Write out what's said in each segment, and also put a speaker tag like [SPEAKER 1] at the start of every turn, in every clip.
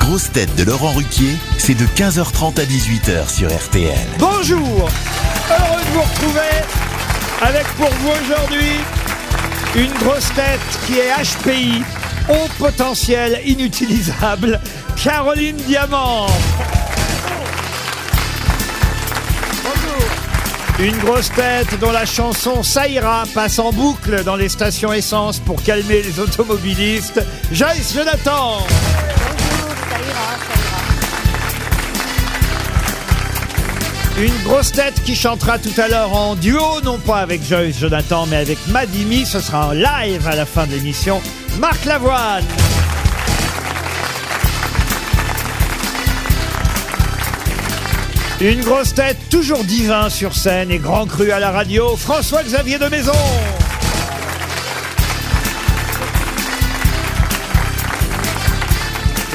[SPEAKER 1] grosses têtes de Laurent Ruquier, c'est de 15h30 à 18h sur RTL.
[SPEAKER 2] Bonjour Heureux de vous retrouver avec pour vous aujourd'hui une grosse tête qui est HPI, haut potentiel inutilisable, Caroline Diamant. Une grosse tête dont la chanson Ça ira passe en boucle dans les stations essence pour calmer les automobilistes, Joyce Jonathan. Une grosse tête qui chantera tout à l'heure en duo, non pas avec Joyce Jonathan, mais avec Madimi. Ce sera en live à la fin de l'émission. Marc Lavoine. Une grosse tête toujours divin sur scène et grand cru à la radio, François-Xavier de Maison.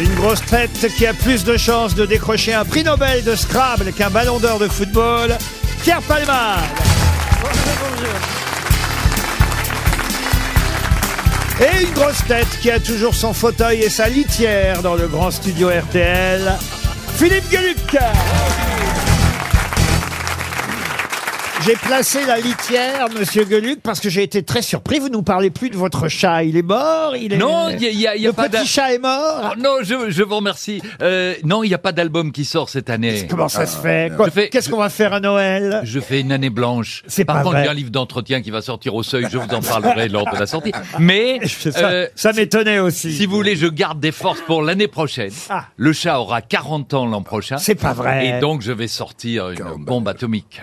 [SPEAKER 2] Une grosse tête qui a plus de chances de décrocher un prix Nobel de Scrabble qu'un ballon d'or de football, Pierre Palmade. Et une grosse tête qui a toujours son fauteuil et sa litière dans le grand studio RTL, Philippe Gueluc. J'ai placé la litière, monsieur Gueluc, parce que j'ai été très surpris. Vous nous parlez plus de votre chat. Il est mort il est...
[SPEAKER 3] Non, il y a- il y a- il y a
[SPEAKER 2] Le
[SPEAKER 3] pas
[SPEAKER 2] petit
[SPEAKER 3] d'a-
[SPEAKER 2] chat est mort
[SPEAKER 3] Oh, non, je, je vous remercie. Euh, non, il n'y a pas d'album qui sort cette année.
[SPEAKER 2] Comment ça
[SPEAKER 3] Ah,
[SPEAKER 2] se fait Quoi
[SPEAKER 3] Je fais-
[SPEAKER 2] Qu'est-ce qu'on va faire à Noël
[SPEAKER 3] Je fais une année blanche.
[SPEAKER 2] C'est
[SPEAKER 3] Par
[SPEAKER 2] pas
[SPEAKER 3] contre,
[SPEAKER 2] vrai.
[SPEAKER 3] il y a un livre d'entretien qui va sortir au seuil. Je vous en parlerai lors de la sortie. Mais
[SPEAKER 2] Ça,
[SPEAKER 3] euh,
[SPEAKER 2] ça m'étonnait aussi.
[SPEAKER 3] si vous voulez, je garde des forces pour l'année prochaine.
[SPEAKER 2] Ah.
[SPEAKER 3] Le chat aura 40 ans l'an prochain.
[SPEAKER 2] C'est pas vrai.
[SPEAKER 3] Et donc, je vais sortir une bombe atomique.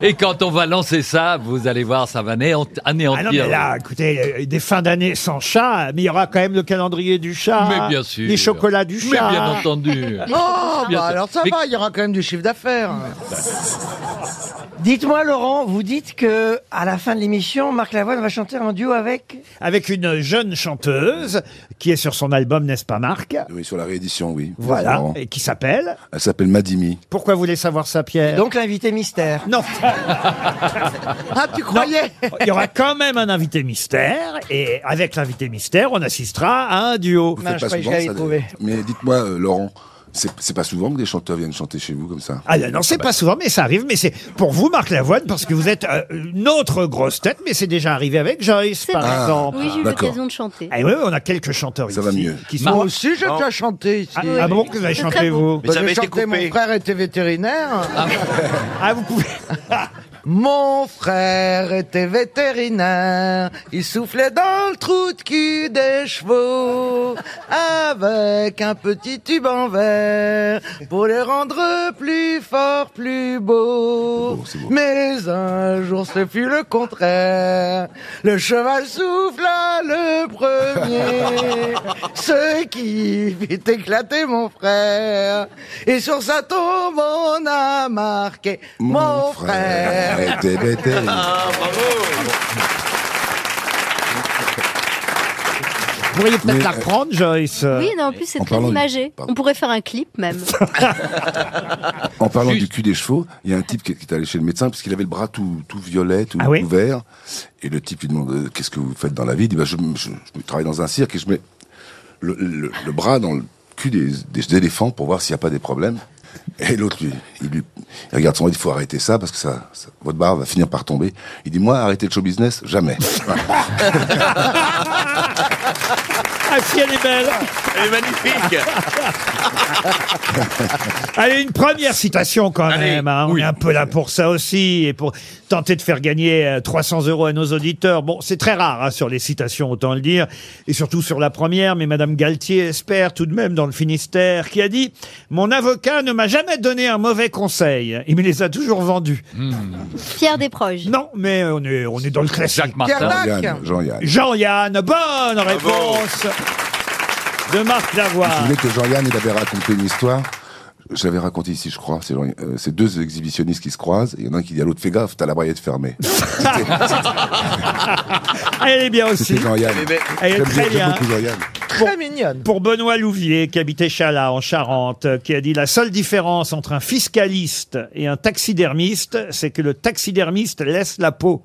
[SPEAKER 3] Et quand on va lancer ça, vous allez voir, ça va anéant-
[SPEAKER 2] Ah non,
[SPEAKER 3] anéantir.
[SPEAKER 2] mais là, écoutez, euh, des fins d'année sans chat, mais il y aura quand même le calendrier du chat.
[SPEAKER 3] Mais bien sûr.
[SPEAKER 2] Les chocolats du chat.
[SPEAKER 3] Mais bien entendu.
[SPEAKER 4] Oh,
[SPEAKER 3] Bien
[SPEAKER 4] bah
[SPEAKER 3] sûr.
[SPEAKER 4] alors ça
[SPEAKER 3] Mais-
[SPEAKER 4] va, il y aura quand même du chiffre d'affaires. Dites-moi, Laurent, vous dites que à la fin de l'émission, Marc Lavoine va chanter en duo avec.
[SPEAKER 2] Avec une jeune chanteuse qui est sur son album, n'est-ce pas, Marc
[SPEAKER 5] Oui, sur la réédition, oui.
[SPEAKER 2] Voilà. Ah
[SPEAKER 5] Laurent.
[SPEAKER 2] Et qui s'appelle
[SPEAKER 5] Elle s'appelle Madimi.
[SPEAKER 2] Pourquoi vous voulez savoir ça, Pierre
[SPEAKER 4] Donc l'invité mystère.
[SPEAKER 2] Non,
[SPEAKER 4] Ah, tu croyais
[SPEAKER 2] il y aura quand même un invité mystère, et avec l'invité mystère, on assistera à un duo.
[SPEAKER 5] Vous
[SPEAKER 4] Non,
[SPEAKER 5] faites
[SPEAKER 4] je croyais que je l'avais
[SPEAKER 5] ça,
[SPEAKER 4] trouvé.
[SPEAKER 5] d'ailleurs. Mais dites-moi, euh, Laurent, c'est c'est pas souvent que des chanteurs viennent chanter chez vous comme ça
[SPEAKER 2] Ah non, non, c'est
[SPEAKER 5] bah.
[SPEAKER 2] pas souvent, mais ça arrive. Mais c'est pour vous, Marc Lavoine, parce que vous êtes euh, une autre grosse tête, mais c'est déjà arrivé avec Joyce, par
[SPEAKER 5] vrai.
[SPEAKER 2] exemple.
[SPEAKER 6] Oui, j'ai eu
[SPEAKER 5] Ah. D'accord.
[SPEAKER 6] l'occasion de chanter.
[SPEAKER 2] Ah oui, on a quelques chanteurs
[SPEAKER 5] Ça
[SPEAKER 2] ici.
[SPEAKER 5] va mieux.
[SPEAKER 2] Qui sont...
[SPEAKER 4] Moi aussi, j'ai déjà chanté ici.
[SPEAKER 2] Ah, ah bon, que vous avez
[SPEAKER 6] C'est
[SPEAKER 2] chanté,
[SPEAKER 6] très beau.
[SPEAKER 2] vous
[SPEAKER 4] Bah, j'ai chanté, mon frère était vétérinaire.
[SPEAKER 2] Ah, vous pouvez...
[SPEAKER 4] Mon frère était vétérinaire, il soufflait dans le trou de cul des chevaux avec un petit tube en verre pour les rendre plus forts, plus beaux.
[SPEAKER 5] C'est beau, c'est beau.
[SPEAKER 4] Mais un jour ce fut le contraire, le cheval souffla le premier, ce qui fit éclater mon frère. Et sur sa tombe on a marqué mon frère.
[SPEAKER 5] était
[SPEAKER 7] Ah,
[SPEAKER 5] vétérinaire.
[SPEAKER 2] Vous pourriez peut-être
[SPEAKER 5] Mais,
[SPEAKER 2] la
[SPEAKER 5] euh,
[SPEAKER 2] reprendre, Joyce.
[SPEAKER 6] Oui, non, en plus, c'est
[SPEAKER 5] En
[SPEAKER 6] très
[SPEAKER 5] parlant de-
[SPEAKER 6] imagé.
[SPEAKER 5] pardon.
[SPEAKER 6] On pourrait faire un clip, même.
[SPEAKER 5] En parlant
[SPEAKER 3] Juste.
[SPEAKER 5] du cul des chevaux, il y a un type qui qui est allé chez le médecin parce qu'il avait le bras tout, tout violet, tout,
[SPEAKER 2] Ah oui
[SPEAKER 5] tout vert. Et le type lui demande euh, Qu'est-ce que vous faites dans la vie Il dit bah, je, je- je travaille dans un cirque et je mets le, le- le bras dans le cul des, des éléphants pour voir s'il n'y a pas des problèmes. Et l'autre, lui, il, lui, il regarde son bras, il dit, faut arrêter ça parce que ça, ça- votre barre va finir par tomber. Il dit, moi, arrêter le show business, jamais. Voilà.
[SPEAKER 2] Ah si, elle est belle
[SPEAKER 7] Elle est magnifique.
[SPEAKER 2] Allez, une première citation quand
[SPEAKER 7] Allez,
[SPEAKER 2] même. hein. On
[SPEAKER 7] oui.
[SPEAKER 2] est un peu là pour ça aussi et pour tenter de faire gagner euh, 300 euros à nos auditeurs. Bon, c'est très rare hein, sur les citations, autant le dire, et surtout sur la première. Mais Madame Galtier espère tout de même dans le Finistère qui a dit mon avocat ne m'a jamais donné un mauvais conseil. Il me les a toujours vendus.
[SPEAKER 6] Pierre Desproges.
[SPEAKER 2] Non, mais on est on est dans le classique.
[SPEAKER 3] Jacques Martin.
[SPEAKER 4] Pierre
[SPEAKER 5] Jean-Yann, Jean-Yann.
[SPEAKER 2] Jean-Yann, bonne réponse de Marc
[SPEAKER 5] Vous
[SPEAKER 2] Lavoie.
[SPEAKER 5] voulez que Jean-Yann, il avait raconté une histoire J'avais raconté ici, je crois. C'est Jean- euh, c'est deux exhibitionnistes qui se croisent. et Il y en a un qui dit à l'autre, fais gaffe, t'as la braillette fermée.
[SPEAKER 2] Elle est bien aussi.
[SPEAKER 5] C'était Jean-Yann.
[SPEAKER 7] mais-
[SPEAKER 2] Elle est
[SPEAKER 5] J'aime
[SPEAKER 2] très bien.
[SPEAKER 5] beaucoup Jean-Yann.
[SPEAKER 2] Pour-
[SPEAKER 8] Très mignonne.
[SPEAKER 2] Pour Benoît Louvier, qui habitait Chalat, en Charente, qui a dit La seule différence entre un fiscaliste et un taxidermiste, c'est que le taxidermiste laisse la peau.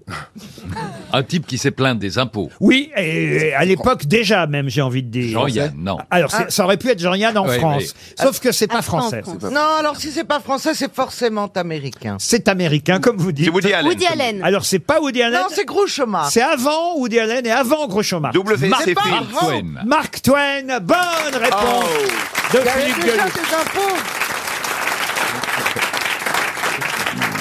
[SPEAKER 3] Un type qui s'est plaint des impôts.
[SPEAKER 2] Oui, et à l'époque déjà, même, j'ai envie de dire.
[SPEAKER 3] Jean-Yann, non.
[SPEAKER 2] Alors,
[SPEAKER 8] Ah.
[SPEAKER 2] c'est- ça aurait pu être Jean-Yann en
[SPEAKER 3] Oui,
[SPEAKER 2] France. Sauf que c'est pas Ah, français.
[SPEAKER 6] France.
[SPEAKER 8] Non, alors si c'est pas français, c'est forcément américain.
[SPEAKER 2] C'est américain, comme vous dites.
[SPEAKER 9] C'est Woody Allen.
[SPEAKER 6] Woody Allen.
[SPEAKER 2] Alors, c'est pas Woody Allen.
[SPEAKER 8] Non, c'est Grouchemar.
[SPEAKER 2] C'est avant Woody Allen et avant Groucho Marx.
[SPEAKER 8] C'est
[SPEAKER 9] WCP.
[SPEAKER 8] pas
[SPEAKER 3] Mark
[SPEAKER 8] avant.
[SPEAKER 3] Twain.
[SPEAKER 2] Mark Twain, bonne
[SPEAKER 7] Oh.
[SPEAKER 2] réponse de
[SPEAKER 8] Il y avait
[SPEAKER 2] Philippe
[SPEAKER 8] déjà
[SPEAKER 2] Gueluc.
[SPEAKER 8] des infos.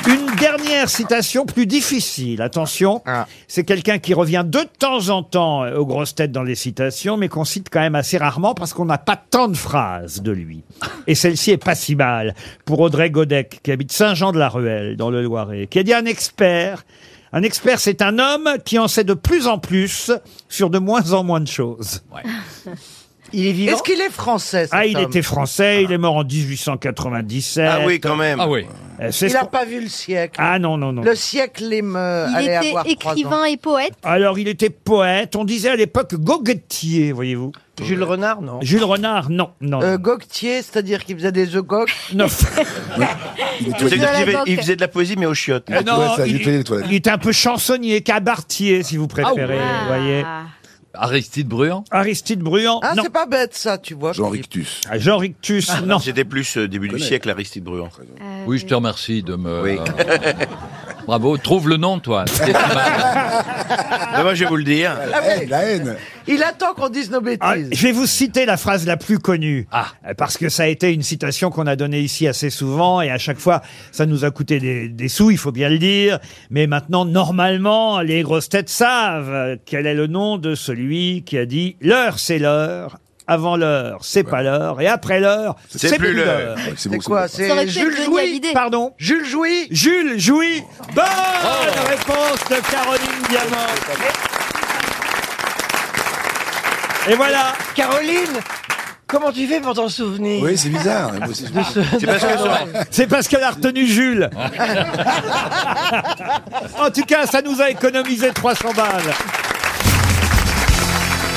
[SPEAKER 2] Une dernière citation plus difficile, attention.
[SPEAKER 8] Ah.
[SPEAKER 2] C'est quelqu'un qui revient de temps en temps euh, aux grosses têtes dans les citations, mais qu'on cite quand même assez rarement parce qu'on n'a pas tant de phrases de lui. Et celle-ci est pas si mal pour Audrey Godec, qui habite Saint-Jean-de-la-Ruelle, dans le Loiret, qui a dit un expert. Un expert, c'est un homme qui en sait de plus en plus sur de moins en moins de choses.
[SPEAKER 8] Il est vivant. Est-ce qu'il est français cet
[SPEAKER 2] Ah, il
[SPEAKER 8] homme
[SPEAKER 2] était français, il est mort en 1897.
[SPEAKER 9] Ah oui, quand même.
[SPEAKER 3] Ah oui.
[SPEAKER 2] Euh, c'est
[SPEAKER 8] Il
[SPEAKER 2] ce
[SPEAKER 8] n'a
[SPEAKER 2] qu'on-
[SPEAKER 8] pas vu le siècle.
[SPEAKER 2] Ah non, non, non.
[SPEAKER 8] Le siècle est me...
[SPEAKER 6] Il
[SPEAKER 8] allait avoir
[SPEAKER 6] était
[SPEAKER 8] trois ans.
[SPEAKER 6] écrivain et poète.
[SPEAKER 2] Alors, il était poète. On disait à l'époque goguettier, voyez-vous.
[SPEAKER 8] Jules Renard, non
[SPEAKER 2] Jules Renard, non, non.
[SPEAKER 8] euh, Gaultier, c'est-à-dire qu'il faisait des œufs Gauck.
[SPEAKER 2] non.
[SPEAKER 9] C'est-à-dire qu'il
[SPEAKER 6] Gauck.
[SPEAKER 9] faisait- il faisait de la poésie, mais aux chiottes.
[SPEAKER 2] Euh, non,
[SPEAKER 5] Ouais, ça, il
[SPEAKER 2] il,
[SPEAKER 5] fait les toilettes.
[SPEAKER 2] il était un peu chansonnier, cabartier, si vous préférez,
[SPEAKER 6] Ah.
[SPEAKER 2] vous voyez.
[SPEAKER 3] Aristide Bruand.
[SPEAKER 2] Aristide Bruand,
[SPEAKER 8] Ah,
[SPEAKER 2] non.
[SPEAKER 8] c'est pas bête ça, tu vois.
[SPEAKER 5] Jean Rictus.
[SPEAKER 2] Ah, Jean Rictus, non.
[SPEAKER 9] C'était plus euh, début du
[SPEAKER 5] Connais.
[SPEAKER 9] siècle, Aristide Bruand.
[SPEAKER 6] Euh,
[SPEAKER 3] Oui, je te remercie de me.
[SPEAKER 9] Oui.
[SPEAKER 3] Bravo. Trouve le nom, toi.
[SPEAKER 9] Mais moi, je vais vous le dire.
[SPEAKER 8] Ah ouais.
[SPEAKER 5] La haine.
[SPEAKER 8] Il attend qu'on dise nos
[SPEAKER 2] Ah,
[SPEAKER 8] bêtises.
[SPEAKER 2] je vais vous citer la phrase la plus connue,
[SPEAKER 3] Ah.
[SPEAKER 2] Euh, parce que ça a été une citation qu'on a donnée ici assez souvent, et à chaque fois, ça nous a coûté des, des sous, il faut bien le dire. Mais maintenant, normalement, les grosses têtes savent euh, quel est le nom de celui qui a dit « L'heure, c'est l'heure, avant l'heure, c'est pas l'heure, et après l'heure,
[SPEAKER 5] C'est
[SPEAKER 2] c'est
[SPEAKER 9] plus
[SPEAKER 2] plus l'heure
[SPEAKER 5] Ouais, C'est
[SPEAKER 8] C'est
[SPEAKER 5] bon,
[SPEAKER 8] quoi
[SPEAKER 5] c'est
[SPEAKER 6] Ça aurait
[SPEAKER 8] C'est
[SPEAKER 6] pu
[SPEAKER 8] Jules
[SPEAKER 6] être Johnny
[SPEAKER 8] Jouy
[SPEAKER 6] Hallyday. ».
[SPEAKER 2] Pardon
[SPEAKER 8] Jules Jouy
[SPEAKER 2] Jules Jouy. Bonne réponse de Caroline Diamant. Et voilà.
[SPEAKER 10] Caroline, comment tu fais pour t'en souvenir
[SPEAKER 5] bon. Oui, c'est bizarre. Moi aussi, je-
[SPEAKER 9] C'est parce que sur-
[SPEAKER 2] C'est parce qu'elle a retenu Jules. en tout cas, ça nous a économisé 300 balles.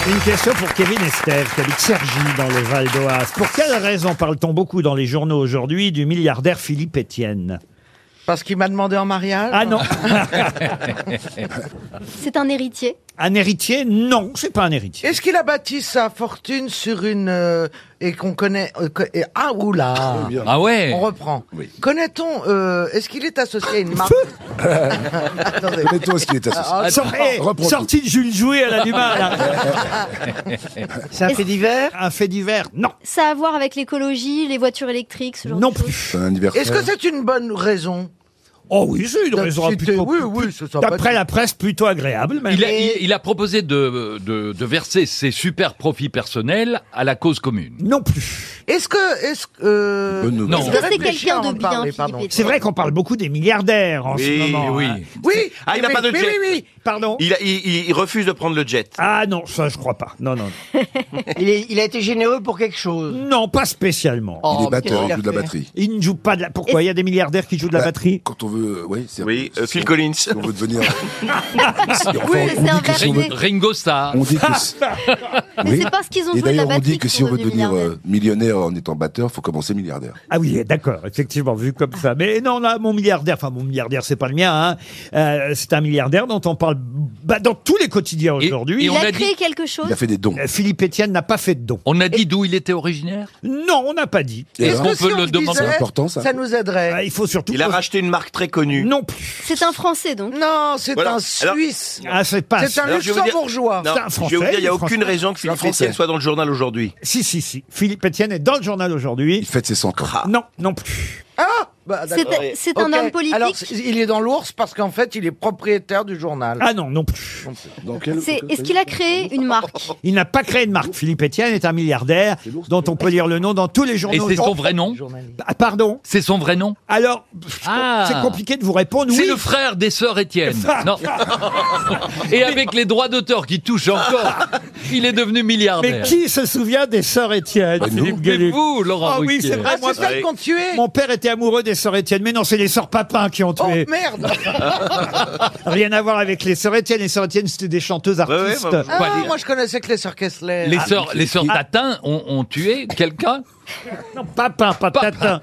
[SPEAKER 2] Une question pour Kevin Estève, qui habite Cergy dans le Val d'Oise. Pour quelle raison parle-t-on beaucoup dans les journaux aujourd'hui du milliardaire Philippe Étienne
[SPEAKER 8] Parce qu'il m'a demandé en mariage.
[SPEAKER 2] Ah non,
[SPEAKER 6] C'est un héritier.
[SPEAKER 2] un héritier Non, c'est pas un héritier.
[SPEAKER 8] Est-ce qu'il a bâti sa fortune sur une euh, et qu'on connaît euh, que- et- ah oula
[SPEAKER 5] bien.
[SPEAKER 3] Ah
[SPEAKER 4] Eh.
[SPEAKER 3] ouais.
[SPEAKER 8] on reprend
[SPEAKER 5] Oui.
[SPEAKER 8] connaît-on euh, est-ce qu'il est associé à une marque Attendez.
[SPEAKER 5] Connais-toi ce qui est associé.
[SPEAKER 8] Ah,
[SPEAKER 2] Sor- eh,
[SPEAKER 5] reprends tout.
[SPEAKER 2] sortie de Jules Jouy, elle a du mal. hein.
[SPEAKER 8] c'est un fait divers
[SPEAKER 2] Un fait divers Non.
[SPEAKER 6] Ça a à voir avec l'écologie, les voitures électriques, ce genre
[SPEAKER 2] Non
[SPEAKER 6] de choses.
[SPEAKER 2] plus.
[SPEAKER 5] C'est un anniversaire.
[SPEAKER 8] est-ce que c'est une bonne raison
[SPEAKER 2] Oh oui, c'est une raison
[SPEAKER 8] C'était-
[SPEAKER 2] plutôt.
[SPEAKER 8] oui, oui, ce sera pas
[SPEAKER 2] D'après la presse, plutôt agréable. même.
[SPEAKER 3] Il a, il- il a proposé de, de, de verser ses super profits personnels à la cause commune.
[SPEAKER 2] Non plus.
[SPEAKER 8] est-ce que est-ce que euh,
[SPEAKER 5] Bonne nouvelle.
[SPEAKER 3] Non.
[SPEAKER 8] je
[SPEAKER 6] Est-ce que c'est
[SPEAKER 8] réfléchis
[SPEAKER 6] quelqu'un
[SPEAKER 8] avant
[SPEAKER 6] de bien,
[SPEAKER 8] parler,
[SPEAKER 6] Philippe
[SPEAKER 8] pardon.
[SPEAKER 6] Etchard
[SPEAKER 2] C'est vrai qu'on parle beaucoup des milliardaires en
[SPEAKER 9] Oui,
[SPEAKER 2] ce moment.
[SPEAKER 3] oui.
[SPEAKER 2] hein.
[SPEAKER 8] oui
[SPEAKER 9] Ah, il n'a
[SPEAKER 8] mais-
[SPEAKER 9] pas de
[SPEAKER 8] mais
[SPEAKER 9] jet.
[SPEAKER 8] oui, oui.
[SPEAKER 2] Pardon
[SPEAKER 9] Il, a- il- il- il refuse de prendre le jet.
[SPEAKER 2] Ah non, ça je crois pas. Non, non.
[SPEAKER 10] il, est- il a été généreux pour quelque chose.
[SPEAKER 2] Non, non pas spécialement.
[SPEAKER 5] Il est batteur,
[SPEAKER 10] Oh, qu'est-ce
[SPEAKER 5] il
[SPEAKER 10] qu'il
[SPEAKER 5] joue de
[SPEAKER 10] a
[SPEAKER 5] la
[SPEAKER 10] fait
[SPEAKER 5] batterie.
[SPEAKER 2] Il ne joue pas de la... Pourquoi Il y a des milliardaires qui jouent de la
[SPEAKER 5] Bah,
[SPEAKER 2] batterie
[SPEAKER 5] Quand on veut. Oui, c'est
[SPEAKER 9] Oui,
[SPEAKER 5] si
[SPEAKER 9] euh,
[SPEAKER 5] on-
[SPEAKER 9] Phil Collins.
[SPEAKER 5] si on veut devenir. si on-
[SPEAKER 6] Oui,
[SPEAKER 5] on
[SPEAKER 6] c'est
[SPEAKER 5] dit
[SPEAKER 6] un
[SPEAKER 5] que si on veut-
[SPEAKER 6] verdier.
[SPEAKER 3] Ringo Starr.
[SPEAKER 5] On dit que. si-
[SPEAKER 6] Mais
[SPEAKER 5] Oui.
[SPEAKER 6] c'est parce qu'ils ont
[SPEAKER 5] Et
[SPEAKER 6] joué de la
[SPEAKER 5] d'ailleurs, on dit
[SPEAKER 6] batterie
[SPEAKER 5] que
[SPEAKER 6] qu'ils
[SPEAKER 5] si on
[SPEAKER 6] sont
[SPEAKER 5] veut
[SPEAKER 6] devenus
[SPEAKER 5] devenir
[SPEAKER 6] milliardaires.
[SPEAKER 5] euh, millionnaire en étant batteur, faut commencer milliardaire.
[SPEAKER 2] Ah oui, d'accord, effectivement, vu comme ça. Mais non, là, mon milliardaire, enfin mon milliardaire, c'est pas le mien, hein. Euh, c'est un milliardaire dont on parle bah, dans tous les quotidiens
[SPEAKER 3] Et-
[SPEAKER 2] aujourd'hui.
[SPEAKER 3] et
[SPEAKER 6] Il
[SPEAKER 3] on
[SPEAKER 6] a
[SPEAKER 3] a
[SPEAKER 6] créé
[SPEAKER 3] dit-
[SPEAKER 6] quelque chose.
[SPEAKER 5] Il a fait des dons.
[SPEAKER 2] Euh, Philippe Étienne n'a pas fait de don.
[SPEAKER 3] On a dit d'où il était originaire
[SPEAKER 2] Non, on n'a pas dit.
[SPEAKER 5] Et
[SPEAKER 8] est-ce
[SPEAKER 5] alors,
[SPEAKER 8] que
[SPEAKER 3] qu'on
[SPEAKER 8] si on
[SPEAKER 3] peut le
[SPEAKER 8] le disait,
[SPEAKER 3] demander
[SPEAKER 5] C'est important, ça.
[SPEAKER 8] ça nous aiderait
[SPEAKER 2] Ah, Il faut surtout.
[SPEAKER 9] Il a
[SPEAKER 2] poser-
[SPEAKER 9] racheté une marque très connue.
[SPEAKER 2] Non plus.
[SPEAKER 6] C'est un français donc.
[SPEAKER 8] non c'est
[SPEAKER 9] Voilà.
[SPEAKER 8] un
[SPEAKER 9] Alors-
[SPEAKER 8] suisse
[SPEAKER 2] Ah, c'est pas.
[SPEAKER 8] c'est un
[SPEAKER 9] Alors, je vais vous dire-
[SPEAKER 8] luxembourgeois
[SPEAKER 9] Non,
[SPEAKER 2] C'est un
[SPEAKER 9] je vais vous dire,
[SPEAKER 2] Français,
[SPEAKER 9] il n'y a
[SPEAKER 2] il est
[SPEAKER 9] aucune
[SPEAKER 2] français.
[SPEAKER 9] raison que
[SPEAKER 5] C'est un
[SPEAKER 9] Philippe Etienne
[SPEAKER 5] Français.
[SPEAKER 9] soit dans le journal aujourd'hui.
[SPEAKER 2] Si, si, si. Philippe Etienne est dans le journal
[SPEAKER 5] Il
[SPEAKER 2] aujourd'hui.
[SPEAKER 5] fête ses 100 ans.
[SPEAKER 2] Non, non plus.
[SPEAKER 8] ah bah,
[SPEAKER 6] C'est
[SPEAKER 8] d'accord.
[SPEAKER 6] c'est un
[SPEAKER 8] Ok.
[SPEAKER 6] homme politique.
[SPEAKER 8] Alors, c'est- il est dans l'ours parce qu'en fait, il est propriétaire du journal.
[SPEAKER 2] Ah non, non plus.
[SPEAKER 5] Dans quel-
[SPEAKER 6] C'est- Est-ce qu'il a créé une marque
[SPEAKER 2] Il n'a pas créé de marque. Philippe Etienne est un milliardaire dont on peut lire le nom dans tous les
[SPEAKER 3] Et
[SPEAKER 2] journaux.
[SPEAKER 3] c'est son
[SPEAKER 2] aujourd'hui.
[SPEAKER 3] vrai nom
[SPEAKER 2] Ah, pardon.
[SPEAKER 3] C'est son vrai nom
[SPEAKER 2] Alors, pff,
[SPEAKER 3] Ah.
[SPEAKER 2] c'est compliqué de vous répondre.
[SPEAKER 3] C'est
[SPEAKER 2] Oui.
[SPEAKER 3] le frère des sœurs Étienne. Non. Et avec les droits d'auteur qui touchent encore, il est devenu
[SPEAKER 2] Mais
[SPEAKER 3] milliardaire.
[SPEAKER 2] qui se souvient des sœurs Étienne,
[SPEAKER 5] Bah, nous.
[SPEAKER 2] Philippe
[SPEAKER 3] Mais
[SPEAKER 2] Gueluc
[SPEAKER 3] Ah, vous, Laurent
[SPEAKER 2] Ah oui,
[SPEAKER 3] Ruquier.
[SPEAKER 2] c'est vrai.
[SPEAKER 8] Ah,
[SPEAKER 2] moi,
[SPEAKER 8] c'est ça
[SPEAKER 9] ouais.
[SPEAKER 8] qu'on tuait
[SPEAKER 2] Mon père était amoureux des les sœurs Étienne. Mais non, c'est les sœurs Papin qui ont
[SPEAKER 4] Oh
[SPEAKER 2] tué.
[SPEAKER 4] merde
[SPEAKER 2] Ah, Rien à voir avec les sœurs Étienne. Les sœurs Étienne, c'était des chanteuses
[SPEAKER 7] ouais,
[SPEAKER 2] artistes. Ah,
[SPEAKER 7] moi, je-
[SPEAKER 4] Ah,
[SPEAKER 3] Pas les-
[SPEAKER 4] moi je connaissais que les sœurs Kessler. Ah,
[SPEAKER 3] Les sœurs, les sœurs Tatin ont, ont tué quelqu'un.
[SPEAKER 2] Non, Papin, pas
[SPEAKER 3] Papin.
[SPEAKER 2] Tatin.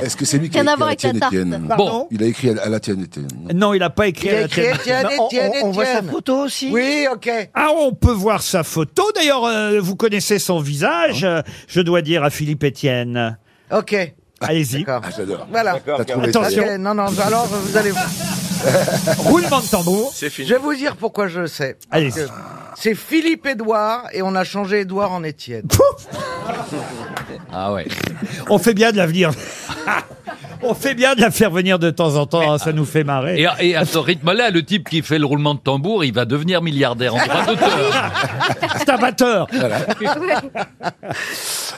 [SPEAKER 5] Est-ce que c'est lui qui a
[SPEAKER 6] Rien à
[SPEAKER 5] écrit à la
[SPEAKER 6] voir avec la
[SPEAKER 5] tienne,
[SPEAKER 6] tarte.
[SPEAKER 5] Étienne
[SPEAKER 2] Pardon
[SPEAKER 5] Il a écrit à à la tienne, Étienne.
[SPEAKER 2] Non, il n'a pas écrit
[SPEAKER 4] Il a
[SPEAKER 2] à la
[SPEAKER 4] écrit
[SPEAKER 2] tête.
[SPEAKER 4] Étienne,
[SPEAKER 10] Non, on-
[SPEAKER 4] Étienne,
[SPEAKER 10] on, on voit sa
[SPEAKER 4] Étienne.
[SPEAKER 10] photo aussi
[SPEAKER 4] Oui, ok.
[SPEAKER 2] Ah, on peut voir sa photo. D'ailleurs, euh, vous connaissez son visage, euh, je dois dire à Philippe Étienne.
[SPEAKER 4] Hein Ok.
[SPEAKER 2] Allez-y.
[SPEAKER 4] D'accord.
[SPEAKER 5] Ah, j'adore.
[SPEAKER 4] Voilà.
[SPEAKER 5] T'as trouvé
[SPEAKER 2] Attention.
[SPEAKER 5] Étienne.
[SPEAKER 4] Ok, non, non, alors vous allez.
[SPEAKER 2] Roulement de tambour.
[SPEAKER 7] C'est fini.
[SPEAKER 4] Je vais vous dire pourquoi je sais.
[SPEAKER 2] Allez.
[SPEAKER 4] Parce que C'est Philippe Édouard et on a changé Édouard en Étienne.
[SPEAKER 2] Pouf
[SPEAKER 4] Bah.
[SPEAKER 3] Ah ouais.
[SPEAKER 2] On fait bien de l'avenir. On fait bien de la faire venir de temps en temps, hein, ça nous fait marrer.
[SPEAKER 3] Et, à- et à ce rythme-là, le type qui fait le roulement de tambour, il va devenir milliardaire en
[SPEAKER 2] Ah,
[SPEAKER 3] droit d'auteur.
[SPEAKER 2] C'est un batteur.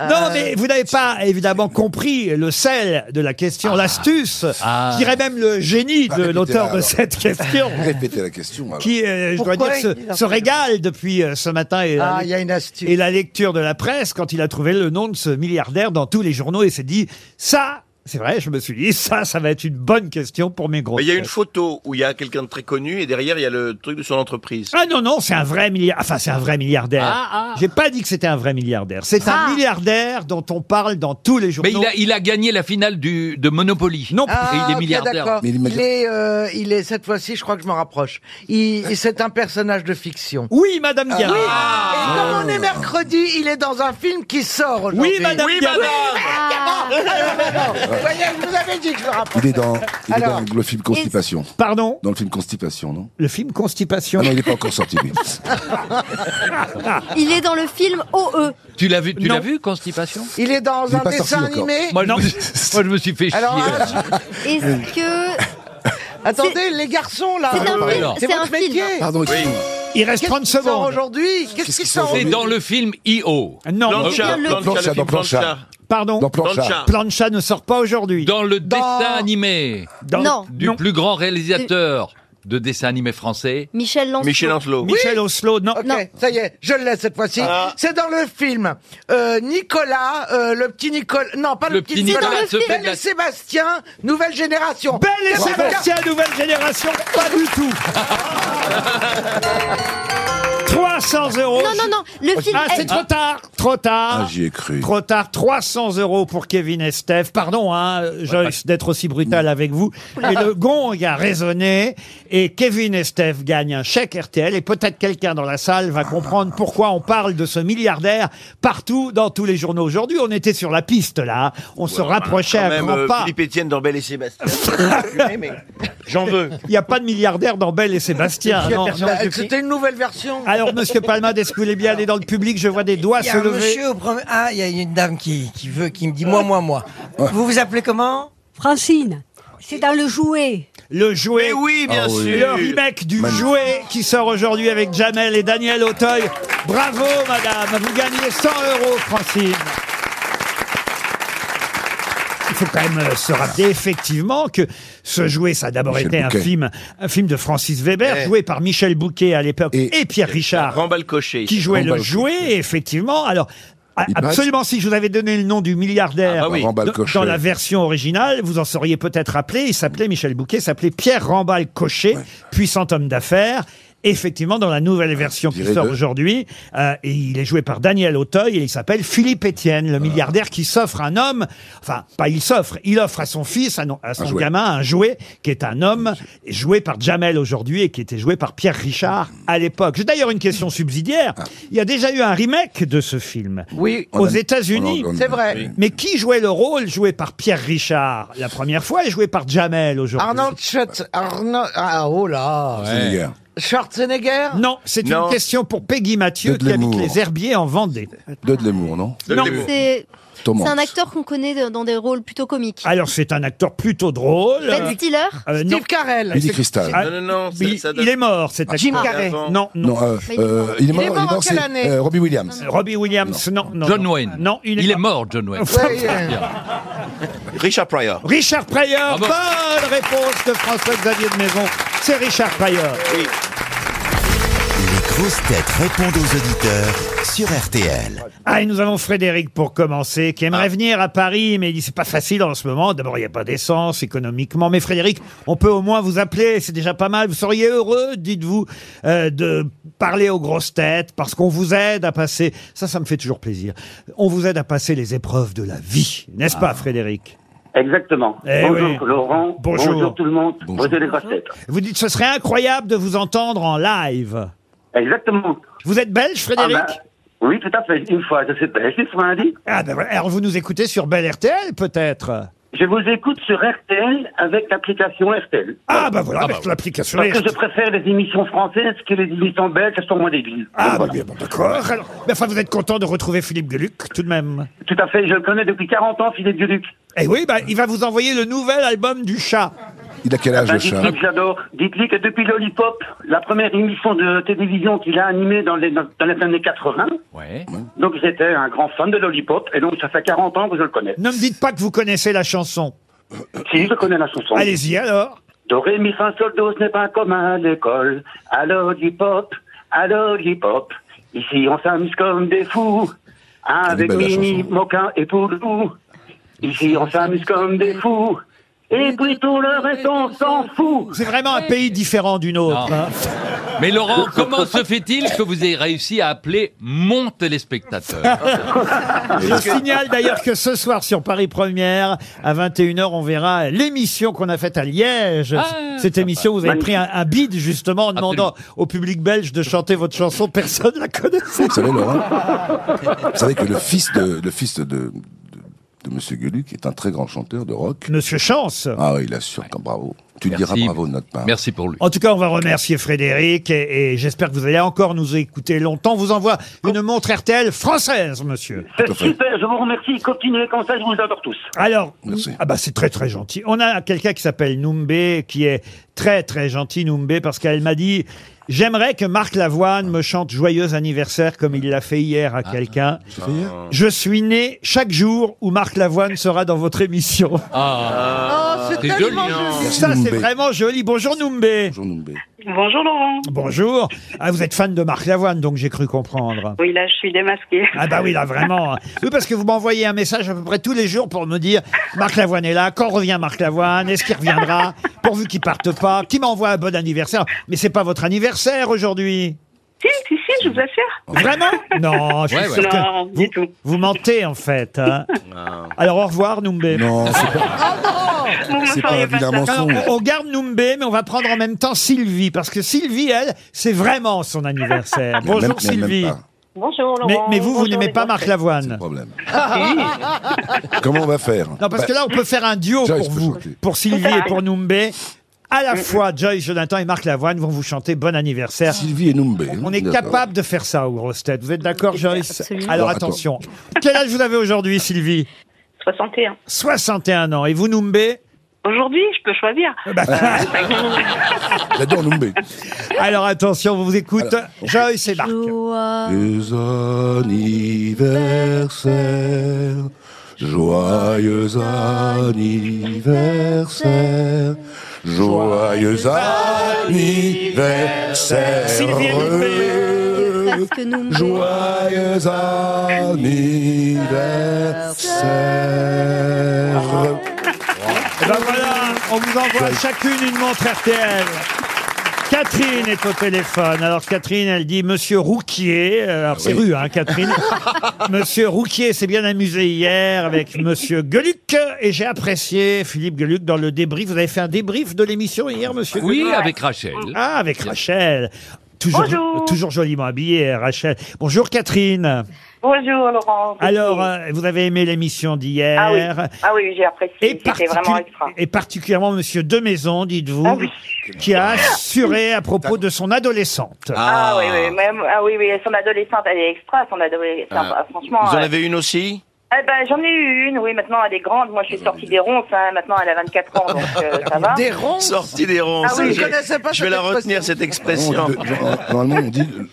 [SPEAKER 2] Non, mais vous n'avez pas évidemment compris le sel de la question, l'astuce,
[SPEAKER 3] Ah.
[SPEAKER 2] je dirais même le génie de
[SPEAKER 5] répétez-la,
[SPEAKER 2] l'auteur de
[SPEAKER 5] Bah, alors.
[SPEAKER 2] cette question,
[SPEAKER 5] Répétez la question. alors.
[SPEAKER 2] qui, euh, je dois
[SPEAKER 4] Pourquoi
[SPEAKER 2] dire,
[SPEAKER 4] il a
[SPEAKER 2] se, se
[SPEAKER 4] fait-
[SPEAKER 2] régale depuis euh, ce matin et, la-
[SPEAKER 4] Ah, il y a une
[SPEAKER 2] et
[SPEAKER 4] astuce.
[SPEAKER 2] la lecture de la presse quand il a trouvé le nom de ce milliardaire dans tous les journaux et s'est dit ça. C'est vrai, je me suis dit, ça, ça va être une bonne question pour mes gros.
[SPEAKER 7] Mais il y a une photo où il y a quelqu'un de très connu et derrière il y a le truc de son entreprise.
[SPEAKER 2] Ah non, non, c'est un vrai milliardaire. Enfin, c'est un vrai milliardaire.
[SPEAKER 3] Ah, ah.
[SPEAKER 2] J'ai pas dit que c'était un vrai milliardaire. C'est un
[SPEAKER 6] Ah.
[SPEAKER 2] milliardaire dont on parle dans tous les journaux.
[SPEAKER 3] Mais il a, il a gagné la finale du, de Monopoly.
[SPEAKER 2] Non.
[SPEAKER 4] Ah,
[SPEAKER 3] Et il est
[SPEAKER 4] ok,
[SPEAKER 3] milliardaire.
[SPEAKER 4] d'accord.
[SPEAKER 5] Mais il est
[SPEAKER 4] il,
[SPEAKER 5] milliardaire.
[SPEAKER 4] est, euh, il est cette fois-ci, je crois que je m'en rapproche. Il, il- c'est un personnage de fiction. Ah.
[SPEAKER 2] Oui, Madame Ah. Diarra.
[SPEAKER 4] Et comme on est mercredi, il est dans un film qui sort aujourd'hui.
[SPEAKER 2] Oui, Madame Diarra.
[SPEAKER 6] Ah.
[SPEAKER 4] Vous voyez, je vous avais dit que je le rapproche.
[SPEAKER 5] Il est dans, il est
[SPEAKER 4] Alors,
[SPEAKER 5] dans le film Constipation.
[SPEAKER 2] Pardon.
[SPEAKER 5] Dans le film Constipation, non
[SPEAKER 2] Le film Constipation.
[SPEAKER 5] Ah non, il n'est pas encore sorti, lui.
[SPEAKER 6] Il est dans le film E. OE.
[SPEAKER 3] Tu l'as vu, tu
[SPEAKER 2] Non.
[SPEAKER 3] l'as vu, Constipation
[SPEAKER 4] Il est dans
[SPEAKER 5] Il est
[SPEAKER 4] un
[SPEAKER 5] pas
[SPEAKER 4] dessin
[SPEAKER 5] sorti encore.
[SPEAKER 4] animé.
[SPEAKER 3] moi je,
[SPEAKER 2] Non.
[SPEAKER 3] me, suis- moi, je me suis fait chier.
[SPEAKER 4] Alors, un-
[SPEAKER 6] Est-ce que
[SPEAKER 4] attendez, les garçons, là.
[SPEAKER 6] c'est un
[SPEAKER 3] ouais,
[SPEAKER 6] film
[SPEAKER 3] non.
[SPEAKER 4] C'est
[SPEAKER 6] C'est un
[SPEAKER 4] votre
[SPEAKER 6] film.
[SPEAKER 4] métier.
[SPEAKER 5] Pardon, excuse-moi.
[SPEAKER 2] Ah, Il reste
[SPEAKER 4] Qu'est-ce
[SPEAKER 2] 30
[SPEAKER 4] qui sort
[SPEAKER 2] secondes.
[SPEAKER 4] aujourd'hui Qu'est-ce
[SPEAKER 5] Qu'est-ce
[SPEAKER 4] qui
[SPEAKER 5] qui
[SPEAKER 4] sort
[SPEAKER 5] sort
[SPEAKER 3] C'est dans le film I.O.
[SPEAKER 2] Ah Non,
[SPEAKER 7] Plancha,
[SPEAKER 6] le-
[SPEAKER 7] Plancha,
[SPEAKER 5] Plancha,
[SPEAKER 7] le film
[SPEAKER 5] dans Plancha.
[SPEAKER 7] Plancha.
[SPEAKER 2] pardon.
[SPEAKER 5] Dans Plancha.
[SPEAKER 7] Plancha.
[SPEAKER 2] Plancha ne sort pas aujourd'hui.
[SPEAKER 3] Dans le
[SPEAKER 4] Dans-
[SPEAKER 3] dessin animé
[SPEAKER 2] Dans-
[SPEAKER 6] Non.
[SPEAKER 3] du plus grand réalisateur de dessin animé français.
[SPEAKER 6] Michel Lancelot
[SPEAKER 7] Michel Ancelot.
[SPEAKER 2] Michel Oslo, non.
[SPEAKER 4] Ok,
[SPEAKER 6] Non.
[SPEAKER 4] ça y est, je le laisse cette fois-ci. C'est dans le film. Euh, Nicolas, euh, le petit Nicolas. Non, pas le,
[SPEAKER 3] Le petit
[SPEAKER 4] petit Nicolas.
[SPEAKER 3] Nicolas
[SPEAKER 6] C'est dans le
[SPEAKER 3] se fait
[SPEAKER 4] Belle
[SPEAKER 3] de
[SPEAKER 4] et
[SPEAKER 3] la-
[SPEAKER 4] Sébastien, nouvelle génération. Ah,
[SPEAKER 2] Belle et Sébastien, nouvelle génération, pas du tout. 300 euros.
[SPEAKER 6] Non, non, non, le film.
[SPEAKER 2] Ah, c'est trop tard. Trop tard.
[SPEAKER 5] Ah, j'y ai cru.
[SPEAKER 2] Trop tard, 300 euros pour Kevin et Steph. Pardon, hein, Joyce, d'être aussi brutal avec vous. Mais le gong a résonné et Kevin et Steph gagnent un chèque RTL et peut-être quelqu'un dans la salle va comprendre pourquoi on parle de ce milliardaire partout dans tous les journaux. Aujourd'hui, on était sur la piste, là. On se rapprochait
[SPEAKER 7] Quand
[SPEAKER 2] à
[SPEAKER 7] même,
[SPEAKER 2] grands
[SPEAKER 7] euh,
[SPEAKER 2] pas.
[SPEAKER 7] Philippe Étienne dans Belle et Sébastien.
[SPEAKER 4] J'en veux.
[SPEAKER 2] Il n'y a pas de milliardaire dans Belle et Sébastien. non, non.
[SPEAKER 4] C'était une nouvelle version.
[SPEAKER 2] Alors, monsieur Palma, est-ce que vous voulez bien aller dans le public Je vois des doigts
[SPEAKER 10] Il y
[SPEAKER 2] se
[SPEAKER 10] a un
[SPEAKER 2] lever.
[SPEAKER 10] monsieur au premier. Ah, il y a une dame qui, qui veut, qui me dit moi, moi, moi. Vous vous appelez comment
[SPEAKER 11] Francine, c'est dans le jouet.
[SPEAKER 2] Le jouet.
[SPEAKER 7] Mais oui, bien
[SPEAKER 5] Ah oui.
[SPEAKER 7] sûr.
[SPEAKER 2] Le remake du jouet qui sort aujourd'hui avec Jamel et Daniel Auteuil. Bravo, madame. Vous gagnez 100 euros, Francine. Il faut quand même euh, se rappeler effectivement que ce jouet, ça a d'abord
[SPEAKER 5] Michel
[SPEAKER 2] été un
[SPEAKER 5] Bouquet.
[SPEAKER 2] film, un film de Francis Weber,
[SPEAKER 7] Eh.
[SPEAKER 2] joué par Michel Bouquet à l'époque et,
[SPEAKER 5] Et-
[SPEAKER 2] Pierre Richard,
[SPEAKER 7] Ramballe cocher.
[SPEAKER 2] qui jouait le
[SPEAKER 5] Rambal.
[SPEAKER 2] jouet, effectivement. Alors, a-
[SPEAKER 5] Il paraît-
[SPEAKER 2] absolument, si je vous avais donné le nom du milliardaire
[SPEAKER 7] Ah bah oui.
[SPEAKER 5] Rambal
[SPEAKER 2] dans-
[SPEAKER 5] Cochet.
[SPEAKER 2] dans la version originale, vous en seriez peut-être rappelé, il s'appelait Michel Bouquet, s'appelait Pierre Rambal Cochet, puissant homme d'affaires. Effectivement, dans la nouvelle version qui
[SPEAKER 5] dirait
[SPEAKER 2] sort
[SPEAKER 5] deux.
[SPEAKER 2] aujourd'hui, euh, et il est joué par Daniel Auteuil et il s'appelle Philippe Étienne, le milliardaire qui s'offre un homme, enfin pas il s'offre, il offre à son fils, à, non- à son
[SPEAKER 5] jouet.
[SPEAKER 2] gamin, un jouet qui est un homme joué par Jamel aujourd'hui et qui était joué par Pierre Richard à l'époque. J'ai d'ailleurs une question subsidiaire.
[SPEAKER 5] Ah.
[SPEAKER 2] Il y a déjà eu un remake de ce film
[SPEAKER 4] Oui,
[SPEAKER 2] aux États-Unis.
[SPEAKER 5] On- on-
[SPEAKER 4] c'est vrai.
[SPEAKER 2] Mais qui jouait le rôle joué par Pierre Richard la première fois et joué par Jamel aujourd'hui
[SPEAKER 4] Arnold Schwartz... Arnaud... Ah, oh là.
[SPEAKER 5] Sénégal.
[SPEAKER 4] Schwarzenegger
[SPEAKER 2] Non, c'est une
[SPEAKER 7] Non.
[SPEAKER 2] question pour Peggy Mathieu
[SPEAKER 5] Dudley
[SPEAKER 2] qui habite
[SPEAKER 5] Moore.
[SPEAKER 2] les Herbiers en Vendée.
[SPEAKER 5] Dudley Moore, non
[SPEAKER 2] Non.
[SPEAKER 6] C'est
[SPEAKER 5] Thomas.
[SPEAKER 6] c'est un acteur qu'on connaît de- dans des rôles plutôt comiques.
[SPEAKER 2] Alors c'est un acteur plutôt drôle.
[SPEAKER 6] Ben Stiller
[SPEAKER 2] Euh, non.
[SPEAKER 4] Steve Carell.
[SPEAKER 5] Billy Crystal.
[SPEAKER 2] Ah,
[SPEAKER 7] Non, non, non. ça-
[SPEAKER 2] il,
[SPEAKER 7] ça donne-
[SPEAKER 2] il est mort cet acteur.
[SPEAKER 10] Jim Carrey.
[SPEAKER 7] Avant.
[SPEAKER 2] Non, non.
[SPEAKER 5] Ah, Non, euh,
[SPEAKER 6] Mais
[SPEAKER 5] euh, il est mort, il est mort,
[SPEAKER 4] en
[SPEAKER 5] c'est,
[SPEAKER 4] quelle année
[SPEAKER 5] euh, Robbie Williams.
[SPEAKER 2] Robbie Williams, non. non,
[SPEAKER 3] John
[SPEAKER 2] non.
[SPEAKER 3] Wayne.
[SPEAKER 2] Non, il est,
[SPEAKER 3] mort, John Wayne.
[SPEAKER 4] Ouais, euh,
[SPEAKER 5] Ah,
[SPEAKER 7] Richard Pryor.
[SPEAKER 2] Richard Pryor,
[SPEAKER 3] Bravo.
[SPEAKER 2] bonne réponse de François Xavier de Maison. C'est Richard Pryor.
[SPEAKER 7] Oui.
[SPEAKER 1] Les grosses têtes répondent aux auditeurs sur RTL.
[SPEAKER 2] Ah, et nous avons Frédéric pour commencer, qui aimerait venir à Paris, mais il dit c'est pas facile en ce moment. D'abord, il n'y a pas d'essence économiquement. Mais Frédéric, on peut au moins vous appeler, c'est déjà pas mal. Vous seriez heureux, dites-vous, euh, de parler aux grosses têtes, parce qu'on vous aide à passer. Ça, ça me fait toujours plaisir. On vous aide à passer les épreuves de la vie, n'est-ce pas, Frédéric
[SPEAKER 12] Exactement.
[SPEAKER 2] Eh
[SPEAKER 12] bonjour
[SPEAKER 2] oui.
[SPEAKER 12] Laurent.
[SPEAKER 2] Bonjour.
[SPEAKER 12] tout le monde.
[SPEAKER 2] Bonjour.
[SPEAKER 12] Bonjour les grosses têtes.
[SPEAKER 2] Vous dites ce serait incroyable de vous entendre en live.
[SPEAKER 12] Exactement.
[SPEAKER 2] Vous êtes belge, Frédéric
[SPEAKER 12] Ah ben, oui, tout à fait. Une fois, je sais pas. Une fois, un dit.
[SPEAKER 2] Ah ben voilà. alors vous nous écoutez sur Belle RTL peut-être
[SPEAKER 12] Je vous écoute sur RTL avec l'application RTL.
[SPEAKER 2] Ah ben voilà, avec l'application
[SPEAKER 12] Parce que je
[SPEAKER 2] RTL.
[SPEAKER 12] préfère les émissions françaises que les émissions belges, elles sont moins débiles.
[SPEAKER 2] Ah
[SPEAKER 12] Donc,
[SPEAKER 2] ben
[SPEAKER 12] voilà.
[SPEAKER 2] bien, bon, d'accord. Alors, Mais enfin vous êtes content de retrouver Philippe Geluc tout de même.
[SPEAKER 12] Tout à fait, je le connais depuis 40 ans, Philippe Gueluc.
[SPEAKER 2] Eh oui, ben, il va vous envoyer le nouvel album du chat.
[SPEAKER 5] Il a quel âge
[SPEAKER 12] Ben,
[SPEAKER 5] le
[SPEAKER 12] dites-lui
[SPEAKER 5] chat
[SPEAKER 12] que j'adore. Dites-lui que depuis Lollipop, la première émission de télévision qu'il a animée dans les, dans les années 80,
[SPEAKER 3] Ouais.
[SPEAKER 12] donc j'étais un grand fan de Lollipop, et donc ça fait 40 ans que je le connais.
[SPEAKER 2] Ne me dites pas que vous connaissez la chanson.
[SPEAKER 12] Si, je connais la chanson.
[SPEAKER 2] Allez-y alors.
[SPEAKER 12] Doré, mi, fa, sol, do, ce n'est pas comme à l'école. À Lollipop, à Lollipop. Ici, on s'amuse comme des fous. Avec
[SPEAKER 5] belle, la
[SPEAKER 12] Mini,
[SPEAKER 5] chanson.
[SPEAKER 12] Moquin et Poulou. Ici, on s'amuse comme des fous. Et puis tout le reste, on s'en fout.
[SPEAKER 2] C'est vraiment un pays différent d'une autre.
[SPEAKER 3] Non.
[SPEAKER 2] hein.
[SPEAKER 3] Mais Laurent, comment se fait-il que vous ayez réussi à appeler mon téléspectateur
[SPEAKER 2] Je signale d'ailleurs que ce soir sur Paris Première, à 21h, on verra l'émission qu'on a faite à Liège.
[SPEAKER 3] Ah,
[SPEAKER 2] Cette émission, vous avez pris un, un bid justement en demandant
[SPEAKER 3] Absolument.
[SPEAKER 2] au public belge de chanter votre chanson. Personne la connaissait.
[SPEAKER 5] Vous savez, Laurent Vous savez que le fils de, le fils de, de, de Monsieur Gueluc est un très grand chanteur de rock.
[SPEAKER 2] Monsieur Chance.
[SPEAKER 5] Ah oui, il assure quand bravo. Tu lui diras
[SPEAKER 3] Merci.
[SPEAKER 5] bravo de notre part.
[SPEAKER 3] Merci pour lui.
[SPEAKER 2] En tout cas, on va remercier Frédéric et, et j'espère que vous allez encore nous écouter longtemps. On vous envoie
[SPEAKER 5] Oh.
[SPEAKER 2] une montre RTL française, monsieur.
[SPEAKER 12] C'est
[SPEAKER 5] à fait.
[SPEAKER 12] super, je vous remercie. Continuez comme ça, je vous adore tous.
[SPEAKER 2] Alors,
[SPEAKER 5] Merci.
[SPEAKER 2] ah bah c'est très très gentil. On a quelqu'un qui s'appelle Noumbé, qui est très très gentil Noumbé, parce qu'elle m'a dit J'aimerais que Marc Lavoine me chante joyeux anniversaire comme il l'a fait hier
[SPEAKER 3] Ah,
[SPEAKER 2] à quelqu'un.
[SPEAKER 5] Tu fais hier
[SPEAKER 2] Je suis né chaque jour où Marc Lavoine sera dans votre émission.
[SPEAKER 3] Ah,
[SPEAKER 8] Oh, c'est
[SPEAKER 3] c'est
[SPEAKER 8] tellement
[SPEAKER 3] joli, hein.
[SPEAKER 8] joli.
[SPEAKER 5] Merci,
[SPEAKER 2] Ça, c'est
[SPEAKER 5] Noumbé.
[SPEAKER 2] vraiment joli. Bonjour Noumbé.
[SPEAKER 5] Bonjour, Noumbé.
[SPEAKER 13] Bonjour Laurent.
[SPEAKER 2] Bonjour. Ah, vous êtes fan de Marc Lavoine, donc j'ai cru comprendre.
[SPEAKER 13] Oui, là, je suis démasquée.
[SPEAKER 2] Ah bah oui, là, vraiment. Oui, parce que vous m'envoyez un message à peu près tous les jours pour me dire Marc Lavoine est là, quand revient Marc Lavoine, est-ce qu'il reviendra, pourvu qu'il parte pas, qui m'envoie un bon anniversaire. Mais c'est pas votre anniversaire aujourd'hui.
[SPEAKER 13] Si, si, si, je vous assure.
[SPEAKER 2] Vraiment Non, je suis
[SPEAKER 3] Ouais,
[SPEAKER 2] sûr
[SPEAKER 13] ouais.
[SPEAKER 2] que
[SPEAKER 13] Non,
[SPEAKER 2] vous,
[SPEAKER 13] du tout.
[SPEAKER 2] vous mentez en fait. hein. Alors au revoir Noumbé.
[SPEAKER 5] Non, c'est pas,
[SPEAKER 13] Vous me
[SPEAKER 5] c'est pas un
[SPEAKER 13] feriez pas
[SPEAKER 5] vilain
[SPEAKER 13] ça.
[SPEAKER 2] Alors,
[SPEAKER 5] mensonge.
[SPEAKER 2] on on garde Noumbé, mais on va prendre en même temps Sylvie, parce que Sylvie, elle, c'est vraiment son anniversaire.
[SPEAKER 5] Mais
[SPEAKER 2] Bonjour
[SPEAKER 5] même- mais même
[SPEAKER 2] Sylvie.
[SPEAKER 5] pas.
[SPEAKER 13] Bonjour Laurent.
[SPEAKER 2] Mais, mais vous, vous
[SPEAKER 13] Bonjour,
[SPEAKER 2] n'aimez
[SPEAKER 13] les
[SPEAKER 2] pas
[SPEAKER 13] grosses
[SPEAKER 2] Marc
[SPEAKER 13] têtes.
[SPEAKER 5] C'est le
[SPEAKER 2] Lavoine
[SPEAKER 5] problème. Comment on va faire
[SPEAKER 2] Non, parce
[SPEAKER 5] Bah,
[SPEAKER 2] que là, on peut faire un duo
[SPEAKER 5] Joyce
[SPEAKER 2] pour
[SPEAKER 5] peut
[SPEAKER 2] vous,
[SPEAKER 5] chanter.
[SPEAKER 2] pour Sylvie et pour Noumbé. À
[SPEAKER 13] Mm,
[SPEAKER 2] la fois, Joyce Jonathan et Marc Lavoine vont vous chanter Bon anniversaire.
[SPEAKER 5] Sylvie et Noumbé. hein.
[SPEAKER 2] On est
[SPEAKER 5] D'accord.
[SPEAKER 2] capable de faire ça aux grosses têtes. Vous êtes d'accord, Joyce
[SPEAKER 6] Absolument.
[SPEAKER 2] Alors
[SPEAKER 5] Alors, attends.
[SPEAKER 2] attention. Quel âge vous avez aujourd'hui, Sylvie
[SPEAKER 13] 61.
[SPEAKER 2] 61 ans. Et vous, Noumbé
[SPEAKER 13] Aujourd'hui, je peux choisir.
[SPEAKER 2] Ah, bah,
[SPEAKER 14] Euh,
[SPEAKER 5] J'adore Noumbé.
[SPEAKER 2] Alors attention, on vous écoute. Joyce et Marc.
[SPEAKER 6] Joie.
[SPEAKER 5] Les anniversaires, joyeux anniversaire, joyeux anniversaire.
[SPEAKER 2] Sylvie et
[SPEAKER 8] Euh,
[SPEAKER 2] Noumbé.
[SPEAKER 6] Parce que nous
[SPEAKER 5] Joyeux anniversaire.
[SPEAKER 2] Eh ben voilà, on vous envoie chacune une montre RTL. Catherine est au téléphone. Alors Catherine, elle dit Monsieur Rouquier, euh, alors c'est rue, hein, Catherine. Monsieur Rouquier s'est bien amusé hier avec Monsieur Gueluc et j'ai apprécié Philippe Gueluc dans le débrief. Vous avez fait un débrief de l'émission hier, Monsieur Gueluc
[SPEAKER 3] oui, avec Rachel.
[SPEAKER 2] Ah, avec Rachel. Toujours,
[SPEAKER 13] Bonjour.
[SPEAKER 2] toujours joliment habillée, Rachel. Bonjour Catherine.
[SPEAKER 13] Bonjour Laurent.
[SPEAKER 2] Alors, euh, vous avez aimé l'émission d'hier.
[SPEAKER 13] ah oui, ah oui, j'ai apprécié.
[SPEAKER 2] Et,
[SPEAKER 13] C'était
[SPEAKER 2] particu-
[SPEAKER 13] vraiment extra.
[SPEAKER 2] et particulièrement Monsieur Demaison, dites-vous,
[SPEAKER 13] Ah oui.
[SPEAKER 2] qui a assuré à propos de son adolescente.
[SPEAKER 13] Ah, oui, oui, même, ah oui, oui, son adolescente, elle est extra, son adolescente,
[SPEAKER 9] Ah.
[SPEAKER 13] franchement.
[SPEAKER 9] Vous en
[SPEAKER 13] euh,
[SPEAKER 9] avez une aussi
[SPEAKER 13] eh ben, j'en ai eu une, oui, maintenant elle est grande, moi je suis sortie des ronces, hein, maintenant elle a 24 ans, donc euh, ça va.
[SPEAKER 8] Des ronces.
[SPEAKER 9] Sortie des ronces.
[SPEAKER 13] Ah oui,
[SPEAKER 8] je connaissais pas
[SPEAKER 9] je vais
[SPEAKER 8] cette
[SPEAKER 9] la retenir
[SPEAKER 8] expression.
[SPEAKER 9] cette expression.
[SPEAKER 5] Normalement, on dit On a-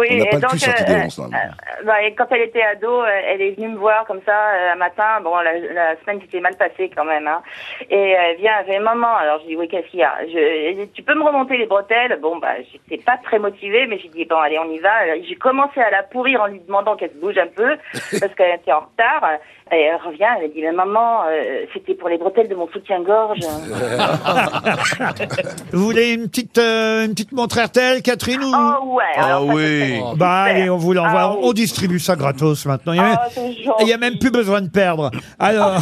[SPEAKER 13] oui,
[SPEAKER 5] on n'a
[SPEAKER 13] et
[SPEAKER 5] pas le
[SPEAKER 13] donc,
[SPEAKER 5] cul sorti des
[SPEAKER 13] euh,
[SPEAKER 5] ronces, hein, là.
[SPEAKER 13] euh, bah, et quand elle était ado, euh, elle est venue me voir comme ça euh, un matin. Bon, la, la semaine s'était mal passée quand même. Hein. Et elle vient, elle fait maman. Alors je dis oui, qu'est-ce qu'il y a je, elle dit, Tu peux me remonter les bretelles Bon, bah, j'étais pas très motivée, mais j'ai dit bon, allez, on y va. Alors, J'ai commencé à la pourrir en lui demandant qu'elle se bouge un peu parce qu'elle était en retard. Et elle revient, elle me dit mais maman, euh, c'était pour les bretelles de mon soutien-gorge.
[SPEAKER 2] Vous voulez une petite, euh, une petite montre RTL, Catherine ou... Ah
[SPEAKER 13] ouais.
[SPEAKER 2] Ah oui. Bah allez, on vous l'envoie.
[SPEAKER 13] Ah
[SPEAKER 2] on, on distribue ça gratos maintenant. Il y a,
[SPEAKER 13] Ah,
[SPEAKER 2] même,
[SPEAKER 13] c'est gentil.
[SPEAKER 2] il y a même plus besoin de perdre. Alors,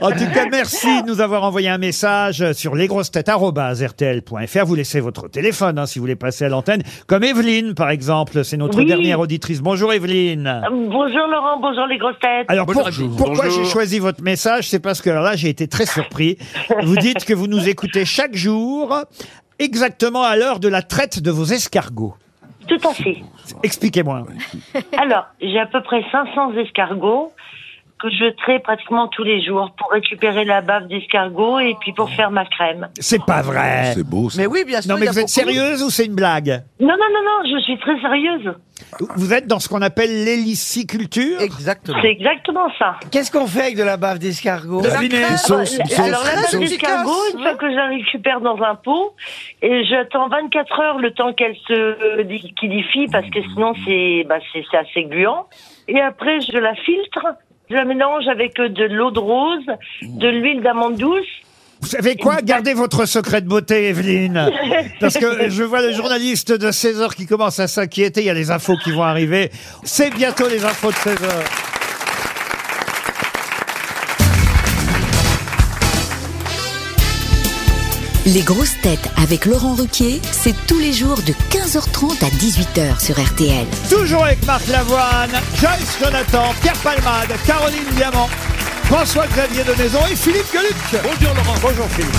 [SPEAKER 2] en tout cas, merci de nous avoir envoyé un message sur lesgrossetêtes@rtl.fr. Vous laissez votre téléphone hein, si vous voulez passer à l'antenne. Comme Evelyne, par exemple, c'est notre
[SPEAKER 15] Oui.
[SPEAKER 2] dernière auditrice. Bonjour Evelyne.
[SPEAKER 15] Bonjour Laurent, bonjour les grosses têtes.
[SPEAKER 2] Alors pour- pourquoi j'ai choisi votre message, c'est parce que alors là j'ai été très surpris. Vous dites que vous nous écoutez chaque jour exactement à l'heure de la traite de vos escargots.
[SPEAKER 15] Tout à fait.
[SPEAKER 2] Expliquez-moi.
[SPEAKER 15] Alors, j'ai à peu près 500 escargots que je trais pratiquement tous les jours pour récupérer la bave d'escargot et puis pour faire ma crème.
[SPEAKER 2] Oh. C'est pas vrai.
[SPEAKER 5] C'est beau.
[SPEAKER 15] Mais oui, bien sûr,
[SPEAKER 2] Non mais
[SPEAKER 15] il y a
[SPEAKER 2] vous êtes
[SPEAKER 15] beaucoup.
[SPEAKER 2] sérieuse ou c'est une blague
[SPEAKER 15] Non, non, non, non, je suis très sérieuse.
[SPEAKER 2] Vous êtes dans ce qu'on appelle l'héliciculture
[SPEAKER 10] Exactement.
[SPEAKER 15] C'est exactement ça.
[SPEAKER 10] Qu'est-ce qu'on fait avec de la bave d'escargot
[SPEAKER 15] La crème, euh, alors la hein. bave d'escargot, une fois que je la récupère dans un pot, et j'attends 24 heures le temps qu'elle se euh, liquidifie, parce que sinon c'est bah, c'est- c'est assez gluant. Et après, je la filtre, je la mélange avec euh, de l'eau de rose, de l'huile d'amande douce,
[SPEAKER 2] Vous savez quoi Gardez votre secret de beauté, Evelyne. Parce que je vois le journaliste de 16h qui commence à s'inquiéter. Il y a les infos qui vont arriver. C'est bientôt les infos de 16h.
[SPEAKER 16] Les grosses têtes avec Laurent Ruquier, c'est tous les jours de 15h30 à 18h sur RTL.
[SPEAKER 2] Toujours avec Marc Lavoine, Joyce Jonathan, Pierre Palmade, Caroline Diamant, François-Xavier de Maison et Philippe Gueluc. Bonjour Laurent. Bonjour Philippe.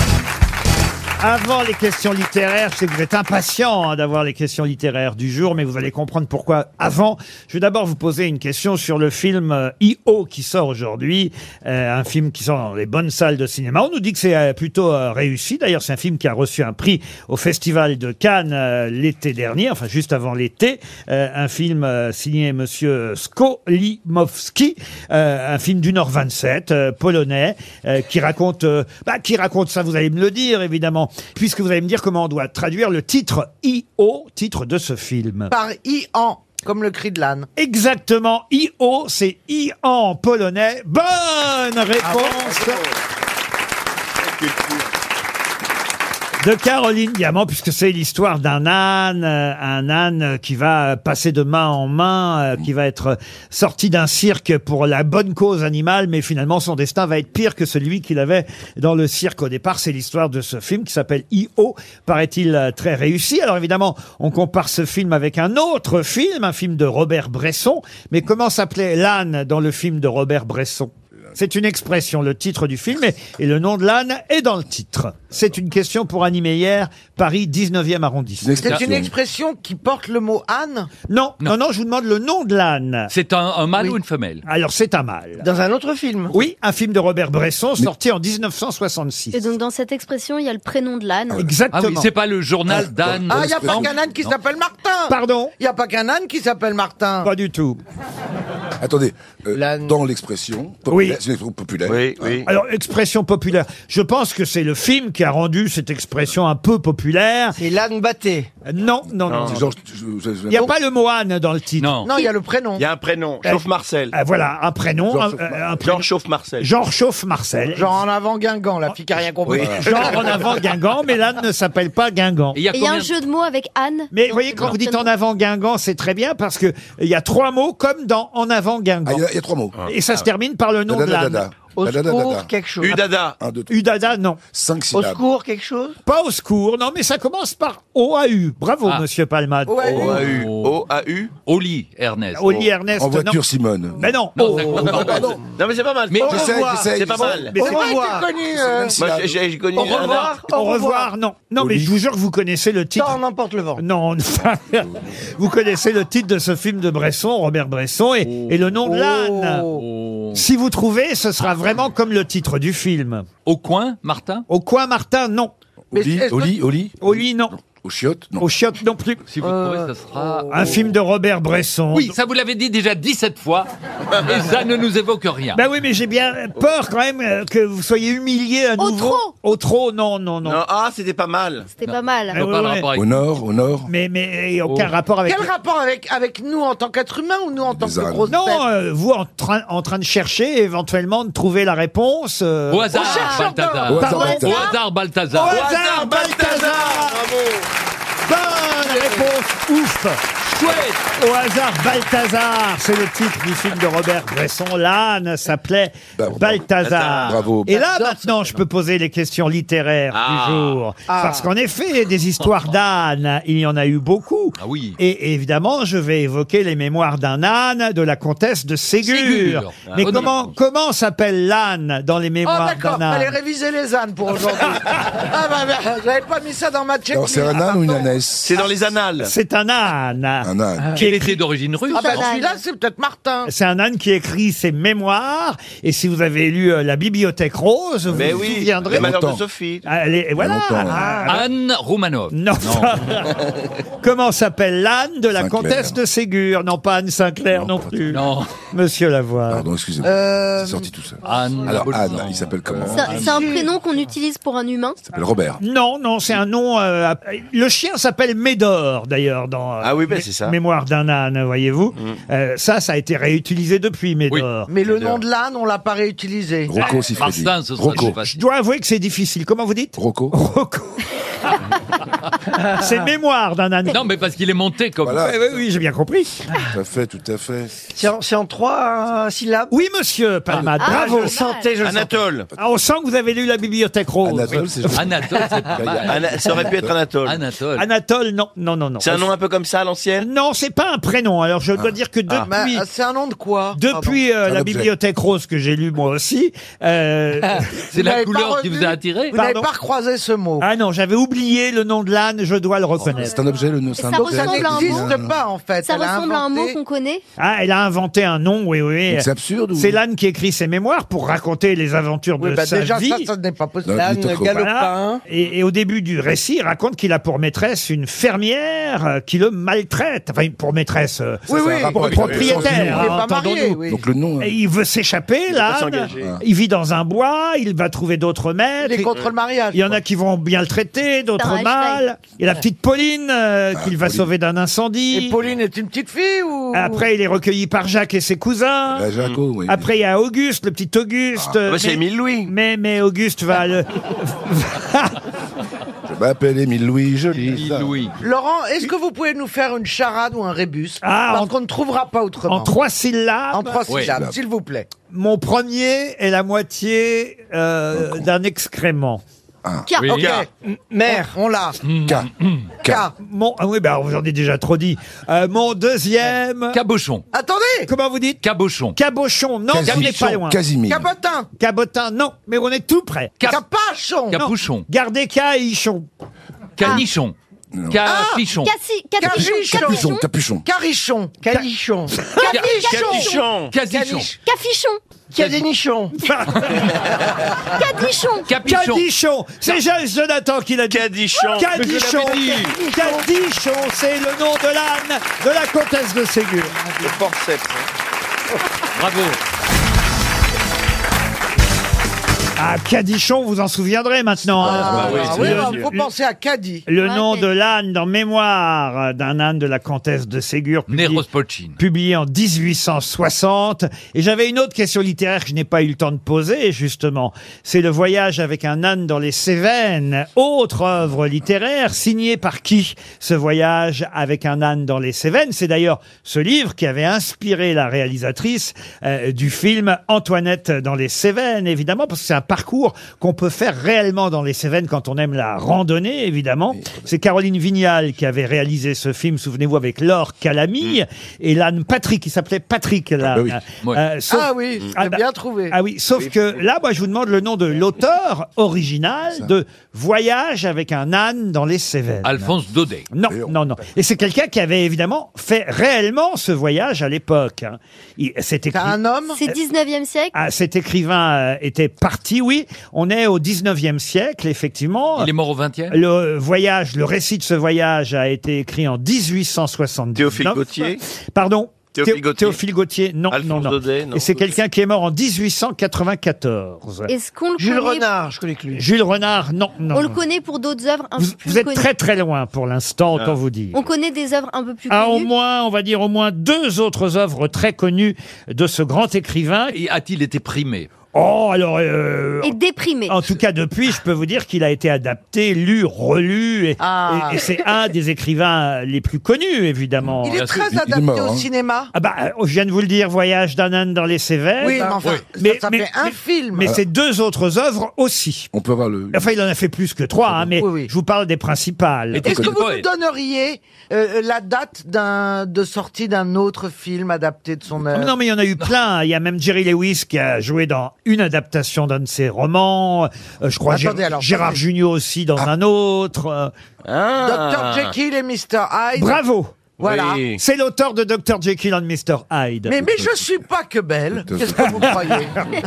[SPEAKER 2] Avant les questions littéraires, je sais que vous êtes impatient hein, d'avoir les questions littéraires du jour, mais vous allez comprendre pourquoi avant. Je vais d'abord vous poser une question sur le film euh, I.O. qui sort aujourd'hui, euh, un film qui sort dans les bonnes salles de cinéma. On nous dit que c'est euh, plutôt euh, réussi. D'ailleurs, c'est un film qui a reçu un prix au Festival de Cannes euh, l'été dernier, enfin juste avant l'été. Euh, un film euh, signé Monsieur Skolimowski, euh, un film du Nord 27, euh, polonais, euh, qui raconte, euh, bah, qui raconte ça. Vous allez me le dire évidemment, puisque vous allez me dire comment on doit traduire le titre I.O. titre de ce film.
[SPEAKER 8] Par i en, comme le cri de l'âne.
[SPEAKER 2] Exactement, I.O. c'est I en polonais. Bonne réponse. de Caroline Diamant, puisque c'est l'histoire d'un âne, euh, un âne qui va passer de main en main, euh, qui va être sorti d'un cirque pour la bonne cause animale, mais finalement son destin va être pire que celui qu'il avait dans le cirque au départ. C'est l'histoire de ce film qui s'appelle I.O., paraît-il euh, très réussi. Alors évidemment, on compare ce film avec un autre film, un film de Robert Bresson, mais comment s'appelait l'âne dans le film de Robert Bresson c'est une expression, le titre du film, et, et le nom de l'âne est dans le titre. C'est une question pour animer hier Paris 19e arrondissement.
[SPEAKER 8] C'est une expression qui porte le mot âne
[SPEAKER 2] Non, non, non, je vous demande le nom de l'âne.
[SPEAKER 3] C'est un, un mâle
[SPEAKER 2] Oui.
[SPEAKER 3] ou une femelle
[SPEAKER 2] Alors c'est un mâle.
[SPEAKER 8] Dans un autre film
[SPEAKER 2] Oui, un film de Robert Bresson sorti en 1966.
[SPEAKER 6] Et donc dans cette expression, il y a le prénom de l'âne.
[SPEAKER 2] Exactement.
[SPEAKER 3] Ah oui, c'est pas le journal d'Anne.
[SPEAKER 8] Ah, il n'y a pas qu'un âne qui
[SPEAKER 3] Non.
[SPEAKER 8] s'appelle Martin
[SPEAKER 2] Pardon
[SPEAKER 8] Il n'y a pas qu'un âne qui s'appelle Martin
[SPEAKER 2] Pas du tout.
[SPEAKER 5] Attendez, euh, dans l'expression populaire, c'est une expression populaire. Hein Oui, oui.
[SPEAKER 2] Alors, expression populaire. Je pense que c'est le film qui a rendu cette expression un peu populaire. C'est l'âne batté. Non, non, non. non. Il n'y a pas le mot âne dans le titre.
[SPEAKER 8] Non, il y a le prénom.
[SPEAKER 9] Il y a un prénom,
[SPEAKER 2] Euh,
[SPEAKER 9] Chauffe Marcel.
[SPEAKER 2] Ah, voilà, un prénom.
[SPEAKER 9] Genre
[SPEAKER 2] un-
[SPEAKER 9] Chauffe
[SPEAKER 2] euh, un prénom.
[SPEAKER 9] Genre Chauffe Marcel.
[SPEAKER 2] Genre chauffe Marcel.
[SPEAKER 8] Genre en avant Guingamp, la fille qui a rien compris.
[SPEAKER 2] Genre en avant Guingamp, mais l'âne ne s'appelle pas Guingamp.
[SPEAKER 6] Et il y a un jeu de mots avec Anne.
[SPEAKER 2] Mais vous voyez, quand vous dites en avant Guingamp, c'est très bien parce que euh, il y a trois mots comme dans en avant Guingamp.
[SPEAKER 5] Ah, Il y, a trois mots.
[SPEAKER 9] Ah.
[SPEAKER 2] Et ça se termine par le nom de l'âne.
[SPEAKER 9] Udada.
[SPEAKER 2] Udada, non.
[SPEAKER 5] Cinq
[SPEAKER 2] quelque chose Pas au secours, non, mais ça commence par OAU. Bravo,
[SPEAKER 9] Ah.
[SPEAKER 2] monsieur Palmade.
[SPEAKER 9] O-A-U.
[SPEAKER 6] Oh.
[SPEAKER 9] O-A-U.
[SPEAKER 3] Oli, Ernest.
[SPEAKER 2] Oli, Ernest,
[SPEAKER 5] En voiture,
[SPEAKER 2] non.
[SPEAKER 5] Simone.
[SPEAKER 2] Mais non. Oh.
[SPEAKER 9] Non, ça compte pas. Non, mais c'est pas mal.
[SPEAKER 2] Mais
[SPEAKER 9] Au
[SPEAKER 2] j'essaye,
[SPEAKER 9] revoir.
[SPEAKER 2] j'essaye,
[SPEAKER 9] C'est pas
[SPEAKER 2] j'essaye.
[SPEAKER 9] mal.
[SPEAKER 2] Mais Au c'est- revoir.
[SPEAKER 8] J'ai connu, euh,
[SPEAKER 9] Moi, j'ai- j'ai j'ai connu.
[SPEAKER 2] Au revoir. Au revoir, non. Non, mais je vous jure que vous connaissez le titre. Non,
[SPEAKER 8] n'importe le vent.
[SPEAKER 2] Non, enfin, vous connaissez le titre de ce film de Bresson, Robert Bresson, et, et le nom de l'âne. Si vous trouvez, ce sera vraiment comme le titre du film.
[SPEAKER 3] Au coin, Martin
[SPEAKER 2] Au coin, Martin, non.
[SPEAKER 3] Mais Oli, est-ce que- Oli, Oli
[SPEAKER 2] Oli, non.
[SPEAKER 5] Aux chiottes Non.
[SPEAKER 2] Aux chiottes non plus.
[SPEAKER 3] Si vous
[SPEAKER 5] euh,
[SPEAKER 3] trouvez, ça sera.
[SPEAKER 2] Oh. Un film de Robert Bresson.
[SPEAKER 3] Oui, ça vous l'avez dit déjà 17 fois, et ça ne nous évoque rien.
[SPEAKER 2] Ben oui, mais j'ai bien peur quand même euh, que vous soyez humilié à nouveau.
[SPEAKER 6] trop
[SPEAKER 2] Au trop, non, non, non.
[SPEAKER 9] Ah, c'était pas mal.
[SPEAKER 6] C'était pas mal.
[SPEAKER 2] Ah, ouais, ouais.
[SPEAKER 5] Au nord, au nord.
[SPEAKER 2] Mais, mais et aucun rapport avec...
[SPEAKER 8] Quel rapport avec, avec nous en tant qu'être humain ou nous en tant que Ah,
[SPEAKER 5] ânes.
[SPEAKER 8] grosse
[SPEAKER 2] non,
[SPEAKER 8] tête
[SPEAKER 2] euh, vous en, train en train de chercher, éventuellement de trouver la réponse. euh,
[SPEAKER 3] Au hasard,
[SPEAKER 8] chercheur
[SPEAKER 3] Balthazar.
[SPEAKER 5] d'or. Au hasard,
[SPEAKER 3] Au
[SPEAKER 5] Balthazar.
[SPEAKER 3] hasard,
[SPEAKER 2] Au
[SPEAKER 3] Balthazar.
[SPEAKER 2] hasard, Balthazar Bonne réponse, ouf
[SPEAKER 3] Chouette
[SPEAKER 2] Au hasard, Balthazar, c'est le titre du film de Robert Bresson. L'âne s'appelait
[SPEAKER 5] Bah, bravo.
[SPEAKER 2] Balthazar.
[SPEAKER 5] Bravo.
[SPEAKER 2] Et là, maintenant, je peux poser les questions littéraires
[SPEAKER 9] Ah.
[SPEAKER 2] du jour. Parce qu'en effet, des histoires d'ânes, il y en a eu beaucoup.
[SPEAKER 3] Ah oui.
[SPEAKER 2] Et évidemment, je vais évoquer les mémoires d'un âne de la comtesse de Ségur.
[SPEAKER 3] Ségur.
[SPEAKER 2] Mais
[SPEAKER 3] Ah.
[SPEAKER 2] comment, comment s'appelle l'âne dans les
[SPEAKER 8] Oh
[SPEAKER 2] mémoires
[SPEAKER 8] d'accord,
[SPEAKER 2] d'un
[SPEAKER 8] fallait
[SPEAKER 2] âne
[SPEAKER 8] réviser les ânes pour aujourd'hui. ah bah, bah, j'avais pas mis ça dans ma checklist. Ah,
[SPEAKER 5] Alors, c'est un âne ou une ânesse
[SPEAKER 9] C'est dans les annales.
[SPEAKER 2] C'est un âne.
[SPEAKER 5] Un âne.
[SPEAKER 3] Qui était d'origine russe.
[SPEAKER 8] Ah bah
[SPEAKER 6] Âne.
[SPEAKER 8] celui-là c'est peut-être Martin.
[SPEAKER 2] C'est un âne qui écrit ses mémoires. Et si vous avez lu euh, la bibliothèque rose, vous
[SPEAKER 9] Mais
[SPEAKER 2] vous
[SPEAKER 9] oui,
[SPEAKER 2] souviendrez.
[SPEAKER 9] les malheurs de
[SPEAKER 5] Longtemps.
[SPEAKER 9] Sophie.
[SPEAKER 2] Allez, et voilà.
[SPEAKER 5] longtemps, ouais.
[SPEAKER 2] Ah,
[SPEAKER 3] Anne Romanov.
[SPEAKER 2] Non. Comment s'appelle l'âne de la
[SPEAKER 5] Sinclair.
[SPEAKER 2] comtesse de Ségur Non, pas Anne Sinclair non,
[SPEAKER 5] Non,
[SPEAKER 2] plus.
[SPEAKER 3] Non.
[SPEAKER 2] Monsieur Lavoie. Euh,
[SPEAKER 5] Pardon, excusez-moi. C'est sorti tout seul.
[SPEAKER 3] Anne.
[SPEAKER 5] Alors,
[SPEAKER 3] Bolzan.
[SPEAKER 5] Anne, il s'appelle comment
[SPEAKER 6] C'est un- c'est un prénom qu'on utilise pour un humain.
[SPEAKER 5] Il s'appelle Robert.
[SPEAKER 2] Non, non, c'est un nom. euh, à- le chien s'appelle Médor, d'ailleurs, dans euh,
[SPEAKER 9] Ah oui, ben,
[SPEAKER 2] Mé-
[SPEAKER 9] c'est ça. Mm.
[SPEAKER 2] Mémoire d'un âne, voyez-vous. Euh, ça, ça a été réutilisé depuis Médor.
[SPEAKER 8] Mais le nom de l'âne, on l'a pas réutilisé.
[SPEAKER 5] Rocco aussi, Freddy.
[SPEAKER 3] Ah, Martin, ce sera
[SPEAKER 5] Rocco.
[SPEAKER 2] Je dois avouer que c'est difficile. Comment vous dites
[SPEAKER 5] Rocco.
[SPEAKER 2] Rocco. c'est Mémoire d'un âne.
[SPEAKER 3] Non, mais parce qu'il est monté comme.
[SPEAKER 5] Voilà.
[SPEAKER 2] Eh Oui, oui, oui, j'ai bien compris.
[SPEAKER 5] Tout à fait, tout à fait.
[SPEAKER 8] C'est en, c'est en trois euh, syllabes.
[SPEAKER 2] Oui, monsieur Palma,
[SPEAKER 6] Ah,
[SPEAKER 2] bravo.
[SPEAKER 6] je le sentais,
[SPEAKER 8] je
[SPEAKER 9] Anatole.
[SPEAKER 2] Ah, on sent que vous avez lu la bibliothèque rose.
[SPEAKER 5] Anatole, c'est gentil.
[SPEAKER 3] Anatole, c'est pas mal.
[SPEAKER 9] Ana- Ça aurait pu être Anatole.
[SPEAKER 3] Anatole.
[SPEAKER 2] Anatole, non, non, non, non.
[SPEAKER 9] C'est un nom un peu comme ça à l'ancienne Ah.
[SPEAKER 2] Non, c'est pas un prénom. Alors je dois dire que depuis.
[SPEAKER 8] Bah, c'est un nom de quoi
[SPEAKER 4] Ah,
[SPEAKER 2] Depuis euh,
[SPEAKER 5] C'est Ah. un
[SPEAKER 2] la
[SPEAKER 5] objet.
[SPEAKER 2] bibliothèque rose que j'ai lu moi aussi. euh,
[SPEAKER 3] Ah, C'est la
[SPEAKER 8] l'avez pas
[SPEAKER 3] couleur qui
[SPEAKER 8] revu
[SPEAKER 3] vous a attiré.
[SPEAKER 8] Vous n'avez
[SPEAKER 2] Pardon
[SPEAKER 8] pas recroisé ce mot.
[SPEAKER 2] ah non, j'avais oublié le nom de l'âne, je dois le reconnaître.
[SPEAKER 5] C'est un objet, le nom. c'est
[SPEAKER 6] Ça
[SPEAKER 5] un
[SPEAKER 6] ressemble
[SPEAKER 5] objet.
[SPEAKER 8] ça
[SPEAKER 6] à un
[SPEAKER 8] n'existe pas en fait.
[SPEAKER 6] Ça
[SPEAKER 8] Elle a
[SPEAKER 6] ressemble à un mot
[SPEAKER 8] inventé-
[SPEAKER 6] qu'on connaît.
[SPEAKER 2] Ah, elle a inventé un nom, oui, oui.
[SPEAKER 5] Donc, C'est absurde ou
[SPEAKER 2] C'est l'âne qui écrit ses mémoires pour raconter les aventures
[SPEAKER 8] Oui,
[SPEAKER 2] de
[SPEAKER 8] bah,
[SPEAKER 2] sa
[SPEAKER 8] déjà,
[SPEAKER 2] vie.
[SPEAKER 8] ça, ça n'est pas possible.
[SPEAKER 5] L'âne galopin.
[SPEAKER 2] Voilà. Et, et au début du récit, il raconte qu'il a pour maîtresse une fermière euh, qui le maltraite. Enfin, pour maîtresse, euh,
[SPEAKER 8] Oui,
[SPEAKER 5] Ça, ça a
[SPEAKER 8] oui.
[SPEAKER 5] un rapport avec
[SPEAKER 2] Pour
[SPEAKER 5] le
[SPEAKER 2] propriétaire.
[SPEAKER 5] sens
[SPEAKER 2] hein.
[SPEAKER 5] du
[SPEAKER 8] Il
[SPEAKER 5] nom.
[SPEAKER 8] n'est pas
[SPEAKER 2] entendons-nous.
[SPEAKER 8] marié. oui.
[SPEAKER 5] Donc le nom.
[SPEAKER 2] et il veut s'échapper, là.
[SPEAKER 9] s'engager.
[SPEAKER 2] Il vit dans un bois, il va trouver d'autres
[SPEAKER 8] Il
[SPEAKER 2] maîtres.
[SPEAKER 8] est
[SPEAKER 2] Il-
[SPEAKER 8] contre le mariage.
[SPEAKER 2] Il y en a qui vont bien le traiter,
[SPEAKER 6] Dans
[SPEAKER 2] d'autres
[SPEAKER 6] un
[SPEAKER 2] mal. Et la petite Pauline, euh, qu'il va
[SPEAKER 5] Ah, Pauline.
[SPEAKER 2] sauver d'un
[SPEAKER 8] Et
[SPEAKER 2] incendie.
[SPEAKER 8] Pauline est une petite fille ou
[SPEAKER 2] Après, il est recueilli par Jacques et ses cousins.
[SPEAKER 5] La Jaco, Bah, oh, oui.
[SPEAKER 2] Après, il y a Auguste, le petit Auguste.
[SPEAKER 9] Ah
[SPEAKER 2] euh,
[SPEAKER 9] bah, C'est
[SPEAKER 2] mais,
[SPEAKER 9] Émile Louis.
[SPEAKER 2] mais, mais Auguste va le...
[SPEAKER 5] Je m'appelle Émile Louis Joly.
[SPEAKER 3] Il- Louis.
[SPEAKER 8] Laurent, est-ce que vous pouvez nous faire une charade ou un rébus
[SPEAKER 2] Ah,
[SPEAKER 8] Parce
[SPEAKER 2] en-
[SPEAKER 8] qu'on ne trouvera pas autrement.
[SPEAKER 2] en trois syllabes.
[SPEAKER 8] En trois
[SPEAKER 3] Oui.
[SPEAKER 8] syllabes, s'il vous plaît.
[SPEAKER 2] Mon premier est la moitié euh, d'un excrément.
[SPEAKER 6] Car-
[SPEAKER 3] Oui.
[SPEAKER 8] Ok.
[SPEAKER 3] K.
[SPEAKER 8] Mère, on l'a.
[SPEAKER 5] K.
[SPEAKER 8] K.
[SPEAKER 2] Mon... Ah oui, bah, vous en ai déjà trop dit. Euh, mon deuxième...
[SPEAKER 3] Cabochon.
[SPEAKER 8] Attendez
[SPEAKER 2] Comment vous dites
[SPEAKER 3] Cabochon.
[SPEAKER 2] Cabochon. Non, on n'est pas loin.
[SPEAKER 5] Casimir.
[SPEAKER 8] Cabotin
[SPEAKER 2] Cabotin, non. Mais on est tout près.
[SPEAKER 3] Cap-
[SPEAKER 8] Capachon
[SPEAKER 2] Non.
[SPEAKER 3] Capuchon.
[SPEAKER 2] Gardez Caïchon.
[SPEAKER 3] Canichon.
[SPEAKER 8] Ah.
[SPEAKER 5] Non.
[SPEAKER 2] Ah,
[SPEAKER 10] Ah,
[SPEAKER 3] Capichon.
[SPEAKER 6] Cassi- Caprichon.
[SPEAKER 8] Caprichon.
[SPEAKER 6] Caprichon.
[SPEAKER 5] Capuchon, capuchon.
[SPEAKER 8] Carichon Calichon
[SPEAKER 9] Capuchon.
[SPEAKER 6] Caprichon.
[SPEAKER 3] Casichon.
[SPEAKER 6] Cafichon.
[SPEAKER 8] Cadinichon
[SPEAKER 6] Cadichon.
[SPEAKER 3] Capichon.
[SPEAKER 2] Cadichon. C'est Jean Jonathan qui l'a dit.
[SPEAKER 9] Cadichon.
[SPEAKER 2] Cadichon.
[SPEAKER 9] Mais je l'avais
[SPEAKER 2] Cadichon. Cadichon, c'est le nom de l'âne de la comtesse de Ségur.
[SPEAKER 9] Le forceps. hein.
[SPEAKER 3] Bravo.
[SPEAKER 2] Ah, Cadichon, vous en souviendrez maintenant. hein.
[SPEAKER 8] Ah oui,
[SPEAKER 2] Le-
[SPEAKER 8] bah, faut penser à Caddy.
[SPEAKER 2] le
[SPEAKER 6] Ouais,
[SPEAKER 2] nom
[SPEAKER 6] mais-
[SPEAKER 2] de l'âne dans Mémoire euh, d'un âne de la comtesse de Ségur. publié-
[SPEAKER 3] Neros Polchin.
[SPEAKER 2] publié en 1860. Et j'avais une autre question littéraire que je n'ai pas eu le temps de poser, justement. C'est le voyage avec un âne dans les Cévennes. Autre œuvre littéraire signée par qui ce voyage avec un âne dans les Cévennes C'est d'ailleurs ce livre qui avait inspiré la réalisatrice euh, du film Antoinette dans les Cévennes, évidemment, parce que c'est un parcours qu'on peut faire réellement dans les Cévennes quand on aime la randonnée, évidemment. C'est Caroline Vignal qui avait réalisé ce film, souvenez-vous, avec Laure Calamille et l'âne Patrick, qui s'appelait Patrick. l'âne.
[SPEAKER 5] bah oui.
[SPEAKER 3] Ouais.
[SPEAKER 2] Euh, sauf-
[SPEAKER 8] Ah oui,
[SPEAKER 2] Ah
[SPEAKER 8] c'est
[SPEAKER 2] bah-
[SPEAKER 8] bien trouvé.
[SPEAKER 2] ah oui, sauf que là, moi, je vous demande le nom de l'auteur original de Voyage avec un âne dans les Cévennes.
[SPEAKER 3] Alphonse Daudet.
[SPEAKER 2] Non,
[SPEAKER 5] D'ailleurs,
[SPEAKER 2] non, non. Et c'est quelqu'un qui avait évidemment fait réellement ce voyage à l'époque. hein. Il- Cet,
[SPEAKER 8] T'as
[SPEAKER 2] écri-
[SPEAKER 8] un homme
[SPEAKER 6] C'est 19e siècle.
[SPEAKER 2] ah, cet écrivain euh, était parti ici. Oui, on est au 19e siècle, effectivement.
[SPEAKER 3] Il est mort au 20e
[SPEAKER 2] Le voyage, le récit de ce voyage a été écrit en 1879.
[SPEAKER 9] Théophile Gautier
[SPEAKER 2] Pardon
[SPEAKER 9] Théophile
[SPEAKER 2] Thé-
[SPEAKER 9] Gautier
[SPEAKER 2] Théophile Gautier, non, non, non.
[SPEAKER 9] Daudet, non.
[SPEAKER 2] Et c'est quelqu'un qui est mort en 1894.
[SPEAKER 6] Est-ce qu'on le Jules connaît- Renard,
[SPEAKER 2] je connais que lui. Jules Renard, non, non.
[SPEAKER 6] On le
[SPEAKER 2] non.
[SPEAKER 6] connaît pour d'autres œuvres. un peu
[SPEAKER 2] Vous,
[SPEAKER 6] plus
[SPEAKER 2] vous êtes
[SPEAKER 6] connues.
[SPEAKER 2] très très loin pour l'instant, autant
[SPEAKER 6] Ah.
[SPEAKER 2] vous dire.
[SPEAKER 6] On connaît des œuvres un peu plus
[SPEAKER 2] Ah, au
[SPEAKER 6] connues.
[SPEAKER 2] moins, on va dire au moins deux autres œuvres très connues de ce grand écrivain.
[SPEAKER 3] a-t-il été primé
[SPEAKER 2] Oh, alors. euh,
[SPEAKER 6] Et déprimé.
[SPEAKER 2] en tout cas, depuis, je peux vous dire qu'il a été adapté, lu, relu, et,
[SPEAKER 4] Ah.
[SPEAKER 2] et- et c'est un des écrivains les plus connus, évidemment.
[SPEAKER 4] Il est très adapté
[SPEAKER 5] hein.
[SPEAKER 4] au cinéma.
[SPEAKER 2] Ah bah, euh, je viens de vous le dire, Voyage d'un âne dans les Cévennes.
[SPEAKER 4] Oui, mais enfin, Oui. ça, ça fait un film.
[SPEAKER 2] Mais
[SPEAKER 4] Voilà.
[SPEAKER 2] c'est deux autres œuvres aussi.
[SPEAKER 5] On peut avoir le.
[SPEAKER 2] Enfin, il en a fait plus que trois, hein, mais je vous parle des principales.
[SPEAKER 4] Est-ce que vous nous donneriez euh, la date d'un- de sortie d'un autre film adapté de son œuvre
[SPEAKER 2] Non, Ah, mais il y en a eu plein. Il y a même Jerry Lewis qui a joué dans une adaptation d'un de ses romans. Euh, je crois
[SPEAKER 4] Attendez,
[SPEAKER 2] Gér-
[SPEAKER 4] alors,
[SPEAKER 2] Gérard
[SPEAKER 4] attendez. Ah.
[SPEAKER 2] Jugnot aussi dans un autre. Euh,
[SPEAKER 4] Dr. Jekyll et Mr. Hyde.
[SPEAKER 2] Bravo
[SPEAKER 4] Voilà.
[SPEAKER 2] C'est l'auteur de Dr. Jekyll and Mr. Hyde.
[SPEAKER 4] Mais, mais je suis pas que belle. Qu'est-ce que vous croyez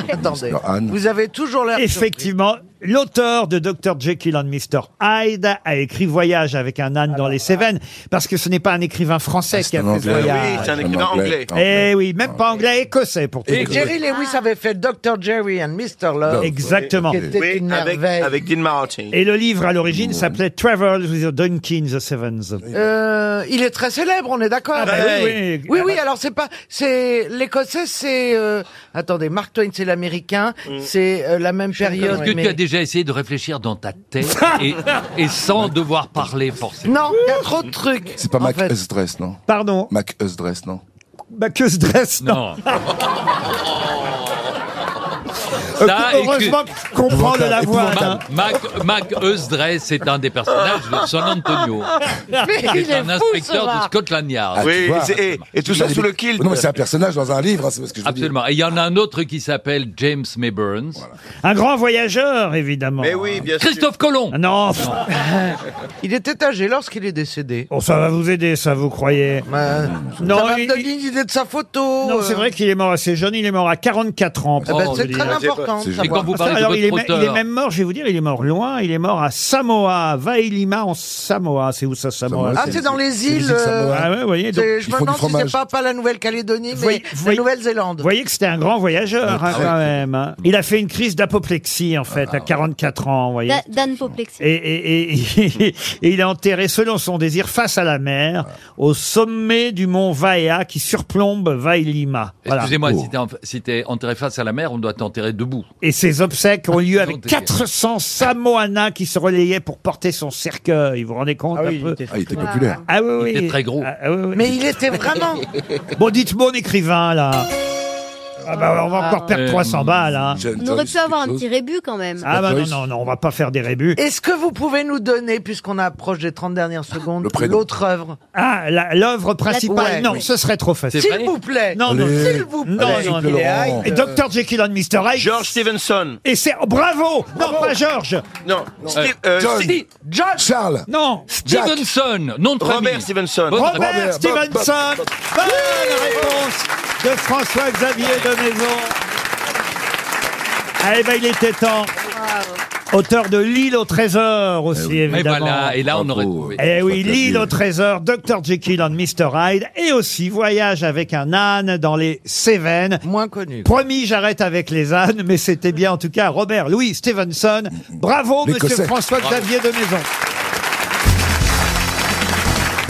[SPEAKER 4] Attendez. Vous avez toujours l'air.
[SPEAKER 2] Effectivement, l'auteur de Dr. Jekyll and Mr. Hyde a écrit Voyage avec un âne
[SPEAKER 4] Ah,
[SPEAKER 2] dans les Cévennes, parce que ce n'est pas un écrivain français qui a
[SPEAKER 5] Ah, un
[SPEAKER 2] fait ce
[SPEAKER 5] Anglais.
[SPEAKER 2] voyage.
[SPEAKER 5] Oui, c'est un écrivain Un Anglais. Anglais.
[SPEAKER 2] Eh oui, même pas anglais, écossais pour tout
[SPEAKER 4] Et
[SPEAKER 2] dire.
[SPEAKER 4] Jerry
[SPEAKER 6] Ah.
[SPEAKER 4] Lewis avait fait Dr. Jerry and Mr. Love.
[SPEAKER 2] Exactement.
[SPEAKER 4] Qui était
[SPEAKER 9] Oui,
[SPEAKER 4] une
[SPEAKER 9] avec,
[SPEAKER 4] merveille.
[SPEAKER 9] avec Dean Martin.
[SPEAKER 2] Et le livre à l'origine s'appelait Travels with Duncan the Sevens.
[SPEAKER 4] Euh, il est très célèbre, on est d'accord.
[SPEAKER 2] Ah bah oui, oui.
[SPEAKER 4] oui, oui, Alors c'est pas, c'est l'écossais, c'est euh, attendez, Mark Twain, c'est l'américain, c'est euh, la même période.
[SPEAKER 3] Est-ce que tu
[SPEAKER 4] mais-
[SPEAKER 3] as déjà essayé de réfléchir dans ta tête et, et sans devoir parler forcément
[SPEAKER 4] Non, il y a trop de trucs.
[SPEAKER 5] C'est pas
[SPEAKER 4] En
[SPEAKER 5] Mac
[SPEAKER 4] fait-
[SPEAKER 5] Usdress, non
[SPEAKER 2] Pardon
[SPEAKER 5] Mac Usdress, non
[SPEAKER 2] Bah que se dresse, non.
[SPEAKER 3] Ça,
[SPEAKER 2] Euh, Heureusement
[SPEAKER 3] écoute-
[SPEAKER 2] qu'on prend de la voix. hein.
[SPEAKER 3] Mac, Mac Eusdress est un des personnages de San Antonio.
[SPEAKER 4] Mais il
[SPEAKER 3] C'est
[SPEAKER 4] est
[SPEAKER 3] un
[SPEAKER 4] fou,
[SPEAKER 3] inspecteur
[SPEAKER 4] ce
[SPEAKER 3] de
[SPEAKER 4] rat.
[SPEAKER 3] Scotland Yard.
[SPEAKER 5] Ah, tu vois, il a des- Non, mais c'est un personnage dans un livre, hein, c'est parce que je veux dire.
[SPEAKER 3] Absolument. Et il y en a un autre qui s'appelle James May Burns.
[SPEAKER 2] Un grand voyageur, évidemment. Mais oui,
[SPEAKER 3] bien sûr. Christophe Colomb.
[SPEAKER 2] Non.
[SPEAKER 4] Ah, il était âgé lorsqu'il est décédé.
[SPEAKER 2] Bon, Oh, ça va vous aider, ça, vous croyez
[SPEAKER 4] Non, ça va me donner une idée de sa photo. euh.
[SPEAKER 2] Non, c'est vrai qu'il est mort assez jeune, il est mort à 44 ans.
[SPEAKER 4] Eh ben, c'est très important. de savoir.
[SPEAKER 2] Alors, il, est, me- il est même mort, je vais vous dire, il est mort loin, il est mort à Samoa, Vailima en Samoa, Oh, c'est où ça, Samoa
[SPEAKER 4] Ah, c'est dans les îles. euh,
[SPEAKER 2] Ah ouais, vous voyez, donc,
[SPEAKER 4] c'est- je me demande si c'est pas, pas la Nouvelle-Calédonie, mais la Nouvelle-Zélande.
[SPEAKER 2] Vous voyez que c'était un grand voyageur,
[SPEAKER 4] Ah
[SPEAKER 2] hein,
[SPEAKER 4] ouais. Ah,
[SPEAKER 2] quand même. hein. Il a fait une crise d'apoplexie, en fait, à 44 ans, vous voyez.
[SPEAKER 6] Da- D'anopoplexie.
[SPEAKER 2] Et, et- et- et il est enterré selon son désir face à la mer, au sommet du mont Vaea qui surplombe Vailima. Voilà.
[SPEAKER 3] Excusez-moi,
[SPEAKER 5] Oh.
[SPEAKER 3] si t'es en- si t'es enterré face à la mer, on doit t'enterrer debout.
[SPEAKER 2] Et ses obsèques ont lieu avec
[SPEAKER 3] enterré.
[SPEAKER 2] 400 Samoana qui se relayaient pour porter son cercueil. Vous vous rendez compte un peu
[SPEAKER 5] Ah, il était populaire.
[SPEAKER 2] Ah oui, oui.
[SPEAKER 3] Il était très gros.
[SPEAKER 2] Ah oui, oui.
[SPEAKER 4] Mais il était vraiment.
[SPEAKER 2] Bon, dites mon écrivain, là. Ah bah, on va encore perdre
[SPEAKER 3] Euh,
[SPEAKER 2] 300 balles, hein.
[SPEAKER 6] On aurait pu avoir un petit rébut quand même.
[SPEAKER 2] Ah bah non, non, non, on va pas faire des rébus.
[SPEAKER 4] Est-ce que vous pouvez nous donner, puisqu'on approche des 30 dernières secondes, l'autre œuvre
[SPEAKER 2] Ah, la- l'œuvre principale,
[SPEAKER 4] Ouais.
[SPEAKER 2] non,
[SPEAKER 4] Oui.
[SPEAKER 2] ce serait trop facile.
[SPEAKER 4] S'il vous plaît.
[SPEAKER 2] Non, non,
[SPEAKER 4] S'il vous plaît.
[SPEAKER 2] Non, non, non. Et Dr. Jekyll and Mr. Hyde.
[SPEAKER 9] George Stevenson.
[SPEAKER 2] Et c'est. oh, bravo Non, pas George
[SPEAKER 9] Non, Steve- euh, Steve-
[SPEAKER 5] Charles.
[SPEAKER 2] Non.
[SPEAKER 3] Stevenson, nom de
[SPEAKER 9] Robert
[SPEAKER 3] famille.
[SPEAKER 9] Stevenson.
[SPEAKER 3] Bonne
[SPEAKER 2] Robert,
[SPEAKER 3] réponse.
[SPEAKER 2] Stevenson Bonne réponse de François-Xavier de Maison. Ah, eh ben, il était temps. Auteur de L'île au trésor aussi,
[SPEAKER 3] Mais
[SPEAKER 2] évidemment.
[SPEAKER 3] voilà, et Eh ben là, on aurait trouvé.
[SPEAKER 2] Eh oui, l'île au trésor, Dr. Jekyll and Mr. Hyde, et aussi Voyage avec un âne dans les Cévennes.
[SPEAKER 4] Moins connu.
[SPEAKER 2] Promis, j'arrête avec les ânes, mais c'était bien en tout cas Robert Louis Stevenson. Bravo, monsieur
[SPEAKER 5] L'Écossais.
[SPEAKER 2] François-Xavier de Maison.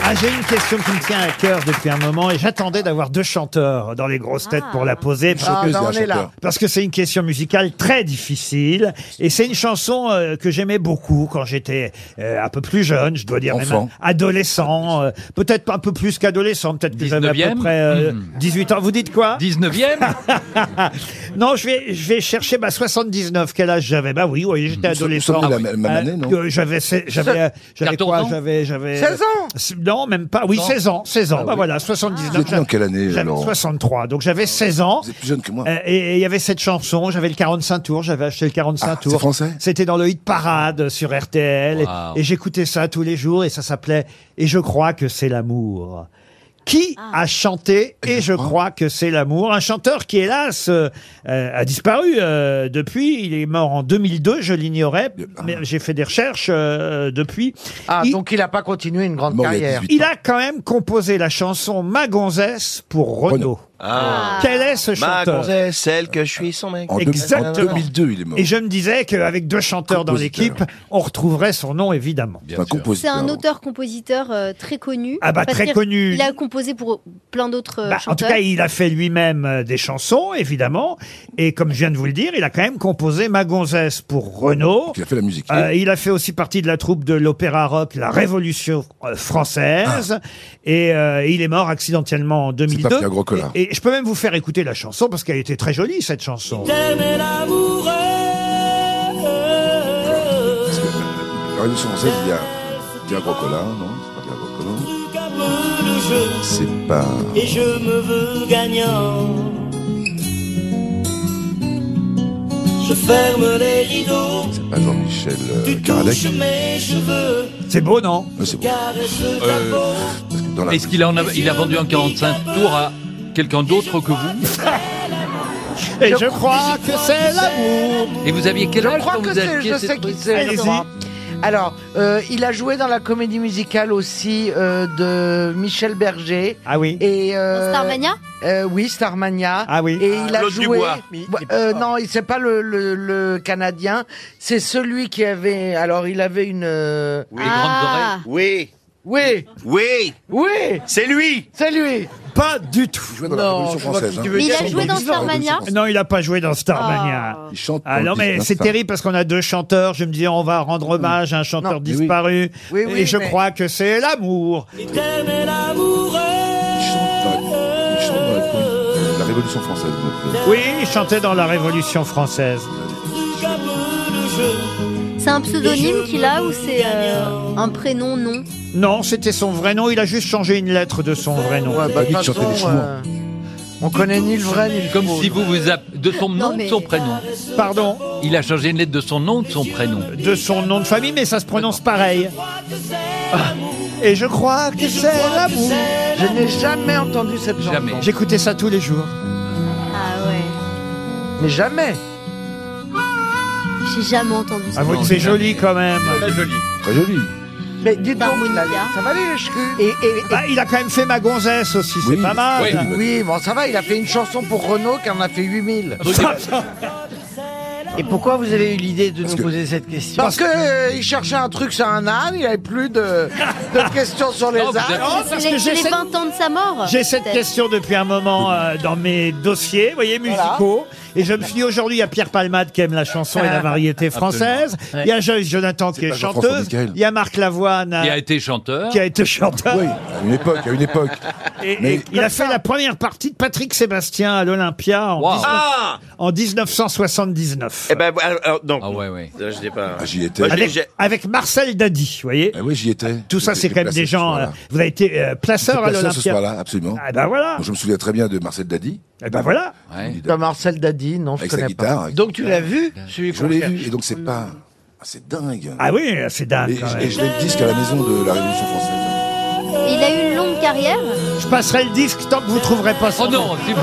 [SPEAKER 2] Ah, j'ai une question qui me tient à cœur depuis un moment et j'attendais d'avoir deux chanteurs dans les grosses têtes pour la poser.
[SPEAKER 4] Ah,
[SPEAKER 2] parce que-
[SPEAKER 4] bah, on est là.
[SPEAKER 2] Parce que c'est une question musicale très difficile et c'est une chanson euh, que j'aimais beaucoup quand j'étais euh, un peu plus jeune, je dois dire
[SPEAKER 5] Enfant.
[SPEAKER 2] même adolescent, euh, peut-être un peu plus qu'adolescent, peut-être que j'avais à
[SPEAKER 3] 19e?
[SPEAKER 2] peu près euh,
[SPEAKER 5] Hmm.
[SPEAKER 2] 18 ans. Vous dites quoi
[SPEAKER 3] 19e
[SPEAKER 2] Non, je vais, je vais chercher bah, 79, quel âge j'avais Bah oui, oui j'étais
[SPEAKER 5] Nous sommes- nous
[SPEAKER 2] adolescent.
[SPEAKER 5] sommes de la même- même
[SPEAKER 2] Euh,
[SPEAKER 5] année, non
[SPEAKER 2] euh, J'avais se- j'avais euh, j'avais
[SPEAKER 5] 14
[SPEAKER 2] quoi
[SPEAKER 5] ans
[SPEAKER 2] J'avais j'avais
[SPEAKER 4] 16 ans
[SPEAKER 2] S- Non, même pas. Oui,
[SPEAKER 5] Non.
[SPEAKER 2] 16 ans, 16 ans.
[SPEAKER 5] Ah
[SPEAKER 2] bah
[SPEAKER 5] oui.
[SPEAKER 2] voilà,
[SPEAKER 5] Vous
[SPEAKER 2] 79.
[SPEAKER 5] étiez dans quelle année,
[SPEAKER 2] J'avais
[SPEAKER 5] Laurent Ah,
[SPEAKER 2] 63. Donc j'avais 16 ans.
[SPEAKER 5] Vous êtes plus jeune que moi.
[SPEAKER 2] Euh, et et il y avait cette chanson, j'avais le 45 tours, j'avais acheté le 45
[SPEAKER 5] Ah, c'est
[SPEAKER 2] tours.
[SPEAKER 5] français
[SPEAKER 2] C'était dans le hit parade sur RTL. et-
[SPEAKER 3] Wow.
[SPEAKER 2] Et, j'écoutais ça tous les jours et ça s'appelait Et je crois que c'est l'amour. Qui a chanté Et je crois que c'est l'amour. Un chanteur qui, hélas, euh, euh, a disparu euh, depuis. Il est mort en 2002, je l'ignorais,
[SPEAKER 5] Ah.
[SPEAKER 2] mais j'ai fait des recherches euh, depuis.
[SPEAKER 4] Ah, donc il n'a pas continué une grande
[SPEAKER 2] Il-
[SPEAKER 4] carrière.
[SPEAKER 2] Il a quand même composé la chanson Ma gonzesse pour Renaud.
[SPEAKER 9] Ah.
[SPEAKER 2] Ah. Quel est ce
[SPEAKER 9] Ma
[SPEAKER 2] chanteur
[SPEAKER 9] gonzesse, celle que je suis son mec.
[SPEAKER 2] En deux- Exactement.
[SPEAKER 5] En 2002, il est mort.
[SPEAKER 2] Et je me disais qu'avec deux chanteurs dans l'équipe, on retrouverait son nom, évidemment.
[SPEAKER 6] C'est un auteur-compositeur euh, très connu.
[SPEAKER 2] Ah bah,
[SPEAKER 6] Parce
[SPEAKER 2] très
[SPEAKER 6] qu'il-
[SPEAKER 2] connu.
[SPEAKER 6] Il a composé pour plein d'autres euh,
[SPEAKER 2] Bah, en tout
[SPEAKER 6] chanteurs.
[SPEAKER 2] cas, il a fait lui-même euh, des chansons, évidemment. Et comme je viens de vous le dire, il a quand même composé Ma gonzesse pour Renaud.
[SPEAKER 5] Il a fait la musique.
[SPEAKER 2] Euh, il a fait aussi partie de la troupe de l'opéra rock La Révolution euh, française. Et euh, il est mort accidentellement en 2002.
[SPEAKER 5] Pierre Gros Collard.
[SPEAKER 2] et, et je peux même vous faire écouter la chanson parce qu'elle était très jolie, cette chanson.
[SPEAKER 17] T'aimes l'amoureux
[SPEAKER 5] La Révolution française, il y a Pierre Gros Collard, non C'est pas Pierre Gros Collard.
[SPEAKER 17] Comme le jeu
[SPEAKER 5] C'est pas.
[SPEAKER 17] Et je me veux gagnant Je ferme les rideaux
[SPEAKER 5] C'est pas Jean-Michel euh, Karadec.
[SPEAKER 17] Touche mes cheveux
[SPEAKER 2] C'est beau, non
[SPEAKER 5] Ouais, c'est bon.
[SPEAKER 17] Caresse ta
[SPEAKER 3] Euh,
[SPEAKER 17] peau
[SPEAKER 3] Est-ce qu'il en a, il a vendu en 45 tours à quelqu'un d'autre que vous
[SPEAKER 2] Et je crois que c'est l'amour.
[SPEAKER 3] Et vous aviez quel
[SPEAKER 4] Je
[SPEAKER 3] âge
[SPEAKER 4] crois
[SPEAKER 3] quand
[SPEAKER 4] que
[SPEAKER 3] vous
[SPEAKER 4] c'est,
[SPEAKER 3] aviez
[SPEAKER 4] je
[SPEAKER 3] ces
[SPEAKER 4] sais qui
[SPEAKER 3] trucs
[SPEAKER 4] c'est.
[SPEAKER 3] Allez-y.
[SPEAKER 4] Laurent. Alors, euh, il a joué dans la comédie musicale aussi euh, de Michel Berger.
[SPEAKER 2] Ah oui.
[SPEAKER 4] Et euh,
[SPEAKER 6] Starmania
[SPEAKER 4] euh, Oui, Starmania.
[SPEAKER 2] Ah oui.
[SPEAKER 4] Et il a
[SPEAKER 9] Claude
[SPEAKER 4] joué.
[SPEAKER 9] Dubois.
[SPEAKER 4] Ouais, euh, non, il- c'est pas le, le- le Canadien. C'est celui qui avait. Alors, il avait une. euh,
[SPEAKER 9] Ah. Oui.
[SPEAKER 4] Oui.
[SPEAKER 9] Oui.
[SPEAKER 4] Oui.
[SPEAKER 9] C'est lui.
[SPEAKER 4] C'est lui.
[SPEAKER 2] Pas du tout. Il
[SPEAKER 5] dans la Non, Révolution je vois française, qui hein. tu veux Mais il a dire. joué dans Starmania
[SPEAKER 2] Non, il a pas joué dans Starmania.
[SPEAKER 5] Il chante.
[SPEAKER 2] Ah
[SPEAKER 5] dans
[SPEAKER 2] non
[SPEAKER 5] le
[SPEAKER 2] mais
[SPEAKER 5] disque,
[SPEAKER 2] c'est
[SPEAKER 5] ça.
[SPEAKER 2] terrible parce qu'on a deux chanteurs. Je me dis on va rendre hommage à un chanteur
[SPEAKER 5] Non, mais oui.
[SPEAKER 2] disparu.
[SPEAKER 5] Oui, oui,
[SPEAKER 2] et je
[SPEAKER 5] mais-
[SPEAKER 2] crois que c'est l'amour.
[SPEAKER 17] T'aimes l'amoureux
[SPEAKER 5] Il chante dans la, euh, la Révolution française. donc, euh,
[SPEAKER 2] Oui, il chantait dans la Révolution française.
[SPEAKER 17] Comme le jeu
[SPEAKER 6] C'est un pseudonyme qu'il a ou c'est euh, un prénom non
[SPEAKER 2] Non, c'était son vrai nom. Il a juste changé une lettre de son vrai nom.
[SPEAKER 4] bah, de toute façon, euh, on connaît ni le vrai ni le
[SPEAKER 3] Comme
[SPEAKER 4] faux.
[SPEAKER 3] si vous vous app- de son nom, de son prénom.
[SPEAKER 2] Pardon.
[SPEAKER 3] Il a changé une lettre de son nom, de son prénom.
[SPEAKER 2] De son nom de famille, mais ça se prononce pareil.
[SPEAKER 4] Ah.
[SPEAKER 2] Et je crois que c'est l'amour.
[SPEAKER 4] Je n'ai jamais entendu cette chanson.
[SPEAKER 3] Jamais.
[SPEAKER 2] J'écoutais ça tous les jours.
[SPEAKER 6] Ah ouais.
[SPEAKER 4] Mais jamais.
[SPEAKER 6] J'ai jamais entendu ça.
[SPEAKER 2] Avouez que Ah, c'est joli quand même. Très
[SPEAKER 9] joli.
[SPEAKER 5] Très joli.
[SPEAKER 4] Mais dites
[SPEAKER 2] Oh,
[SPEAKER 4] donc, ça va aller, les Ah, et, et, et-
[SPEAKER 2] Bah, il a quand même fait ma gonzesse aussi, c'est pas mal.
[SPEAKER 4] Oui, oui, bon, ça va, il a fait une chanson pour Renault qui en a fait 8000.
[SPEAKER 8] Et pourquoi vous avez eu l'idée de nous
[SPEAKER 5] que-
[SPEAKER 8] poser cette question
[SPEAKER 4] Parce que euh, il cherchait un truc sur un âne, il avait plus de, de questions sur les
[SPEAKER 3] Non, vous
[SPEAKER 4] ânes.
[SPEAKER 3] avez-
[SPEAKER 2] Non, parce
[SPEAKER 6] C'est
[SPEAKER 2] que
[SPEAKER 6] les,
[SPEAKER 2] j'ai
[SPEAKER 6] c'est les
[SPEAKER 2] cette-
[SPEAKER 6] 20 ans de sa mort.
[SPEAKER 2] J'ai cette
[SPEAKER 6] Ah, peut-être.
[SPEAKER 2] question depuis un moment euh, dans mes dossiers, vous voyez, musicaux. Et je me suis dit, aujourd'hui, il y a Pierre Palmade qui aime la chanson et la variété française. Il y a Joyce Jonathan qui est,
[SPEAKER 5] pas Jean-François
[SPEAKER 2] chanteuse.
[SPEAKER 5] Michael.
[SPEAKER 2] Il y a Marc Lavoine euh,
[SPEAKER 3] Il a été chanteur.
[SPEAKER 2] qui a été chanteur.
[SPEAKER 5] Oui, à une époque, à une époque.
[SPEAKER 2] Et,
[SPEAKER 5] Mais-
[SPEAKER 2] et il a fait la première partie de Patrick Sébastien à l'Olympia en,
[SPEAKER 3] Wow.
[SPEAKER 2] 19
[SPEAKER 9] Ah
[SPEAKER 2] en 1979.
[SPEAKER 9] Eh ben, alors, non.
[SPEAKER 3] Ah ouais, ouais.
[SPEAKER 9] Je n'ai pas.
[SPEAKER 5] Ah, j'y étais.
[SPEAKER 9] Moi, j'ai-
[SPEAKER 2] Avec,
[SPEAKER 9] j'ai-
[SPEAKER 2] avec Marcel Dadi, vous voyez.
[SPEAKER 5] Ah oui, j'y étais.
[SPEAKER 2] Tout ça,
[SPEAKER 5] J'étais-
[SPEAKER 2] c'est quand même
[SPEAKER 5] j'étais
[SPEAKER 2] des
[SPEAKER 5] placé ce
[SPEAKER 2] gens.
[SPEAKER 5] soir-là.
[SPEAKER 2] euh, vous avez été euh, placeur à
[SPEAKER 5] J'étais placé ce
[SPEAKER 2] l'Olympia.
[SPEAKER 5] soir-là, absolument.
[SPEAKER 2] Ah ben voilà.
[SPEAKER 5] Bon, je me souviens très bien de Marcel Dadi.
[SPEAKER 2] Eh ben voilà.
[SPEAKER 3] Ouais.
[SPEAKER 4] Comme Marcel Dadi, non, je
[SPEAKER 5] Avec sa
[SPEAKER 4] connais pas.
[SPEAKER 5] guitare. avec-
[SPEAKER 8] Donc tu l'as vu celui
[SPEAKER 5] Je
[SPEAKER 8] qu'on
[SPEAKER 5] l'ai
[SPEAKER 8] cherche.
[SPEAKER 5] vu. Et donc, c'est pas. Ah, C'est dingue.
[SPEAKER 2] Ah oui, c'est dingue.
[SPEAKER 5] Et,
[SPEAKER 2] quand même.
[SPEAKER 5] et je l'ai le disque à la maison de la Révolution française.
[SPEAKER 6] Il a eu une longue carrière.
[SPEAKER 2] Je passerai le disque tant que vous trouverez pas son
[SPEAKER 3] Oh
[SPEAKER 2] nom.
[SPEAKER 3] non, si vous...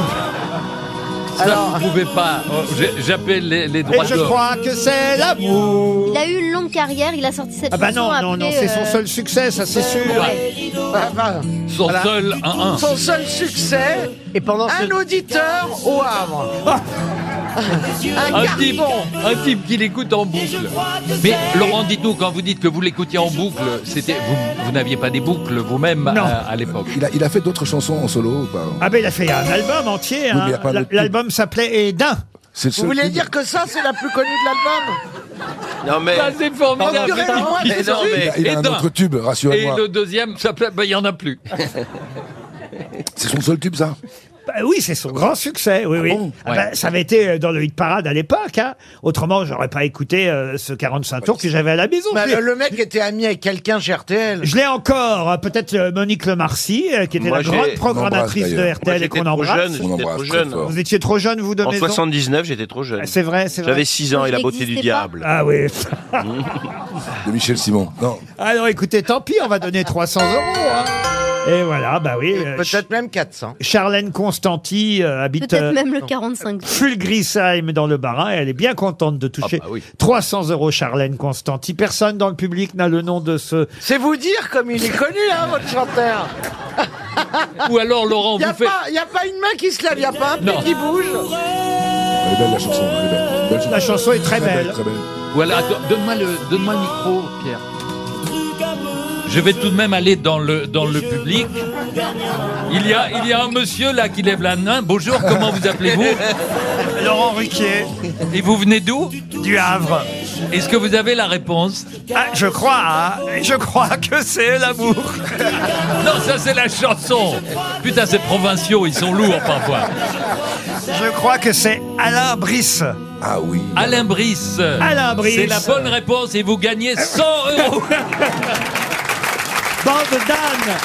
[SPEAKER 3] Ça, vous pouvez pas. Oh, j'ai- J'appelle les, les droits
[SPEAKER 2] Et je
[SPEAKER 3] de l'homme.
[SPEAKER 2] crois que c'est l'amour.
[SPEAKER 6] Il a eu une longue carrière. Il a sorti cette
[SPEAKER 2] Ah bah
[SPEAKER 6] chanson
[SPEAKER 2] non, non,
[SPEAKER 6] après,
[SPEAKER 2] non, c'est son
[SPEAKER 6] euh,
[SPEAKER 2] seul
[SPEAKER 4] Eh,
[SPEAKER 2] succès, ça c'est sûr.
[SPEAKER 6] ouais.
[SPEAKER 4] Ah, bah,
[SPEAKER 3] Son
[SPEAKER 4] Voilà.
[SPEAKER 3] seul 1-1.
[SPEAKER 4] Son seul succès,
[SPEAKER 8] Et pendant ce
[SPEAKER 4] un auditeur au Havre.
[SPEAKER 3] Un type, un type qui l'écoute en boucle. Mais Laurent, dites-nous, quand vous dites que vous l'écoutiez en boucle, c'était vous, vous n'aviez pas des boucles vous-même euh,
[SPEAKER 2] Non.
[SPEAKER 3] à, à l'époque.
[SPEAKER 5] Il a, il a fait d'autres chansons en solo ou pas
[SPEAKER 2] Ah ben il a fait un album entier. hein.
[SPEAKER 5] mais il y a pas
[SPEAKER 2] La-
[SPEAKER 5] le-
[SPEAKER 2] L'album s'appelait Edin.
[SPEAKER 5] C'est le
[SPEAKER 4] Vous
[SPEAKER 5] seul
[SPEAKER 4] voulez
[SPEAKER 5] film-
[SPEAKER 4] dire que ça, c'est la plus connue de l'album
[SPEAKER 9] Non, mais.
[SPEAKER 3] Ça, c'est
[SPEAKER 4] Oh,
[SPEAKER 3] formidable.
[SPEAKER 4] purée, moi,
[SPEAKER 3] Et
[SPEAKER 4] mais
[SPEAKER 3] non,
[SPEAKER 4] oui.
[SPEAKER 5] Il
[SPEAKER 3] mais-
[SPEAKER 5] a, il a
[SPEAKER 3] et
[SPEAKER 5] un
[SPEAKER 3] d'un.
[SPEAKER 5] autre tube,
[SPEAKER 3] Et
[SPEAKER 5] rassurez-moi.
[SPEAKER 3] le deuxième, ça plaît- ben, il n'y en a plus.
[SPEAKER 5] C'est son seul tube, ça
[SPEAKER 2] Bah oui, c'est son grand succès. Oui, oui.
[SPEAKER 5] bon
[SPEAKER 2] Ah bah,
[SPEAKER 3] Ouais.
[SPEAKER 2] ça avait été dans le hit parade à l'époque. hein. Autrement, j'aurais pas écouté euh, ce 45 tours que j'avais à la maison.
[SPEAKER 4] Bah,
[SPEAKER 2] Je l'ai-
[SPEAKER 4] le, le mec était ami avec quelqu'un chez RTL.
[SPEAKER 2] je l'ai encore, euh, peut-être euh, Monique Lemarcy, euh, qui était
[SPEAKER 9] Moi,
[SPEAKER 2] la
[SPEAKER 9] j'ai-
[SPEAKER 2] grande
[SPEAKER 5] On
[SPEAKER 2] programmatrice
[SPEAKER 5] embrasse,
[SPEAKER 2] de
[SPEAKER 5] d'ailleurs.
[SPEAKER 9] Moi,
[SPEAKER 2] RTL et
[SPEAKER 9] j'étais
[SPEAKER 2] qu'on
[SPEAKER 9] trop
[SPEAKER 2] embrasse.
[SPEAKER 9] jeune.
[SPEAKER 5] On
[SPEAKER 9] J'étais
[SPEAKER 5] l'embrasse
[SPEAKER 9] trop
[SPEAKER 5] très
[SPEAKER 9] jeune.
[SPEAKER 5] fort.
[SPEAKER 2] Vous étiez trop jeune, vous, de
[SPEAKER 9] En
[SPEAKER 2] maison
[SPEAKER 9] 79, j'étais trop jeune.
[SPEAKER 2] Ah, C'est vrai, c'est vrai.
[SPEAKER 9] J'avais 6 ans et la beauté
[SPEAKER 6] J'existais
[SPEAKER 9] du
[SPEAKER 6] pas.
[SPEAKER 9] diable.
[SPEAKER 2] Ah oui.
[SPEAKER 5] De Michel Simon. Non.
[SPEAKER 2] Alors écoutez, tant pis, on va donner 300 euros. hein. Et voilà, bah oui. euh,
[SPEAKER 4] Peut-être même 400.
[SPEAKER 2] Charlène Constanti euh, habite
[SPEAKER 6] Peut-être
[SPEAKER 2] euh,
[SPEAKER 6] même le 45.
[SPEAKER 2] Fulgrisheim dans le Bas-Rhin. et Elle est bien contente de toucher 300 euros, Charlène Constanti. Personne dans le public n'a le nom de ce.
[SPEAKER 4] C'est vous dire comme il est connu, hein, votre chanteur.
[SPEAKER 3] Ou alors, Laurent,
[SPEAKER 4] Il
[SPEAKER 3] vous faites.
[SPEAKER 4] n'y a pas une main qui se lève, il n'y a pas un pied
[SPEAKER 3] Non.
[SPEAKER 4] qui bouge.
[SPEAKER 5] Elle est belle la chanson. elle est belle, elle est belle
[SPEAKER 2] La chanson est très belle.
[SPEAKER 5] très belle.
[SPEAKER 3] Voilà, attends, donne-moi le, donne-moi le micro, Pierre. Je vais tout de même aller dans le, dans le public. Il y, a, il y a un monsieur là qui lève la main. Bonjour, comment vous appelez-vous
[SPEAKER 2] Laurent Ruquier.
[SPEAKER 3] Et vous venez d'où
[SPEAKER 2] Du Havre.
[SPEAKER 3] Est-ce que vous avez la réponse
[SPEAKER 2] Ah, je crois, hein, je crois que c'est l'amour.
[SPEAKER 3] Non, ça c'est la chanson. Putain, ces provinciaux, ils sont lourds parfois.
[SPEAKER 2] Je crois que c'est Alain Brice.
[SPEAKER 5] Ah oui.
[SPEAKER 3] Alain Brice.
[SPEAKER 2] Alain Brice.
[SPEAKER 3] C'est la bonne réponse et vous
[SPEAKER 2] Ah
[SPEAKER 3] gagnez 100 euros.
[SPEAKER 2] Bande d'ânes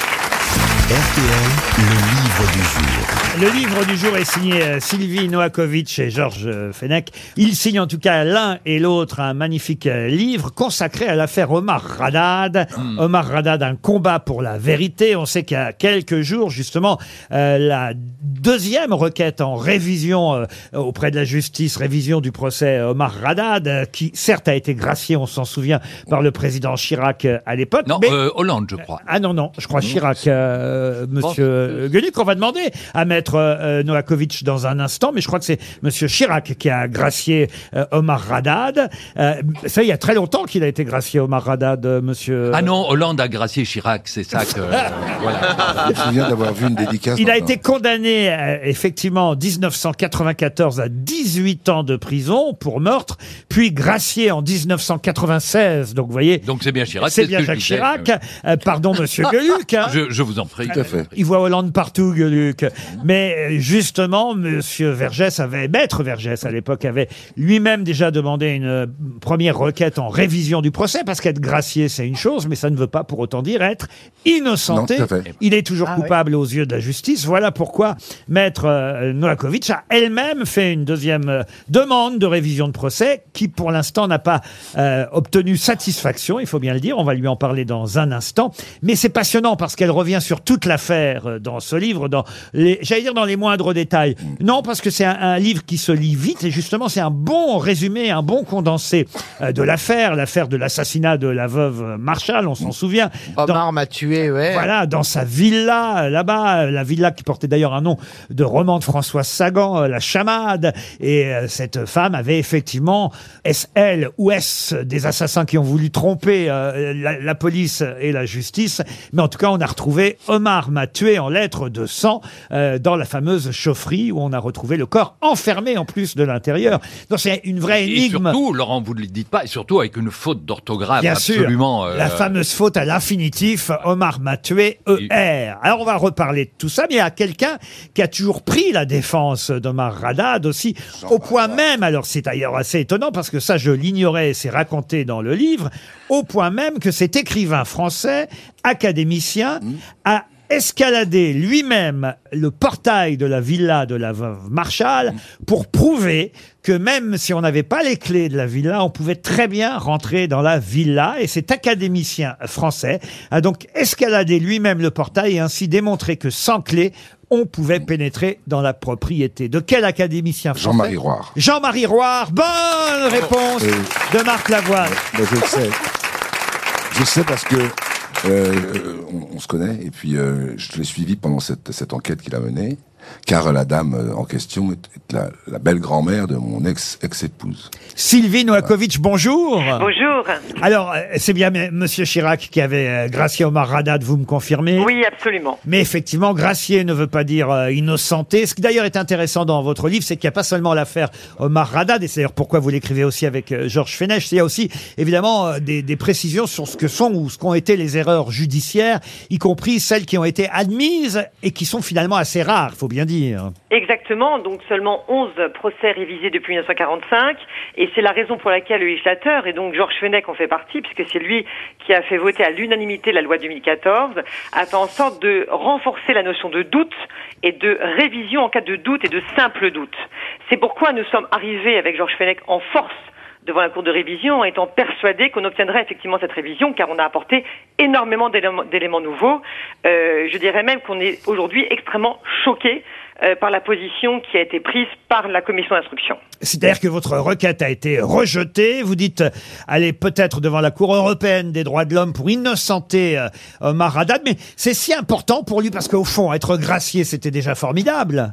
[SPEAKER 1] RTL, le livre du jour.
[SPEAKER 2] Le livre du jour est signé euh, Sylvie Noakovic et Georges euh, Fenech. Ils signent en tout cas l'un et l'autre un magnifique euh, livre consacré à l'affaire Omar Radad. Omar Radad, un combat pour la vérité. On sait qu'il y a quelques jours, justement, euh, la deuxième requête en révision euh, auprès de la justice, révision du procès Omar Radad, euh, qui certes a été gracié, on s'en souvient, par le président Chirac euh, à l'époque.
[SPEAKER 3] Non,
[SPEAKER 2] mais-
[SPEAKER 3] euh, Hollande, je crois.
[SPEAKER 2] ah non, non, je crois Chirac, euh, monsieur Gueluc. On va demander à mettre euh, Noakovic dans un instant, mais je crois que c'est monsieur Chirac qui a gracié euh, Omar Radad. Euh, ça, il y a très longtemps qu'il a été gracié, Omar Radad, euh, monsieur.
[SPEAKER 3] Ah non, Hollande a gracié Chirac, c'est ça que. euh, voilà.
[SPEAKER 5] Je me souviens d'avoir vu une dédicace.
[SPEAKER 2] Il a
[SPEAKER 5] dans-
[SPEAKER 2] été condamné, euh, effectivement, en 1994 à 18 ans de prison pour meurtre, puis gracié en 1996. Donc, vous voyez,
[SPEAKER 3] Donc c'est bien Chirac.
[SPEAKER 2] c'est
[SPEAKER 3] ce
[SPEAKER 2] bien
[SPEAKER 3] que je
[SPEAKER 2] Jacques
[SPEAKER 3] disais.
[SPEAKER 2] Chirac. Euh, pardon, monsieur Gueluc. hein.
[SPEAKER 3] Je, je vous en prie.
[SPEAKER 2] Il voit Hollande partout, Gueluc. Mais euh, justement, Monsieur Vergès avait, Maître Vergès à l'époque, avait lui-même déjà demandé une euh, première requête en révision du procès, parce qu'être gracié, c'est une chose, mais ça ne veut pas pour autant dire être innocenté.
[SPEAKER 5] Non, tout à fait.
[SPEAKER 2] Il est toujours
[SPEAKER 4] Ah,
[SPEAKER 2] coupable aux yeux de la justice. Voilà pourquoi Maître euh, Noakovic a elle-même fait une deuxième euh, demande de révision de procès qui, pour l'instant, n'a pas euh, obtenu satisfaction. Il faut bien le dire. On va lui en parler dans un instant. Mais c'est passionnant parce qu'elle revient sur toute l'affaire euh, dans ce livre, dans les, j'allais dire dans les moindres détails.
[SPEAKER 5] Mm.
[SPEAKER 2] Non, parce que c'est un, un livre qui se lit vite et justement, c'est un bon résumé, un bon condensé euh, de l'affaire, l'affaire de l'assassinat de la veuve Marshall. On s'en souvient. Dans-
[SPEAKER 4] Omar m'a tué, ouais.
[SPEAKER 2] voilà, dans sa villa, euh, là-bas, euh, la villa qui portait d'ailleurs un nom de roman de François Sagan, euh, La Chamade. Et euh, cette femme avait effectivement, est-ce elle ou est-ce des assassins qui ont voulu tromper euh, la, la police et la justice Mais en tout cas, on a retrouvé Omar m'a tué en lettres de sang euh, dans la fameuse chaufferie où on a retrouvé le corps enfermé en plus de l'intérieur. Donc c'est une vraie
[SPEAKER 3] Et
[SPEAKER 2] énigme.
[SPEAKER 3] surtout, Laurent, vous ne le dites pas, et surtout avec une faute d'orthographe
[SPEAKER 2] Bien sûr.
[SPEAKER 3] absolument. euh,
[SPEAKER 2] La fameuse faute à l'infinitif, Omar m'a tué, ER. Alors on va reparler de tout ça, mais il y a quelqu'un qui a toujours pris la défense d'Omar Radad aussi, au point même, alors c'est d'ailleurs assez étonnant parce que ça je l'ignorais, c'est raconté dans le livre, au point même que cet écrivain français, académicien, a escaladé lui-même le portail de la villa de la veuve Marshall pour prouver que même si on n'avait pas les clés de la villa, on pouvait très bien rentrer dans la villa. Et cet académicien français a donc escaladé lui-même le portail et ainsi démontré que sans clé, on pouvait pénétrer dans la propriété. De quel académicien français
[SPEAKER 5] Jean-Marie Roire. Euh,
[SPEAKER 2] Jean-Marie Roire. Bonne réponse
[SPEAKER 5] Oui.
[SPEAKER 2] de Marc Lavoine.
[SPEAKER 5] Ben, je le sais. Je le sais parce que euh, euh, on, on se connaît et puis euh, je l'ai suivi pendant cette, cette enquête qu'il a menée, car la dame euh, en question est, est la, la belle grand-mère de mon ex ex épouse.
[SPEAKER 2] Sylvie Noakovic, bonjour.
[SPEAKER 15] Bonjour.
[SPEAKER 2] Alors, euh, c'est bien M. Monsieur Chirac qui avait euh, gracié Omar Radad, vous me confirmez
[SPEAKER 15] Oui, absolument.
[SPEAKER 2] Mais effectivement, gracier ne veut pas dire euh, innocenté. Ce qui d'ailleurs est intéressant dans votre livre, c'est qu'il n'y a pas seulement l'affaire Omar Radad, et c'est d'ailleurs pourquoi vous l'écrivez aussi avec euh, Georges Fenech, il y a aussi évidemment euh, des, des précisions sur ce que sont ou ce qu'ont été les erreurs judiciaires, y compris celles qui ont été admises et qui sont finalement assez rares, faut bien dire.
[SPEAKER 15] Exactement, donc seulement 11 procès révisés depuis 1945, et c'est la raison pour laquelle le législateur, et donc Georges Fenech en fait partie, puisque c'est lui qui a fait voter à l'unanimité la loi 2014, a fait en sorte de renforcer la notion de doute et de révision en cas de doute et de simple doute. C'est pourquoi nous sommes arrivés avec Georges Fenech en force
[SPEAKER 18] devant la Cour de révision, en étant persuadé qu'on obtiendrait effectivement cette révision, car on a apporté énormément d'éléments d'éléments nouveaux. Euh, je dirais même qu'on est aujourd'hui extrêmement choqué euh, par la position qui a été prise par la commission d'instruction.
[SPEAKER 2] C'est-à-dire que votre requête a été rejetée. Vous dites euh, aller peut-être devant la Cour européenne des droits de l'homme pour innocenter euh, Omar Haddad, mais c'est si important pour lui parce qu'au fond, être gracié, c'était déjà formidable.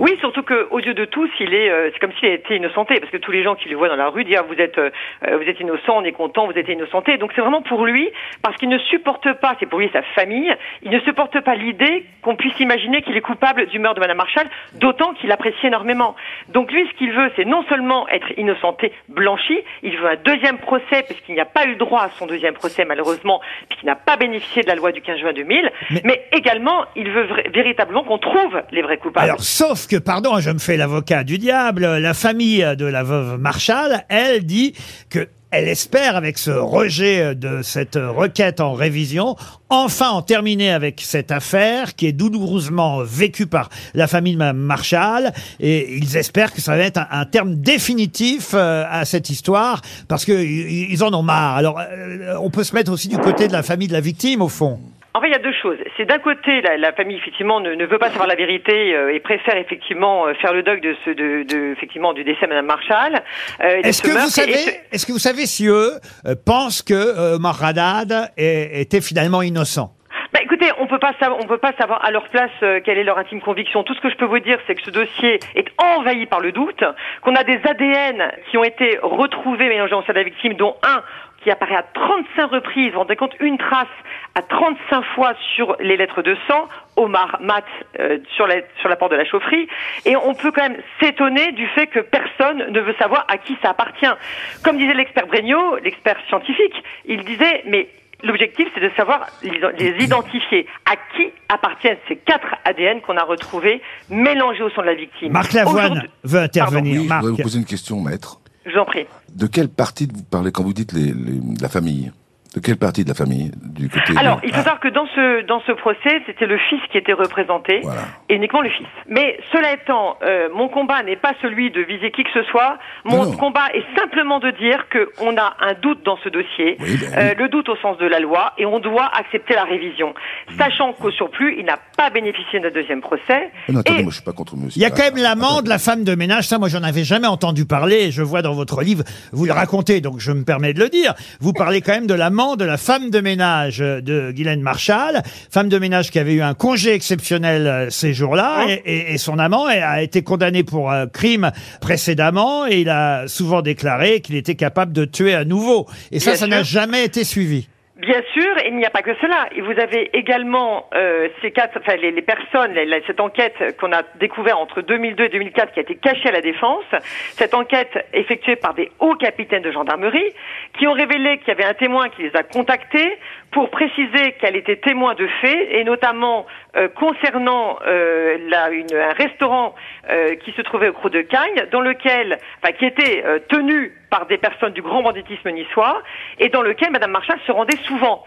[SPEAKER 18] Oui, surtout que aux yeux de tous, il est, euh, c'est comme s'il était innocenté, parce que tous les gens qui le voient dans la rue disent Ah, vous êtes, euh, euh, vous êtes innocent, on est content, vous êtes innocenté. Donc c'est vraiment pour lui, parce qu'il ne supporte pas, c'est pour lui et sa famille, il ne supporte pas l'idée qu'on puisse imaginer qu'il est coupable du meurtre de Madame Marshall, d'autant qu'il apprécie énormément. Donc lui, ce qu'il veut, c'est non seulement être innocenté, blanchi, il veut un deuxième procès, parce qu'il n'y a pas eu droit à son deuxième procès malheureusement, puisqu'il n'a pas bénéficié de la loi du 15 juin 2000, mais, également, il veut vra- véritablement qu'on trouve les vrais coupables.
[SPEAKER 2] Alors, sauf que, pardon, je me fais l'avocat du diable, la famille de la veuve Marshall, elle dit que elle espère, avec ce rejet de cette requête en révision, enfin en terminer avec cette affaire qui est douloureusement vécue par la famille de Mme Marshall. Et ils espèrent que ça va être un, un terme définitif euh, à cette histoire parce que i- ils en ont marre. Alors, euh, on peut se mettre aussi du côté de la famille de la victime, au fond.
[SPEAKER 18] En fait, il y a deux choses. C'est d'un côté, la, la famille effectivement ne, ne veut pas savoir la vérité euh, et préfère effectivement euh, faire le dog de ce, de, de- effectivement du décès de Madame Marshall. euh, et de
[SPEAKER 2] Est-ce
[SPEAKER 18] ce
[SPEAKER 2] que, vous
[SPEAKER 18] meurtre. Et
[SPEAKER 2] savez,
[SPEAKER 18] ce-
[SPEAKER 2] est-ce que vous savez si eux euh, pensent que euh, Omar Haddad est- était finalement innocent
[SPEAKER 18] Bah, écoutez, on peut pas savoir, on peut pas savoir à leur place euh, quelle est leur intime conviction. Tout ce que je peux vous dire, c'est que ce dossier est envahi par le doute, qu'on a des ADN qui ont été retrouvés mélangés au sein de la victime, dont un qui apparaît à 35 reprises, vous vous rendez compte, une trace à 35 fois sur les lettres de sang, Omar Matt euh, sur, la, sur la porte de la chaufferie, et on peut quand même s'étonner du fait que personne ne veut savoir à qui ça appartient. Comme disait l'expert Bregnaud, l'expert scientifique, il disait, mais L'objectif, c'est de savoir les les identifier. À qui appartiennent ces quatre ADN qu'on a retrouvés mélangés au son de la victime
[SPEAKER 2] Marc Lavoine
[SPEAKER 18] Aujourd'hui-
[SPEAKER 2] veut intervenir.
[SPEAKER 5] Oui, je
[SPEAKER 2] Marc.
[SPEAKER 5] voudrais vous poser une question, maître.
[SPEAKER 18] Je vous en prie.
[SPEAKER 5] De quelle partie de vous parlez quand vous dites les, les- la famille De quelle partie de la famille Du côté de-
[SPEAKER 18] Alors, il faut savoir que dans ce dans ce procès, c'était le fils qui était représenté, et uniquement le fils. Mais cela étant, euh, mon combat n'est pas celui de viser qui que ce soit. Mon
[SPEAKER 5] Non.
[SPEAKER 18] combat est simplement de dire que on a un doute dans ce dossier,
[SPEAKER 5] ben
[SPEAKER 18] euh, le doute au sens de la loi, et on doit accepter la révision, sachant qu'au surplus, il n'a pas bénéficié d'un deuxième procès.
[SPEAKER 5] Ah Non, attendez, moi je suis pas contre monsieur.
[SPEAKER 2] Il y a quand même l'amant de la femme de ménage, ça moi j'en avais jamais entendu parler, et je vois dans votre livre, vous le racontez, donc je me permets de le dire, vous parlez quand même de l'amant de la femme de ménage euh, de Guylaine Marshall, femme de ménage qui avait eu un congé exceptionnel euh, ces
[SPEAKER 18] Oh.
[SPEAKER 2] jours-là, et, et- et son amant a été condamné pour euh, crime précédemment, et il a souvent déclaré qu'il était capable de tuer à nouveau, et ça,
[SPEAKER 18] Bien
[SPEAKER 2] ça n'a
[SPEAKER 18] sûr.
[SPEAKER 2] jamais été suivi.
[SPEAKER 18] Bien sûr, et il n'y a pas que cela. Et vous avez également euh, ces quatre, enfin les, les personnes, les- les- cette enquête qu'on a découverte entre 2002 et 2004 qui a été cachée à la défense. Cette enquête effectuée par des hauts capitaines de gendarmerie qui ont révélé qu'il y avait un témoin qui les a contactés pour préciser qu'elle était témoin de faits et notamment euh, concernant euh, la- une- un restaurant euh, qui se trouvait au Croc de Cagnes, dans lequel, enfin qui était euh, tenu par des personnes du grand banditisme niçois et dans lequel Madame Marchal se rendait souvent.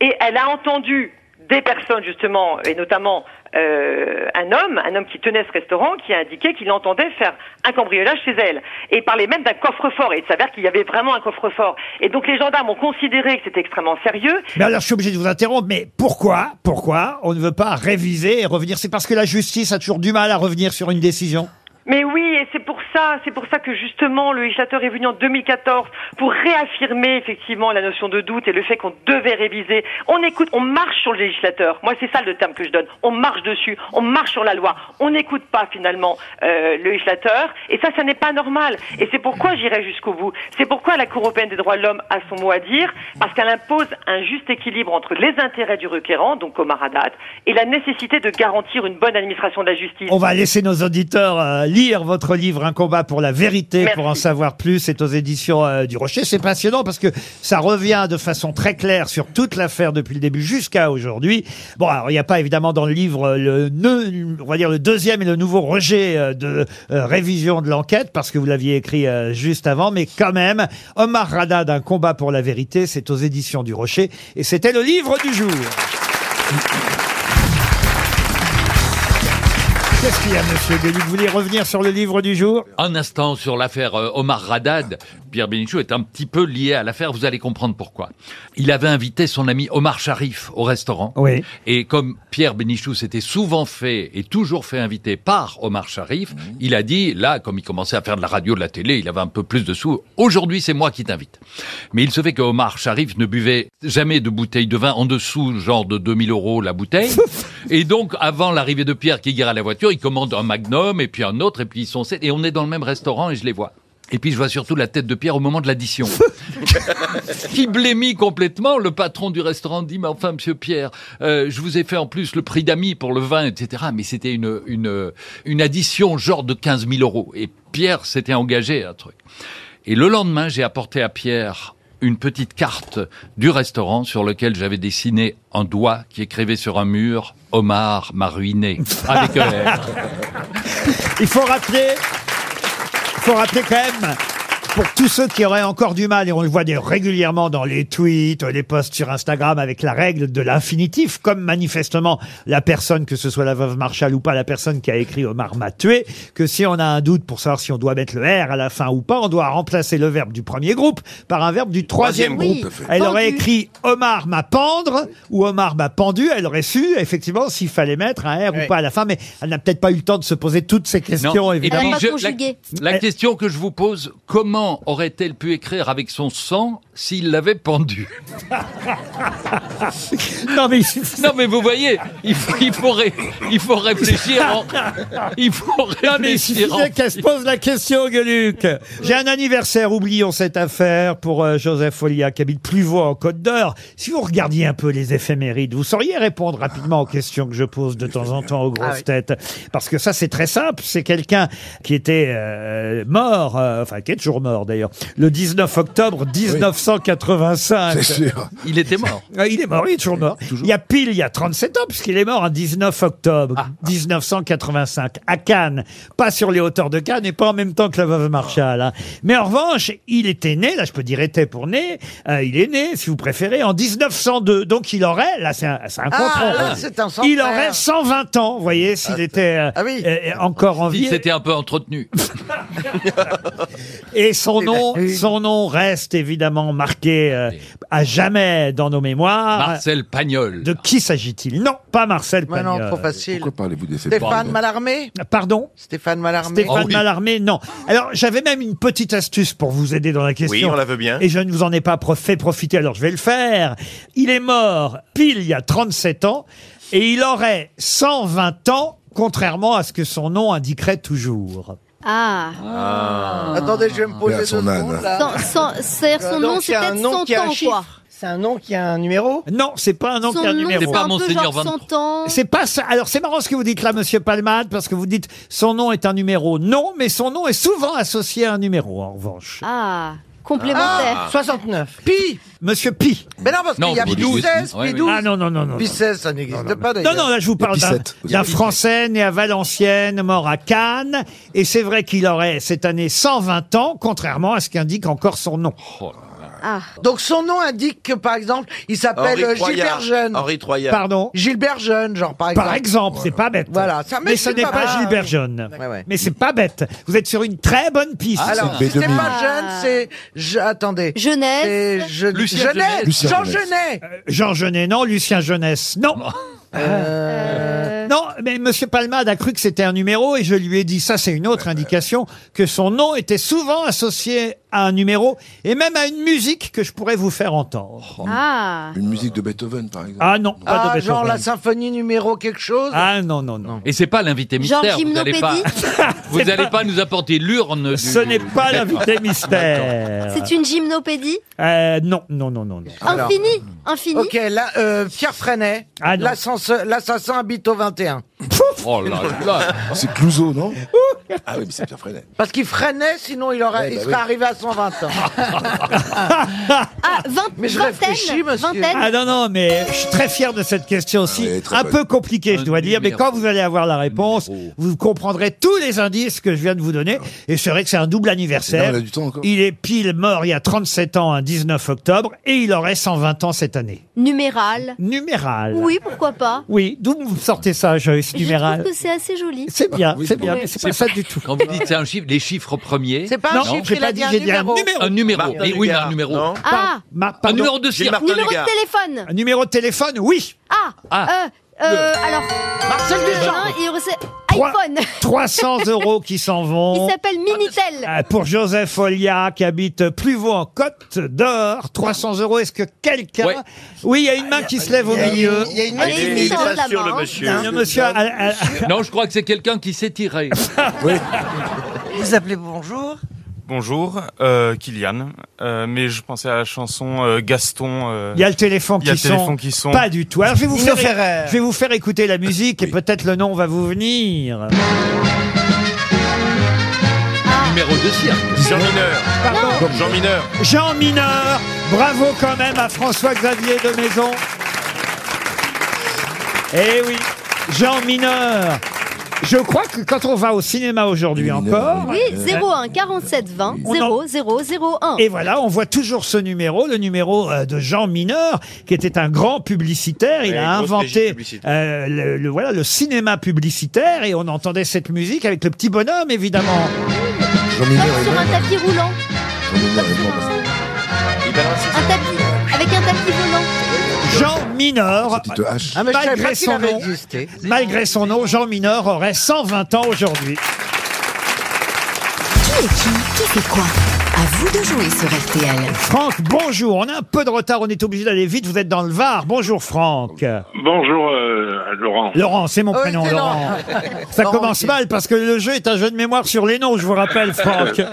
[SPEAKER 18] Et elle a entendu des personnes justement, et notamment euh, un homme, un homme qui tenait ce restaurant, qui a indiqué qu'il entendait faire un cambriolage chez elle. Et il parlait même d'un coffre-fort. Et il s'avère qu'il y avait vraiment un coffre-fort. Et donc les gendarmes ont considéré que c'était extrêmement sérieux.
[SPEAKER 2] Mais alors, je suis obligé de vous interrompre, mais pourquoi, pourquoi on ne veut pas réviser et revenir C'est parce que la justice a toujours du mal à revenir sur une décision
[SPEAKER 18] Mais oui, et c'est pour ça, c'est pour ça que justement le législateur est venu en 2014 pour réaffirmer effectivement la notion de doute et le fait qu'on devait réviser. On écoute, on marche sur le législateur. Moi, c'est ça le terme que je donne. On marche dessus, on marche sur la loi. On n'écoute pas finalement euh, le législateur, et ça, ça n'est pas normal. Et c'est pourquoi j'irai jusqu'au bout. C'est pourquoi la Cour européenne des droits de l'homme a son mot à dire parce qu'elle impose un juste équilibre entre les intérêts du requérant, donc Omar Haddad, et la nécessité de garantir une bonne administration de la justice.
[SPEAKER 2] On va laisser nos auditeurs euh, lire votre livre Un combat pour la vérité pour en savoir plus. C'est aux éditions euh, du Rocher. C'est passionnant parce que ça revient de façon très claire sur toute l'affaire depuis le début jusqu'à aujourd'hui. Bon, alors il n'y a pas évidemment dans le livre euh, le nœud, on va dire le deuxième et le nouveau rejet euh, de euh, révision de l'enquête parce que vous l'aviez écrit euh, juste avant, mais quand même Omar Rada d'un combat pour la vérité. C'est aux éditions du Rocher et c'était le livre du jour. Qu'est-ce qu'il y a, monsieur Gueluc Vous voulez revenir sur le livre du jour
[SPEAKER 3] Un instant sur l'affaire euh, Omar Radad. Pierre Bénichou est un petit peu lié à l'affaire, vous allez comprendre pourquoi. Il avait invité son ami Omar Sharif au restaurant.
[SPEAKER 2] Oui.
[SPEAKER 3] Et comme Pierre Bénichou s'était souvent fait et toujours fait inviter par Omar Sharif, il a dit, là, comme il commençait à faire de la radio, de la télé, il avait un peu plus de sous, aujourd'hui c'est moi qui t'invite. Mais il se fait que Omar Sharif ne buvait jamais de bouteille de vin en dessous, genre de 2000 euros la bouteille. et donc, avant l'arrivée de Pierre qui guère à la voiture, il commande un magnum et puis un autre et puis ils sont sept. Et on est dans le même restaurant et je les vois. Et puis je vois surtout la tête de Pierre au moment de l'addition. qui blémit complètement. Le patron du restaurant dit, mais enfin, monsieur Pierre, euh, je vous ai fait en plus le prix d'amis pour le vin, etc. Mais c'était une, une, une addition genre de 15 000 euros. Et Pierre s'était engagé à un truc. Et le lendemain, j'ai apporté à Pierre une petite carte du restaurant sur lequel j'avais dessiné un doigt qui écrivait sur un mur Omar m'a ruiné avec un R.
[SPEAKER 2] Il faut rappeler, il faut rappeler quand même. Pour tous ceux qui auraient encore du mal, et on le voit des- régulièrement dans les tweets, les posts sur Instagram avec la règle de l'infinitif, comme manifestement la personne, que ce soit la veuve Marshall ou pas, la personne qui a écrit Omar m'a tué, que si on a un doute pour savoir si on doit mettre le R à la fin ou pas, on doit remplacer le verbe du premier groupe par un verbe du troisième,
[SPEAKER 19] Troisième
[SPEAKER 2] groupe.
[SPEAKER 19] groupe, oui.
[SPEAKER 2] Elle aurait
[SPEAKER 19] Pendu.
[SPEAKER 2] écrit Omar m'a pendre ou Omar m'a pendu, elle aurait su effectivement s'il fallait mettre un R
[SPEAKER 3] Oui.
[SPEAKER 2] ou pas à la fin, mais elle n'a peut-être pas eu le temps de se poser toutes ces questions,
[SPEAKER 3] Non.
[SPEAKER 2] évidemment.
[SPEAKER 3] Et puis, je- la, la question que je vous pose, comment aurait-elle pu écrire avec son sang s'il l'avait pendu
[SPEAKER 2] non, mais...
[SPEAKER 3] vous voyez, il faut, il faut, ré- il faut réfléchir. en- il faut
[SPEAKER 2] Non, mais il
[SPEAKER 3] réfléchir. en-
[SPEAKER 2] suffisait qu'elle se pose la question, Gueluc. J'ai un anniversaire, oublions cette affaire, pour euh, Joseph Folia, qui habite Pluvois, en Côte d'Or. Si vous regardiez un peu les éphémérides, vous sauriez répondre rapidement aux questions que je pose de temps en temps aux grosses
[SPEAKER 19] Ah oui.
[SPEAKER 2] têtes. Parce que ça, c'est très simple. C'est quelqu'un qui était euh, mort, euh, enfin, qui est toujours mort d'ailleurs, le 19 octobre 1985.
[SPEAKER 3] C'est sûr. Il était mort.
[SPEAKER 2] Ah, Il est mort, il est toujours mort. Il y a pile, il y a 37 ans, puisqu'il est mort en 19 octobre 1985, à Cannes. Pas sur les hauteurs de Cannes et pas en même temps que la veuve Marshall. hein. Mais en revanche, il était né, là je peux dire était pour né, euh, il est né, si vous préférez, en 1902. Donc il aurait, là c'est un, c'est un
[SPEAKER 4] Ah,
[SPEAKER 2] contre-
[SPEAKER 4] là, c'est un centenaire. Ah,
[SPEAKER 2] Il aurait 120 ans, vous voyez, s'il était euh, euh, encore en vie.
[SPEAKER 3] Il s'était un peu entretenu.
[SPEAKER 2] Et son nom, son nom reste évidemment marqué euh, à jamais dans nos mémoires.
[SPEAKER 3] Marcel Pagnol.
[SPEAKER 2] De qui s'agit-il Non, pas Marcel
[SPEAKER 4] Mais non,
[SPEAKER 2] Pagnol.
[SPEAKER 4] trop facile. Pourquoi
[SPEAKER 2] parlez-vous des
[SPEAKER 4] Stéphane Mallarmé
[SPEAKER 2] Pardon
[SPEAKER 4] Stéphane Mallarmé.
[SPEAKER 2] Oh.
[SPEAKER 9] Ah Oh
[SPEAKER 2] Stéphane Mallarmé, non. Alors, j'avais même une petite astuce pour vous aider dans la question.
[SPEAKER 9] on la veut bien.
[SPEAKER 2] Et je ne vous en ai pas prof- fait profiter, alors je vais le faire. Il est mort pile il y a 37 ans et il aurait 120 ans, contrairement à ce que son nom indiquerait toujours.
[SPEAKER 6] Ah.
[SPEAKER 4] Attendez, je vais me poser
[SPEAKER 2] Bien,
[SPEAKER 4] deux
[SPEAKER 2] son âne.
[SPEAKER 4] secondes. là.
[SPEAKER 6] Son, son, c'est- son
[SPEAKER 4] Donc,
[SPEAKER 6] nom, c'est
[SPEAKER 4] il y a Euh, un
[SPEAKER 6] peut-être
[SPEAKER 4] nom
[SPEAKER 6] 100
[SPEAKER 4] qui a un
[SPEAKER 6] ans, quoi.
[SPEAKER 4] chiffre. C'est un nom qui a un numéro
[SPEAKER 2] Non, c'est pas un nom
[SPEAKER 6] Son
[SPEAKER 2] qui a un
[SPEAKER 6] nom,
[SPEAKER 2] numéro.
[SPEAKER 6] c'est un peu genre 100 ans.
[SPEAKER 2] C'est pas ça. Alors c'est marrant ce que vous dites là, Monsieur Palmade, parce que vous dites son nom est un numéro. Non, mais son nom est souvent associé à un numéro. En revanche.
[SPEAKER 6] Ah, complémentaire.
[SPEAKER 4] Ah, 69.
[SPEAKER 2] Pi. Monsieur Pi.
[SPEAKER 4] Mais non, parce qu'il y a Pidou 16, Pidou.
[SPEAKER 2] Ah non non non non.
[SPEAKER 4] Pi
[SPEAKER 2] non.
[SPEAKER 4] 16, ça n'existe pas
[SPEAKER 2] Non,
[SPEAKER 4] d'ailleurs.
[SPEAKER 2] non, là, je vous parle d'un d'un Français né à Valenciennes, mort à Cannes. Et c'est vrai qu'il aurait cette année 120 ans, contrairement à ce qu'indique encore son nom.
[SPEAKER 4] Ah. Donc son nom indique que, par exemple, il s'appelle
[SPEAKER 9] Henri
[SPEAKER 4] euh,
[SPEAKER 9] Troyat.
[SPEAKER 4] Gilbert Jeune.
[SPEAKER 9] Henri Troyat.
[SPEAKER 2] Pardon
[SPEAKER 4] Gilbert Jeune, genre, par exemple.
[SPEAKER 2] Par exemple, c'est pas bête.
[SPEAKER 4] Voilà, ça
[SPEAKER 2] mais ce
[SPEAKER 4] c'est
[SPEAKER 2] n'est pas,
[SPEAKER 4] mal.
[SPEAKER 2] Gilbert Jeune. Mais c'est pas bête. Vous êtes sur une très bonne piste.
[SPEAKER 4] Alors, si c'est pas jeune, c'est. je- attendez.
[SPEAKER 6] Jeunesse.
[SPEAKER 4] C'est je-
[SPEAKER 2] Lucien
[SPEAKER 4] Jeunesse.
[SPEAKER 2] Jeunesse. Lucien
[SPEAKER 4] Jean
[SPEAKER 2] Jeunesse.
[SPEAKER 4] Genet.
[SPEAKER 2] Euh, Jean Genet, non. Lucien Jeunesse, non. Euh,
[SPEAKER 4] Euh.
[SPEAKER 2] Non, mais Monsieur Palmade a cru que c'était un numéro et je lui ai dit, ça c'est une
[SPEAKER 4] Euh.
[SPEAKER 2] autre indication, que son nom était souvent associé à un numéro et même à une musique que je pourrais vous faire entendre.
[SPEAKER 6] Ah.
[SPEAKER 5] Une musique de Beethoven, par exemple.
[SPEAKER 2] Ah non, pas
[SPEAKER 4] Ah,
[SPEAKER 2] de
[SPEAKER 4] genre
[SPEAKER 2] Beethoven.
[SPEAKER 4] la symphonie numéro quelque chose.
[SPEAKER 2] Ah non, non, non.
[SPEAKER 3] Et c'est pas l'invité
[SPEAKER 4] Genre
[SPEAKER 3] mystère. vous n'allez pas, vous
[SPEAKER 2] C'est
[SPEAKER 3] allez pas nous apporter l'urne.
[SPEAKER 2] Ce n'est pas l'invité mystère.
[SPEAKER 6] C'est une gymnopédie
[SPEAKER 2] Euh, non, non, non, non. non.
[SPEAKER 6] Infini Infini
[SPEAKER 4] Ah. Ok, là, euh, Pierre Freinet,
[SPEAKER 2] Ah non.
[SPEAKER 4] l'ascense- l'assassin habite au 21.
[SPEAKER 3] Oh là là.
[SPEAKER 5] C'est Clouseau, non Ah oui, mais c'est Pierre Freinet.
[SPEAKER 4] Parce qu'il freinait, sinon il,
[SPEAKER 5] Ouais,
[SPEAKER 4] aurait,
[SPEAKER 5] bah
[SPEAKER 4] il serait
[SPEAKER 5] oui.
[SPEAKER 4] arrivé à 120 ans.
[SPEAKER 6] Ah, vingt,
[SPEAKER 4] Mais je
[SPEAKER 6] vingtaine,
[SPEAKER 4] réfléchis, monsieur.
[SPEAKER 6] vingtaine.
[SPEAKER 2] Ah non, non, mais je suis très fier de cette question
[SPEAKER 5] Ah
[SPEAKER 2] aussi. un peu compliquée, je dois dire, mais quand vous allez avoir la réponse, vous comprendrez tous les indices que je viens de vous donner. Et c'est vrai que c'est un double
[SPEAKER 5] Ah. Non,
[SPEAKER 2] anniversaire.
[SPEAKER 5] on a du temps encore.
[SPEAKER 2] Il est pile mort il y a 37 ans, un 19 octobre, et il aurait 120 ans cette année.
[SPEAKER 6] Numéral.
[SPEAKER 2] Numéral.
[SPEAKER 6] Oui, pourquoi pas.
[SPEAKER 2] Oui, d'où vous sortez ça, Joyce,
[SPEAKER 6] Je trouve
[SPEAKER 2] numéral
[SPEAKER 6] que c'est assez joli.
[SPEAKER 2] C'est bien, c'est bien,
[SPEAKER 6] Oui.
[SPEAKER 2] mais c'est pas ça du tout.
[SPEAKER 3] Quand vous dites c'est un chiffre, les chiffres premiers.
[SPEAKER 6] C'est pas un
[SPEAKER 3] Non,
[SPEAKER 6] chiffre,
[SPEAKER 3] j'ai
[SPEAKER 6] il
[SPEAKER 3] pas
[SPEAKER 6] a
[SPEAKER 3] dit,
[SPEAKER 6] dit un
[SPEAKER 3] j'ai dit
[SPEAKER 6] numéro.
[SPEAKER 3] Un numéro.
[SPEAKER 2] Martin
[SPEAKER 3] Mais oui, mais
[SPEAKER 2] Lugard,
[SPEAKER 3] un numéro.
[SPEAKER 2] non
[SPEAKER 6] Ah,
[SPEAKER 3] Un numéro de cirque.
[SPEAKER 6] numéro de téléphone.
[SPEAKER 2] Un numéro de téléphone, oui.
[SPEAKER 6] Ah,
[SPEAKER 2] Ah.
[SPEAKER 6] euh, euh, alors. Marcel Duchamp. Il recevait iPhone.
[SPEAKER 2] 300 euros qui s'en vont.
[SPEAKER 6] Il s'appelle Minitel.
[SPEAKER 2] Euh, Pour Joseph Olia, qui habite Pluvaux en Côte d'Or, 300 euros. Est-ce que quelqu'un. Oui, il y a une main qui se lève au
[SPEAKER 10] il y a-
[SPEAKER 2] milieu.
[SPEAKER 10] il y a une main
[SPEAKER 9] Il est- il est pas sûr,
[SPEAKER 10] hein.
[SPEAKER 9] le monsieur.
[SPEAKER 2] Le monsieur a- a- a-
[SPEAKER 3] Non, je crois que c'est quelqu'un qui s'est tiré.
[SPEAKER 10] Vous appelez bonjour.
[SPEAKER 19] Bonjour, euh, Kylian. Euh, mais je pensais à la chanson euh, Gaston. euh,
[SPEAKER 2] il y a le téléphone
[SPEAKER 19] il y a le
[SPEAKER 2] qui
[SPEAKER 19] téléphone
[SPEAKER 2] sonne.
[SPEAKER 19] qui sonne.
[SPEAKER 2] Pas du tout. Alors, je vais vous,
[SPEAKER 19] Nino
[SPEAKER 2] faire,
[SPEAKER 19] Ferrer.
[SPEAKER 2] je vais vous faire écouter la musique et peut-être le nom va vous venir.
[SPEAKER 3] Numéro de cirque.
[SPEAKER 19] Jean Mineur.
[SPEAKER 2] Pardon.
[SPEAKER 19] Jean Mineur.
[SPEAKER 2] Jean Mineur, bravo quand même à François-Xavier de Maison. Eh oui, Jean Mineur. Je crois que quand on va au cinéma aujourd'hui encore.
[SPEAKER 6] Oui, 01 47 20
[SPEAKER 2] On en-
[SPEAKER 6] 0 0 01.
[SPEAKER 2] Et voilà, on voit toujours ce numéro, le numéro euh, de Jean Mineur, qui était un grand publicitaire. Il
[SPEAKER 9] Ouais,
[SPEAKER 2] a
[SPEAKER 9] grosse régie
[SPEAKER 2] inventé
[SPEAKER 9] publicitaire.
[SPEAKER 2] euh, le, le- voilà, le cinéma publicitaire et on entendait cette musique avec le petit bonhomme, évidemment.
[SPEAKER 5] Jean
[SPEAKER 6] Comme sur un tapis roulant. Un tapis. Avec un tapis volant.
[SPEAKER 2] Jean Mineur,
[SPEAKER 4] Ah, mais je savais pas
[SPEAKER 2] malgré
[SPEAKER 4] qu'il
[SPEAKER 2] son
[SPEAKER 4] avait
[SPEAKER 2] nom,
[SPEAKER 4] existé.
[SPEAKER 2] malgré son nom, Jean Mineur aurait 120 ans aujourd'hui.
[SPEAKER 16] Qui est qui Qui fait quoi À vous de jouer sur RTL.
[SPEAKER 2] Franck, bonjour. On a un peu de retard, on est obligé d'aller vite. Vous êtes dans le Var. Bonjour Franck.
[SPEAKER 20] Bonjour euh, Laurent.
[SPEAKER 2] Laurent, c'est mon prénom,
[SPEAKER 20] c'est
[SPEAKER 2] Laurent.
[SPEAKER 20] Laurent.
[SPEAKER 2] Ça
[SPEAKER 20] Laurent,
[SPEAKER 2] commence
[SPEAKER 20] ok.
[SPEAKER 2] mal parce que le jeu est un jeu de mémoire sur les noms, je vous rappelle, Franck.
[SPEAKER 20] Euh,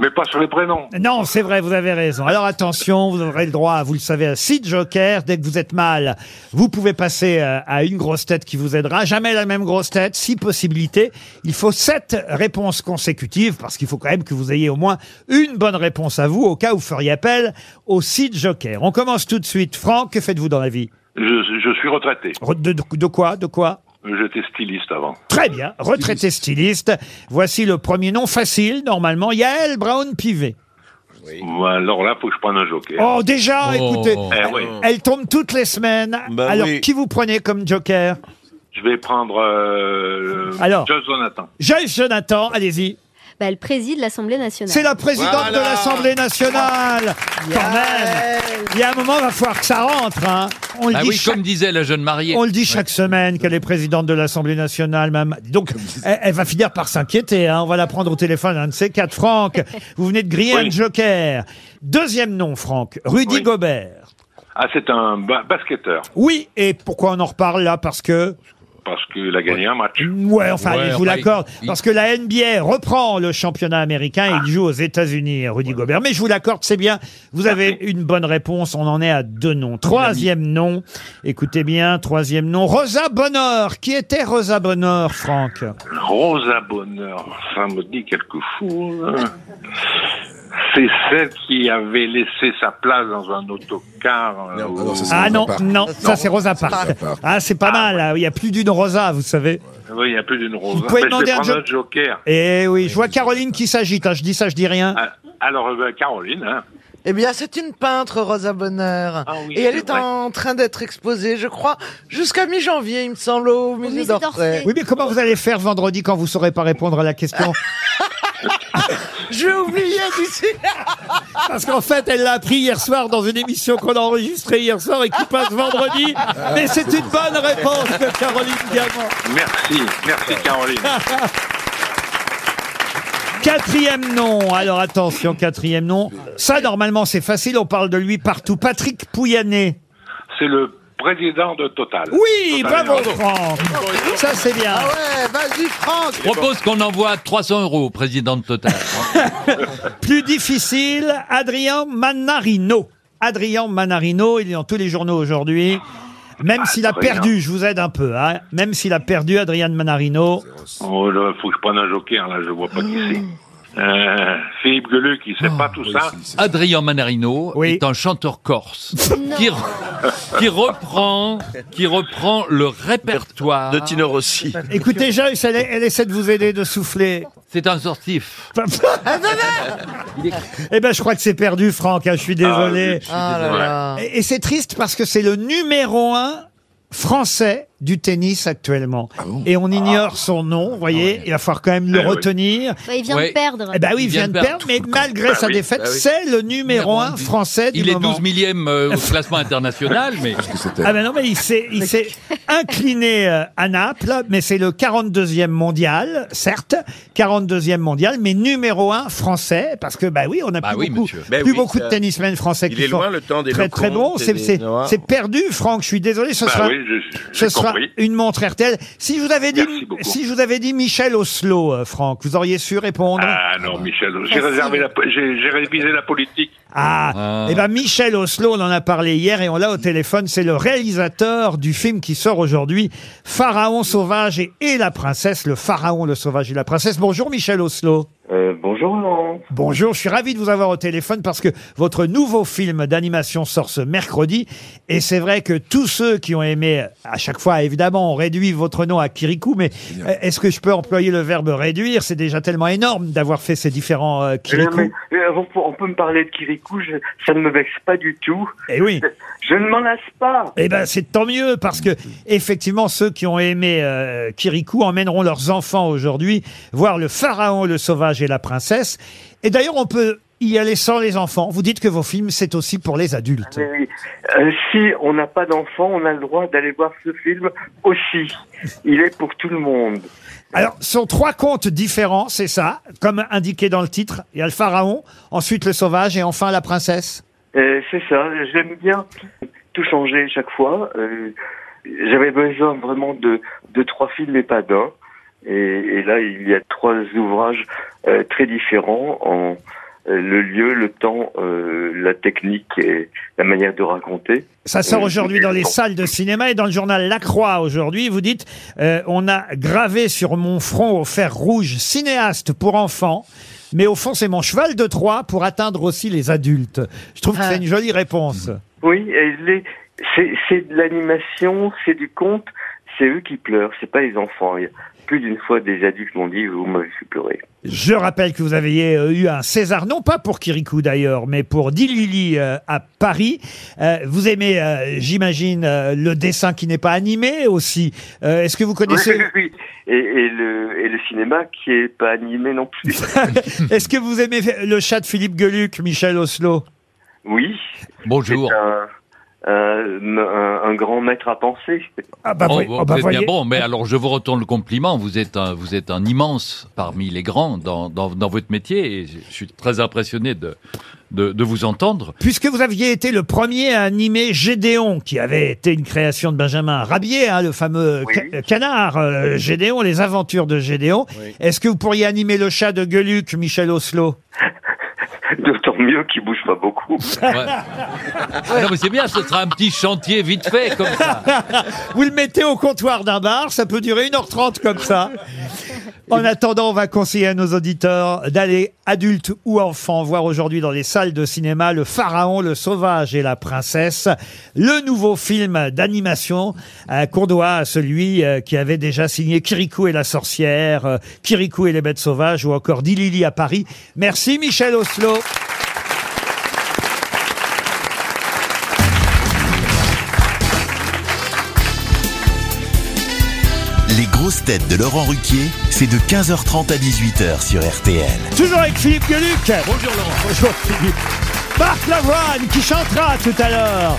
[SPEAKER 20] Mais pas sur les prénoms.
[SPEAKER 2] Non, c'est vrai, vous avez raison. Alors attention, vous aurez le droit, vous le savez, à six jokers. Dès que vous êtes mal, vous pouvez passer euh, à une grosse tête qui vous aidera. Jamais la même grosse tête, six possibilités. Il faut sept réponses consécutives parce qu'il faut quand même que vous ayez au moins une bonne réponse à vous au cas où vous feriez appel aux six jokers. On commence tout de suite. Franck, que faites-vous dans la vie
[SPEAKER 20] Je, je suis retraité.
[SPEAKER 2] Re- de- de- de quoi De quoi
[SPEAKER 20] J'étais styliste avant.
[SPEAKER 2] Très bien, retraité styliste. Voici le premier nom facile, normalement, Yael Brown-Pivet.
[SPEAKER 20] Bon, Alors là, faut que je prenne un joker.
[SPEAKER 2] Oh, déjà, écoutez,
[SPEAKER 20] Eh
[SPEAKER 2] elle,
[SPEAKER 20] oui.
[SPEAKER 2] elle tombe toutes les semaines.
[SPEAKER 20] Bah
[SPEAKER 2] Alors,
[SPEAKER 20] oui.
[SPEAKER 2] qui vous prenez comme joker
[SPEAKER 20] Je vais prendre euh,
[SPEAKER 2] Alors.
[SPEAKER 20] Josh Jonathan.
[SPEAKER 2] Joyce Jonathan, allez-y.
[SPEAKER 6] Bah, elle préside l'Assemblée nationale.
[SPEAKER 2] C'est la présidente de l'Assemblée nationale. Quand même. Il y a un moment, il va falloir que ça rentre. hein. On le
[SPEAKER 3] Ah
[SPEAKER 2] dit
[SPEAKER 3] oui,
[SPEAKER 2] chaque-
[SPEAKER 3] comme disait la jeune mariée.
[SPEAKER 2] On le dit chaque semaine qu'elle est présidente de l'Assemblée nationale, même. Dis Donc, elle, elle va finir par s'inquiéter. hein. On va la prendre au téléphone, un de ces quatre. Franck, vous venez de griller un joker. Deuxième nom, Franck. Rudy Gobert.
[SPEAKER 20] Ah, c'est un ba- basketteur.
[SPEAKER 2] Oui, et pourquoi on en reparle là Parce que...
[SPEAKER 20] Parce qu'il a gagné un match.
[SPEAKER 2] Ouais, enfin,
[SPEAKER 20] Ouais,
[SPEAKER 2] je vous
[SPEAKER 20] enfin,
[SPEAKER 2] l'accorde.
[SPEAKER 20] il- Ah.
[SPEAKER 2] Parce que la NBA reprend le championnat américain et il joue aux États-Unis, Rudy Gobert. Mais je vous l'accorde, c'est bien. Vous avez une bonne réponse. On en est à deux noms. Troisième nom. Écoutez bien, troisième nom. Rosa Bonheur. Qui était Rosa Bonheur, Franck
[SPEAKER 20] Rosa Bonheur, ça me dit quelque chose. hein. C'est celle qui avait laissé sa place dans un autocar. euh, au-
[SPEAKER 2] Ah non, non, ça c'est Rosa Parks. Ah, c'est pas mal. hein. Il y a plus d'une Rosa, vous savez.
[SPEAKER 20] Oui, il n'y a plus d'une Rosa.
[SPEAKER 2] pouvez
[SPEAKER 20] Mais je
[SPEAKER 2] demander
[SPEAKER 20] vais
[SPEAKER 2] un
[SPEAKER 20] prendre
[SPEAKER 2] jo-
[SPEAKER 20] un joker.
[SPEAKER 2] Et oui, je vois Caroline qui s'agite. hein. Je dis ça, je dis rien.
[SPEAKER 20] Ah, Alors, euh, bah, Caroline, hein.
[SPEAKER 4] Eh bien, c'est une peintre, Rosa Bonheur. Et elle
[SPEAKER 20] c'est
[SPEAKER 4] est
[SPEAKER 20] vrai.
[SPEAKER 4] en train d'être exposée, je crois, jusqu'à mi-janvier, il me semble, au musée d'Orsay.
[SPEAKER 2] Oui, mais comment vous allez faire vendredi quand vous saurez pas répondre à la question
[SPEAKER 4] J'ai oublié d'ici.
[SPEAKER 2] Parce qu'en fait, elle l'a appris hier soir dans une émission qu'on a enregistrée hier soir et qui passe vendredi. Mais c'est une bonne réponse de Caroline Diamant.
[SPEAKER 20] Merci, merci Caroline.
[SPEAKER 2] Quatrième nom. Alors attention, quatrième nom. Ça, normalement, c'est facile. On parle de lui partout. Patrick Pouyanné.
[SPEAKER 20] C'est le président de Total.
[SPEAKER 2] Oui,
[SPEAKER 20] Total
[SPEAKER 2] bravo
[SPEAKER 20] Energy.
[SPEAKER 2] Franck. Ça, c'est bien.
[SPEAKER 4] Ah ouais, vas-y, Franck.
[SPEAKER 3] Je propose qu'on envoie 300 euros au président de Total.
[SPEAKER 19] Ah,
[SPEAKER 2] Plus difficile, Adrien Manarino. Adrien Manarino, il est dans tous les journaux aujourd'hui. Même s'il a
[SPEAKER 20] Adrien.
[SPEAKER 2] perdu, je vous aide un peu, hein, même s'il a perdu Adrian Manarino.
[SPEAKER 20] Oh là, faut que je prenne un joker, là, je vois pas qui c'est. Euh, Philippe Gueuleux qui sait pas tout Ah, ça.
[SPEAKER 3] Adrien Manarino est un chanteur corse qui, re- qui reprend qui reprend le répertoire
[SPEAKER 9] De Tino Rossi.
[SPEAKER 2] Écoutez, Joyce, elle, elle essaie de vous aider, de souffler.
[SPEAKER 3] C'est un sortif.
[SPEAKER 9] Ah
[SPEAKER 2] Eh ben, je crois que c'est perdu, Franck. hein, je suis désolé.
[SPEAKER 3] je suis Ah là désolé. là.
[SPEAKER 2] Et, et c'est triste parce que c'est le numéro un français du tennis actuellement. et on ignore son nom, vous voyez. Il va falloir quand même le
[SPEAKER 17] Eh oui.
[SPEAKER 2] retenir.
[SPEAKER 6] Bah, il vient de Ouais. perdre.
[SPEAKER 2] Eh ben oui, il vient, de perdre, mais malgré
[SPEAKER 3] Bah
[SPEAKER 2] sa
[SPEAKER 3] oui.
[SPEAKER 2] défaite,
[SPEAKER 3] Bah oui.
[SPEAKER 2] c'est le numéro un français du
[SPEAKER 3] Il est
[SPEAKER 2] moment.
[SPEAKER 3] 12 millième euh, au classement international, mais
[SPEAKER 2] Ah ben non, mais il s'est, il s'est incliné euh, à Naples, mais c'est le 42e mondial, certes, 42e mondial, mais numéro un français, parce que bah oui, on a
[SPEAKER 9] Bah
[SPEAKER 2] plus
[SPEAKER 9] oui,
[SPEAKER 2] beaucoup,
[SPEAKER 9] monsieur. Ben
[SPEAKER 2] plus
[SPEAKER 9] oui,
[SPEAKER 2] beaucoup de
[SPEAKER 9] ça-
[SPEAKER 2] tennismen français
[SPEAKER 9] il
[SPEAKER 2] qui
[SPEAKER 9] est
[SPEAKER 2] sont
[SPEAKER 9] loin, le temps des
[SPEAKER 2] très très
[SPEAKER 9] Lecomte
[SPEAKER 2] bons.
[SPEAKER 9] et
[SPEAKER 2] C'est,
[SPEAKER 9] des
[SPEAKER 2] c'est-
[SPEAKER 9] Noirs.
[SPEAKER 2] c'est perdu, Franck. Je suis désolé, ce
[SPEAKER 9] Bah
[SPEAKER 2] sera,
[SPEAKER 9] oui, je-
[SPEAKER 2] ce
[SPEAKER 9] j'ai
[SPEAKER 2] sera
[SPEAKER 9] compris.
[SPEAKER 2] une montre RTL. Si je vous avais dit, si je vous avais dit Michel Oslo, euh, Franck, vous auriez su répondre.
[SPEAKER 20] Ah non, Michel, j'ai réservé la, po- j'ai, j'ai révisé la politique.
[SPEAKER 2] Ah, Eh ben Michel Oslo, on en a parlé hier et on l'a au téléphone. C'est le réalisateur du film qui sort aujourd'hui, Pharaon sauvage et, et la princesse, le pharaon, le sauvage et la princesse. Bonjour Michel Oslo.
[SPEAKER 21] Euh, bonjour Laurent.
[SPEAKER 2] Bonjour, je suis ravi de vous avoir au téléphone parce que votre nouveau film d'animation sort ce mercredi et c'est vrai que tous ceux qui ont aimé, à chaque fois évidemment, on réduit votre nom à Kirikou, mais euh, est-ce que je peux employer le verbe réduire C'est déjà tellement énorme d'avoir fait ces différents euh, Kirikou.
[SPEAKER 21] Euh, mais, euh, on, peut, on peut me parler de Kirikou, je- ça ne me vexe pas du tout.
[SPEAKER 2] Eh oui.
[SPEAKER 21] Je, je ne m'en lasse pas.
[SPEAKER 2] Eh ben, c'est tant mieux parce que effectivement, ceux qui ont aimé euh, Kirikou emmèneront leurs enfants aujourd'hui voir le pharaon, le sauvage et la princesse. Et d'ailleurs, on peut y aller sans les enfants. Vous dites que vos films, c'est aussi pour les adultes.
[SPEAKER 21] Mais oui. Euh, si on n'a pas d'enfant, on a le droit d'aller voir ce film aussi. Il est pour tout le monde.
[SPEAKER 2] Alors, ce sont trois contes différents, c'est ça, comme indiqué dans le titre. Il y a le pharaon, ensuite le sauvage et enfin la princesse.
[SPEAKER 21] Euh, C'est ça, j'aime bien tout changer chaque fois. Euh, J'avais besoin vraiment de, de trois films et pas d'un. Et, et là, il y a trois ouvrages euh, très différents en euh, le lieu, le temps, euh, la technique et la manière de raconter.
[SPEAKER 2] Ça sort
[SPEAKER 21] Euh,
[SPEAKER 2] aujourd'hui dans les salles de cinéma et dans le journal La Croix aujourd'hui. Vous dites, euh, on a gravé sur mon front au fer rouge cinéaste pour enfants, mais au fond c'est mon cheval de Troie pour atteindre aussi les adultes. Je trouve que c'est une jolie réponse.
[SPEAKER 21] Oui, et les- c'est c'est de l'animation, c'est du conte, c'est eux qui pleurent, c'est pas les enfants. Il y a Plus d'une fois, des adultes m'ont dit, vous m'avez fait pleurer.
[SPEAKER 2] Je rappelle que vous aviez euh, eu un César, non pas pour Kirikou d'ailleurs, mais pour Dilili euh, à Paris. Euh, vous aimez, euh, j'imagine, euh, le dessin qui n'est pas animé aussi. Euh, Est-ce que vous connaissez...
[SPEAKER 21] Oui, oui, oui. Et, et le, et le cinéma qui est pas animé non plus.
[SPEAKER 2] Est-ce que vous aimez le chat de Philippe Geluc, Michel Oslo
[SPEAKER 21] Oui.
[SPEAKER 3] Bonjour.
[SPEAKER 21] C'est un, un- un- un grand maître à penser.
[SPEAKER 2] Ah
[SPEAKER 3] Oh, vous êtes bien bon, mais alors je vous retourne le compliment. Vous êtes un, vous êtes un immense parmi les grands dans, dans, dans votre métier. Et je je suis très impressionné de, de, de vous entendre.
[SPEAKER 2] Puisque vous aviez été le premier à animer Gédéon, qui avait été une création de Benjamin Rabier, hein, le fameux ca- canard euh, Gédéon, les aventures de Gédéon. Est-ce que vous pourriez animer le chat de Gueluc, Michel Oslo
[SPEAKER 21] D'autant mieux qu'il bouge pas beaucoup.
[SPEAKER 3] Non, mais c'est bien, ce sera un petit chantier vite fait comme ça.
[SPEAKER 2] Vous le mettez au comptoir d'un bar, ça peut durer 1h30 comme ça. En attendant, on va conseiller à nos auditeurs d'aller, adultes ou enfants, voir aujourd'hui dans les salles de cinéma Le Pharaon, le Sauvage et la Princesse, le nouveau film d'animation euh, qu'on doit à celui euh, qui avait déjà signé Kirikou et la sorcière, euh, Kirikou et les bêtes sauvages ou encore Dilili à Paris. Merci Michel Oslo.
[SPEAKER 1] Les grosses têtes de Laurent Ruquier, c'est de 15h30 à 18h sur RTL.
[SPEAKER 2] Toujours avec Philippe Gueluc. Bonjour Laurent. Bonjour Philippe. Marc Lavoine qui chantera tout à l'heure.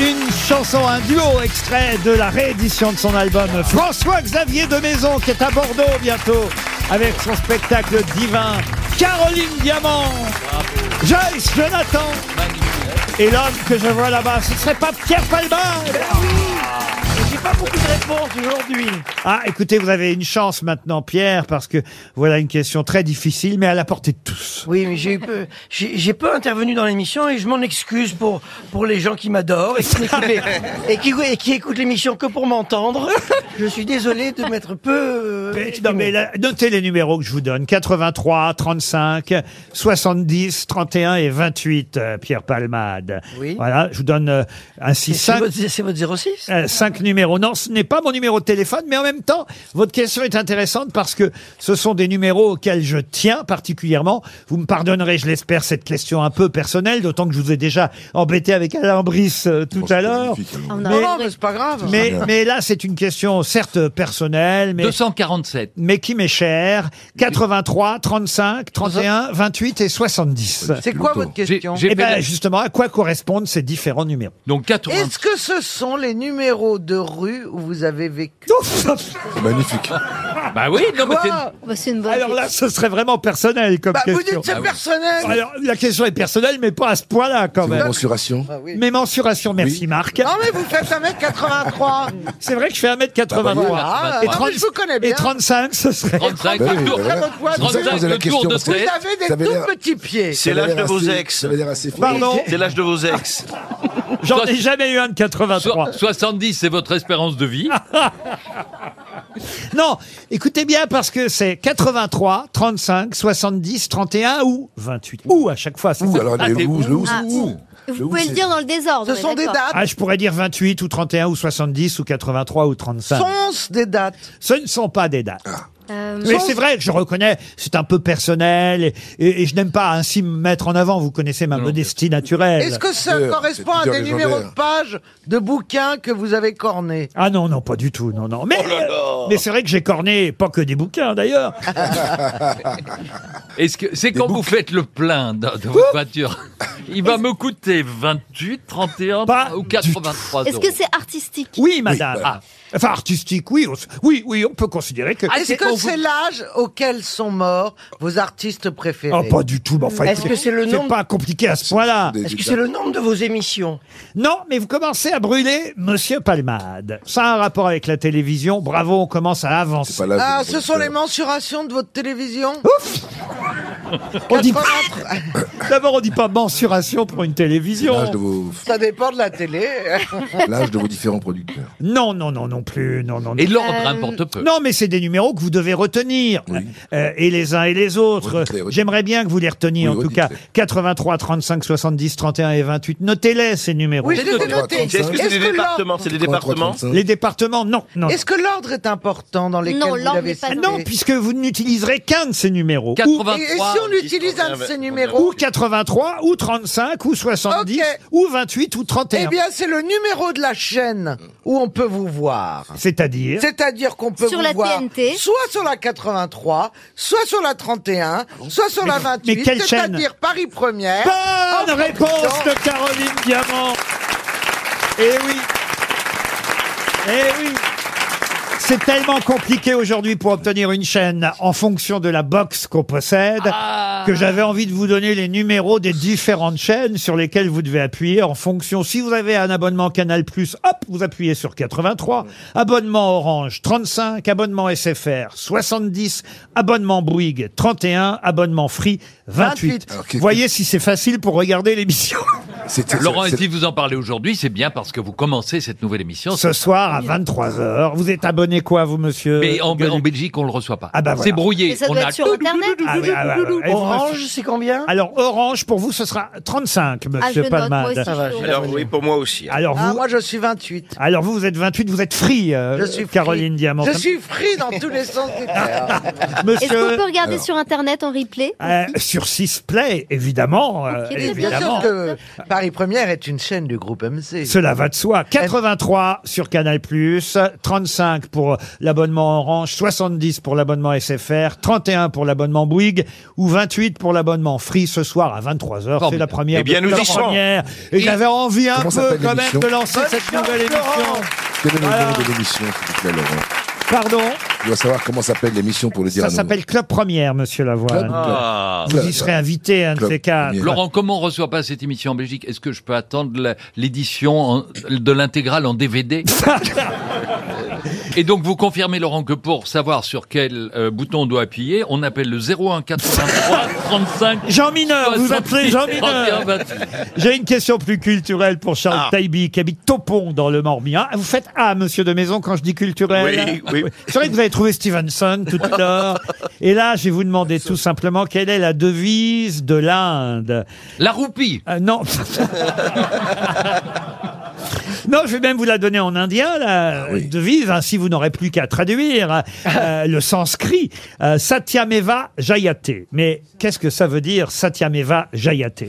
[SPEAKER 2] Une chanson, un duo extrait de la réédition de son album François-Xavier de Maison qui est à Bordeaux bientôt avec son spectacle divin Caroline Diamant, Joyce Jonathan et l'homme que je vois là-bas, ce ne serait pas Pierre Palma. Eh ben oui.
[SPEAKER 17] J'ai pas
[SPEAKER 2] beaucoup de réponses aujourd'hui. Ah, écoutez, vous avez une chance maintenant, Pierre, parce que voilà une question très difficile, mais à la portée de tous.
[SPEAKER 10] Oui, mais j'ai eu peu, j'ai j'ai peu intervenu dans l'émission et je m'en excuse pour, pour les gens qui m'adorent et qui, n'écoutent les- et qui, et qui écoutent l'émission que pour m'entendre. Je suis désolé de m'être peu... euh,
[SPEAKER 2] Mais- non,
[SPEAKER 10] exprimé.
[SPEAKER 2] mais là, notez les numéros que je vous donne 83, 35, 70, 31 et 28, euh, Pierre Palmade.
[SPEAKER 10] Oui.
[SPEAKER 2] Voilà, je vous donne euh, ainsi
[SPEAKER 10] C'est
[SPEAKER 2] 5.
[SPEAKER 10] votre- C'est votre 06
[SPEAKER 2] Euh, cinq numéros. Non, ce n'est pas mon numéro de téléphone, mais en même temps, votre question est intéressante parce que ce sont des numéros auxquels je tiens particulièrement. Vous me pardonnerez, je l'espère, cette question un peu personnelle, d'autant que je vous ai déjà embêté avec Alain Brice euh, tout à l'heure.
[SPEAKER 4] Non,
[SPEAKER 2] Mais-
[SPEAKER 4] non, mais c'est pas
[SPEAKER 3] Ah.
[SPEAKER 4] grave.
[SPEAKER 2] mais, mais là, c'est une question certes personnelle, mais
[SPEAKER 3] 247.
[SPEAKER 2] Mais qui m'est chère 83, 35, 31, 28 et 70.
[SPEAKER 4] C'est quoi votre question
[SPEAKER 2] Eh ben, justement, à quoi correspondent ces différents numéros
[SPEAKER 3] Donc
[SPEAKER 4] Est-ce que ce sont les numéros de rue où vous avez vécu
[SPEAKER 2] Magnifique. Ah
[SPEAKER 3] Bah oui, non, mais
[SPEAKER 4] Quoi
[SPEAKER 6] c'est une bonne
[SPEAKER 2] Alors là, ce serait vraiment personnel comme
[SPEAKER 4] Bah, vous
[SPEAKER 2] question.
[SPEAKER 4] dites
[SPEAKER 5] Ah
[SPEAKER 4] c'est personnel.
[SPEAKER 2] Alors, la question est personnelle, mais pas à ce point-là, quand même.
[SPEAKER 5] Mensuration.
[SPEAKER 2] Mes mensurations, merci Marc.
[SPEAKER 4] Ah Non, mais vous faites 1m83.
[SPEAKER 2] C'est vrai que je fais 1m83.
[SPEAKER 4] Bah voilà.
[SPEAKER 2] et,
[SPEAKER 4] Ah, mais je vous connais bien.
[SPEAKER 2] et 35, ce serait...
[SPEAKER 3] 35,
[SPEAKER 5] Bah oui, bah voilà. C'est pour ça que je posais la question, parce que
[SPEAKER 4] Vous avez
[SPEAKER 5] ça
[SPEAKER 4] des
[SPEAKER 5] avait l'air-
[SPEAKER 4] tout petits pieds.
[SPEAKER 9] C'est l'âge de vos ex.
[SPEAKER 5] Ça avait l'air assez fou.
[SPEAKER 2] Pardon
[SPEAKER 9] C'est l'âge de vos ex.
[SPEAKER 2] J'en ai jamais eu un de 83.
[SPEAKER 3] 70, c'est votre espérance de vie.
[SPEAKER 2] Non, écoutez bien parce que c'est 83, 35, 70, 31 ou 28. Ou à chaque fois. c'est
[SPEAKER 5] Ou,
[SPEAKER 2] ça.
[SPEAKER 5] alors, Ah, le c'est ou, le ou, c'est
[SPEAKER 6] Ah.
[SPEAKER 5] ou. Le
[SPEAKER 6] Vous
[SPEAKER 5] ou,
[SPEAKER 6] pouvez
[SPEAKER 5] c'est-
[SPEAKER 6] le dire dans le désordre.
[SPEAKER 4] Ce sont des
[SPEAKER 6] d'accord.
[SPEAKER 4] dates.
[SPEAKER 2] Ah, je pourrais dire 28 ou 31 ou 70 ou 83 ou 35.
[SPEAKER 4] Sont des dates.
[SPEAKER 2] Ce ne sont pas des dates.
[SPEAKER 6] Euh,
[SPEAKER 2] Mais c'est vrai que je reconnais, c'est un peu personnel et, et- et je n'aime pas ainsi me mettre en avant. Vous connaissez ma modestie naturelle.
[SPEAKER 4] Est-ce que ça correspond à des numéros de pages de bouquins que vous avez cornés
[SPEAKER 2] Ah non, non, pas du tout, non, non. Mais, euh, mais c'est vrai que j'ai corné, pas que des bouquins d'ailleurs.
[SPEAKER 3] Est-ce que c'est quand vous faites le plein de, de votre voiture Il va me coûter 28, 31 ou 83
[SPEAKER 6] Est-ce
[SPEAKER 3] euros. Ah.
[SPEAKER 6] que c'est artistique
[SPEAKER 2] Oui, madame. Ah.
[SPEAKER 3] voilà.
[SPEAKER 2] Enfin, artistique, oui, on s- oui, oui, on peut considérer
[SPEAKER 10] Ah,
[SPEAKER 2] que.
[SPEAKER 4] Est-ce que c'est l'âge auquel sont morts vos artistes préférés
[SPEAKER 2] Oh, pas du tout, mais enfin,
[SPEAKER 10] Est-ce
[SPEAKER 2] écoutez,
[SPEAKER 10] que c'est le nombre-
[SPEAKER 2] pas compliqué à ce point-là.
[SPEAKER 10] Est-ce que c'est le nombre de vos émissions
[SPEAKER 2] Non, mais vous commencez à brûler Monsieur Palmade. Ça a un rapport avec la télévision. Bravo, on commence à avancer.
[SPEAKER 4] Ah, ce sont les mensurations de votre télévision
[SPEAKER 2] On dit D'abord, on dit pas mensuration pour une télévision.
[SPEAKER 5] L'âge de vos-
[SPEAKER 4] Ça dépend de la télé.
[SPEAKER 5] L'âge de vos Ah, différents producteurs.
[SPEAKER 2] Non, non, non, non plus. Non, non, non.
[SPEAKER 3] Et l'ordre importe peu.
[SPEAKER 2] Non, mais c'est des numéros que vous devez retenir, euh, et les uns et les autres. J'aimerais bien que vous les reteniez,
[SPEAKER 5] Oui,
[SPEAKER 2] en tout cas. 83, 35, 70, 31 et 28. Notez-les, ces numéros.
[SPEAKER 4] Oui, je les ai notés.
[SPEAKER 9] Est-ce que c'est des
[SPEAKER 4] Est-ce que
[SPEAKER 9] départements
[SPEAKER 4] l'ordre-
[SPEAKER 9] C'est des départements
[SPEAKER 2] Les départements, non, non.
[SPEAKER 4] Est-ce que l'ordre est important dans lesquels
[SPEAKER 6] Non,
[SPEAKER 4] vous
[SPEAKER 6] l'ordre
[SPEAKER 4] l'avez
[SPEAKER 6] n'est pas
[SPEAKER 4] cité
[SPEAKER 2] Non, puisque vous n'utiliserez qu'un de ces numéros. Ou-
[SPEAKER 4] Et, et si on utilise un de ces numéros
[SPEAKER 2] Ou 83, ou 35, ou 70,
[SPEAKER 4] Ok.
[SPEAKER 2] ou 28, ou 31.
[SPEAKER 4] Eh bien, c'est le numéro de la chaîne où on peut vous voir.
[SPEAKER 2] C'est-à-dire
[SPEAKER 4] C'est-à-dire qu'on peut
[SPEAKER 6] Sur
[SPEAKER 4] vous
[SPEAKER 6] la
[SPEAKER 4] voir
[SPEAKER 6] TNT.
[SPEAKER 4] soit sur la 83, soit sur la 31, soit sur la 28,
[SPEAKER 2] mais quelle chaîne
[SPEAKER 4] c'est-à-dire Paris Première.
[SPEAKER 2] Bonne
[SPEAKER 4] Oh,
[SPEAKER 2] réponse
[SPEAKER 4] putain.
[SPEAKER 2] de Caroline Diamant. Eh oui. Eh oui. C'est tellement compliqué aujourd'hui pour obtenir une chaîne en fonction de la box qu'on possède que j'avais envie de vous donner les numéros des différentes chaînes sur lesquelles vous devez appuyer en fonction. Si vous avez un abonnement Canal+, hop, vous appuyez sur 83. Abonnement Orange 35, abonnement SFR 70, abonnement Bouygues 31, abonnement Free 28.
[SPEAKER 4] 28.
[SPEAKER 2] Alors, qu'est-ce Voyez si c'est facile pour regarder l'émission.
[SPEAKER 3] Laurent, et si vous en parlez aujourd'hui, c'est bien parce que vous commencez cette nouvelle émission.
[SPEAKER 2] Ce soir à 23h. Vous êtes abonné quoi, vous, monsieur
[SPEAKER 3] Mais en,
[SPEAKER 2] Gueluc
[SPEAKER 3] en Belgique, on le reçoit pas.
[SPEAKER 2] Ah bah voilà.
[SPEAKER 3] C'est brouillé.
[SPEAKER 6] Mais ça
[SPEAKER 3] on
[SPEAKER 6] doit
[SPEAKER 3] a
[SPEAKER 6] être sur Internet
[SPEAKER 2] Ah oui, ah ouais, ouais, ouais.
[SPEAKER 10] Orange, c'est combien
[SPEAKER 2] Alors, Orange, pour vous, ce sera 35,
[SPEAKER 6] Ah, je
[SPEAKER 2] monsieur
[SPEAKER 6] note, moi
[SPEAKER 2] Palmade.
[SPEAKER 6] aussi, je suis Ah,
[SPEAKER 9] Alors oui, pour moi aussi.
[SPEAKER 2] Alors
[SPEAKER 4] Ah,
[SPEAKER 2] vous,
[SPEAKER 4] moi, je suis 28.
[SPEAKER 2] alors vous, vous êtes 28, vous êtes free, euh,
[SPEAKER 4] Je suis free.
[SPEAKER 2] Caroline Diamant.
[SPEAKER 4] Je suis free dans tous les sens du terme.
[SPEAKER 6] Est-ce qu'on
[SPEAKER 2] Monsieur,
[SPEAKER 6] peut regarder sur Internet en replay
[SPEAKER 2] euh, sur 6 Play, évidemment. euh,
[SPEAKER 6] Ok, bien
[SPEAKER 4] Bien
[SPEAKER 2] évidemment.
[SPEAKER 4] sûr que Paris Première est une chaîne du groupe MC.
[SPEAKER 2] Cela va de soi. 83 sur Canal+, 35 pour l'abonnement Orange, 70 pour l'abonnement SFR, 31 pour l'abonnement Bouygues ou 28 pour l'abonnement Free ce soir à 23h. C'est
[SPEAKER 3] Formidable.
[SPEAKER 2] la première.
[SPEAKER 9] Eh bien,
[SPEAKER 2] de-
[SPEAKER 9] nous
[SPEAKER 2] la
[SPEAKER 9] y serons.
[SPEAKER 2] première. Et
[SPEAKER 3] Et-
[SPEAKER 2] j'avais envie un
[SPEAKER 5] Comment
[SPEAKER 2] peu
[SPEAKER 5] s'appelle
[SPEAKER 2] quand même
[SPEAKER 5] l'émission
[SPEAKER 2] de lancer
[SPEAKER 4] Bonne
[SPEAKER 2] cette
[SPEAKER 4] chance,
[SPEAKER 2] nouvelle émission.
[SPEAKER 4] Laurent.
[SPEAKER 5] Quel est le
[SPEAKER 2] Voilà.
[SPEAKER 5] numéro de l'émission, s'il vous plaît, Laurent
[SPEAKER 2] Pardon
[SPEAKER 5] Je dois savoir comment s'appelle l'émission pour le dire
[SPEAKER 2] Ça
[SPEAKER 5] à nos-
[SPEAKER 2] s'appelle Club Première, monsieur Lavoie.
[SPEAKER 5] Club,
[SPEAKER 3] Ah.
[SPEAKER 2] Vous y serez invité, un de ces quatre.
[SPEAKER 3] Laurent, comment on reçoit pas cette émission en Belgique Est-ce que je peux attendre la- l'édition en- de l'intégrale en DVD Et donc vous confirmez Laurent que pour savoir sur quel euh, bouton on doit appuyer, on appelle le 01 83 35
[SPEAKER 2] Jean Mineur, vous appelez Jean Mineur. J'ai une question plus culturelle pour Charles
[SPEAKER 3] Ah.
[SPEAKER 2] Taïbi, qui habite Topon dans le Morbihan. Ah, Vous faites Ah, monsieur de Maison, quand je dis culturel.
[SPEAKER 9] Oui, oui.
[SPEAKER 2] C'est vrai que vous avez trouvé Stevenson tout à l'heure. Et là, je vais vous demander tout simplement quelle est la devise de l'Inde.
[SPEAKER 3] La roupie.
[SPEAKER 2] Euh, non. Non, je vais même vous la donner en indien, la devise, ainsi vous n'aurez plus qu'à traduire euh, le sanskrit. euh, Satyameva Jayate. Mais qu'est-ce que ça veut dire Satyameva Jayate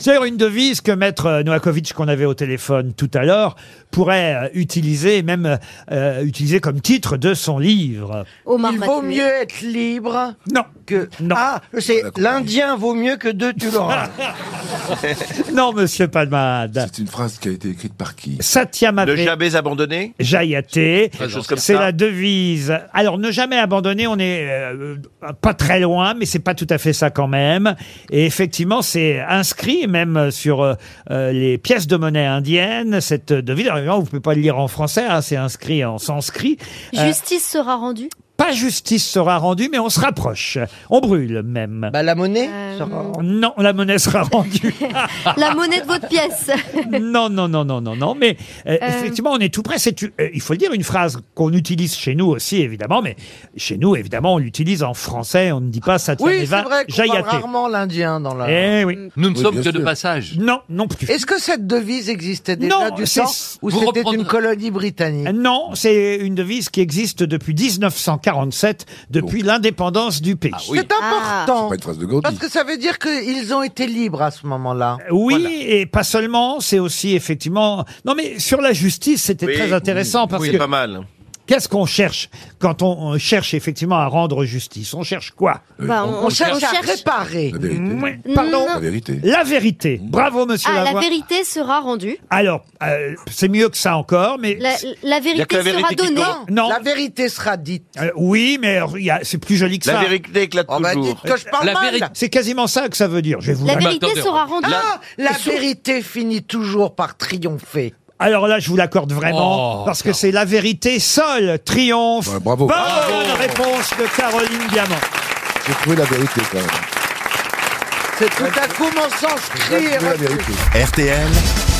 [SPEAKER 2] c'est d'ailleurs une devise que Maître euh, Novakovic, qu'on avait au téléphone tout à l'heure, pourrait euh, utiliser, même euh, utiliser comme titre de son livre.
[SPEAKER 4] Il vaut mieux être libre.
[SPEAKER 2] Non.
[SPEAKER 4] Que... Ah, c'est l'Indien vaut mieux que deux tu l'auras.
[SPEAKER 2] non, monsieur Palmade.
[SPEAKER 5] C'est une phrase qui a été écrite par qui
[SPEAKER 2] Satyameva
[SPEAKER 9] Ne jamais abandonner
[SPEAKER 2] Jayate,
[SPEAKER 9] Quelque chose comme
[SPEAKER 2] c'est
[SPEAKER 9] ça.
[SPEAKER 2] la devise. Alors, ne jamais abandonner, on est euh, pas très loin, mais c'est pas tout à fait ça quand même. Et effectivement, c'est inscrit même sur euh, euh, les pièces de monnaie indiennes, cette devise. Alors, évidemment, vous pouvez pas le lire en français, hein, c'est inscrit en sanskrit. Euh,
[SPEAKER 6] Justice sera rendue.
[SPEAKER 2] pas justice sera rendue, mais on se rapproche. On brûle même.
[SPEAKER 4] Bah, la monnaie
[SPEAKER 2] Non, la monnaie sera rendue.
[SPEAKER 6] Euh, La monnaie de votre pièce.
[SPEAKER 2] non, non, non, non, non, non. Mais euh,
[SPEAKER 6] Euh.
[SPEAKER 2] effectivement, on est tout près. C'est, une- euh, il faut le dire, une phrase qu'on utilise chez nous aussi, évidemment. Mais chez nous, évidemment, on l'utilise en français. On ne dit pas ça.
[SPEAKER 4] Oui, c'est vrai qu'on parle rarement l'Indien dans la...
[SPEAKER 2] Eh oui.
[SPEAKER 3] Nous ne Oui, sommes bien que de sûr. passage.
[SPEAKER 2] Non, non plus.
[SPEAKER 4] Est-ce que cette devise existait déjà
[SPEAKER 2] Non,
[SPEAKER 4] du
[SPEAKER 2] c'est-
[SPEAKER 4] temps où
[SPEAKER 2] vous
[SPEAKER 4] c'était
[SPEAKER 2] reprendrez-
[SPEAKER 4] une colonie britannique
[SPEAKER 2] Non, c'est une devise qui existe depuis 1947, depuis l'indépendance du pays.
[SPEAKER 4] C'est important.
[SPEAKER 2] C'est pas une phrase de Gandhi.
[SPEAKER 4] Parce que ça veut dire qu'ils ont été libres à ce moment-là.
[SPEAKER 2] Oui, et pas seulement, c'est aussi effectivement. Non, mais sur la justice, c'était
[SPEAKER 9] Oui,
[SPEAKER 2] très intéressant
[SPEAKER 9] oui,
[SPEAKER 2] parce
[SPEAKER 9] c'est
[SPEAKER 2] que
[SPEAKER 9] pas mal.
[SPEAKER 2] Qu'est-ce qu'on cherche quand on, on cherche effectivement à rendre justice On cherche quoi
[SPEAKER 6] Bah, on- On on cherche- cherche à on cherche-
[SPEAKER 4] réparer.
[SPEAKER 2] La vérité. Pardon
[SPEAKER 6] La
[SPEAKER 5] vérité.
[SPEAKER 2] La vérité. Bravo, monsieur
[SPEAKER 6] Ah, la
[SPEAKER 2] Lavoie.
[SPEAKER 6] vérité sera rendue.
[SPEAKER 2] Alors, euh, c'est mieux que ça encore, mais...
[SPEAKER 6] La, la vérité, sera donnée.
[SPEAKER 2] Non.
[SPEAKER 4] La vérité sera dite.
[SPEAKER 2] Euh, oui, mais alors, il y a- c'est plus joli que
[SPEAKER 9] La
[SPEAKER 2] ça.
[SPEAKER 9] vérité éclate Oh, bah, toujours. dites que je parle La mal. vérité-
[SPEAKER 2] C'est quasiment ça que ça veut dire. Je vais vous
[SPEAKER 4] La
[SPEAKER 2] la-
[SPEAKER 4] vérité
[SPEAKER 2] Ah, Attendez,
[SPEAKER 4] sera
[SPEAKER 2] rendue.
[SPEAKER 4] Ah, la vérité finit toujours par triompher.
[SPEAKER 2] Alors là, je vous l'accorde vraiment,
[SPEAKER 4] Oh,
[SPEAKER 2] parce que c'est la vérité seule triomphe. bravo. Bonne réponse de Caroline Diamant.
[SPEAKER 5] J'ai trouvé la vérité quand même.
[SPEAKER 4] C'est tout à coup mon sens crier.
[SPEAKER 1] RTL,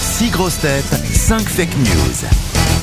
[SPEAKER 1] 6 grosses têtes, 5 fake news.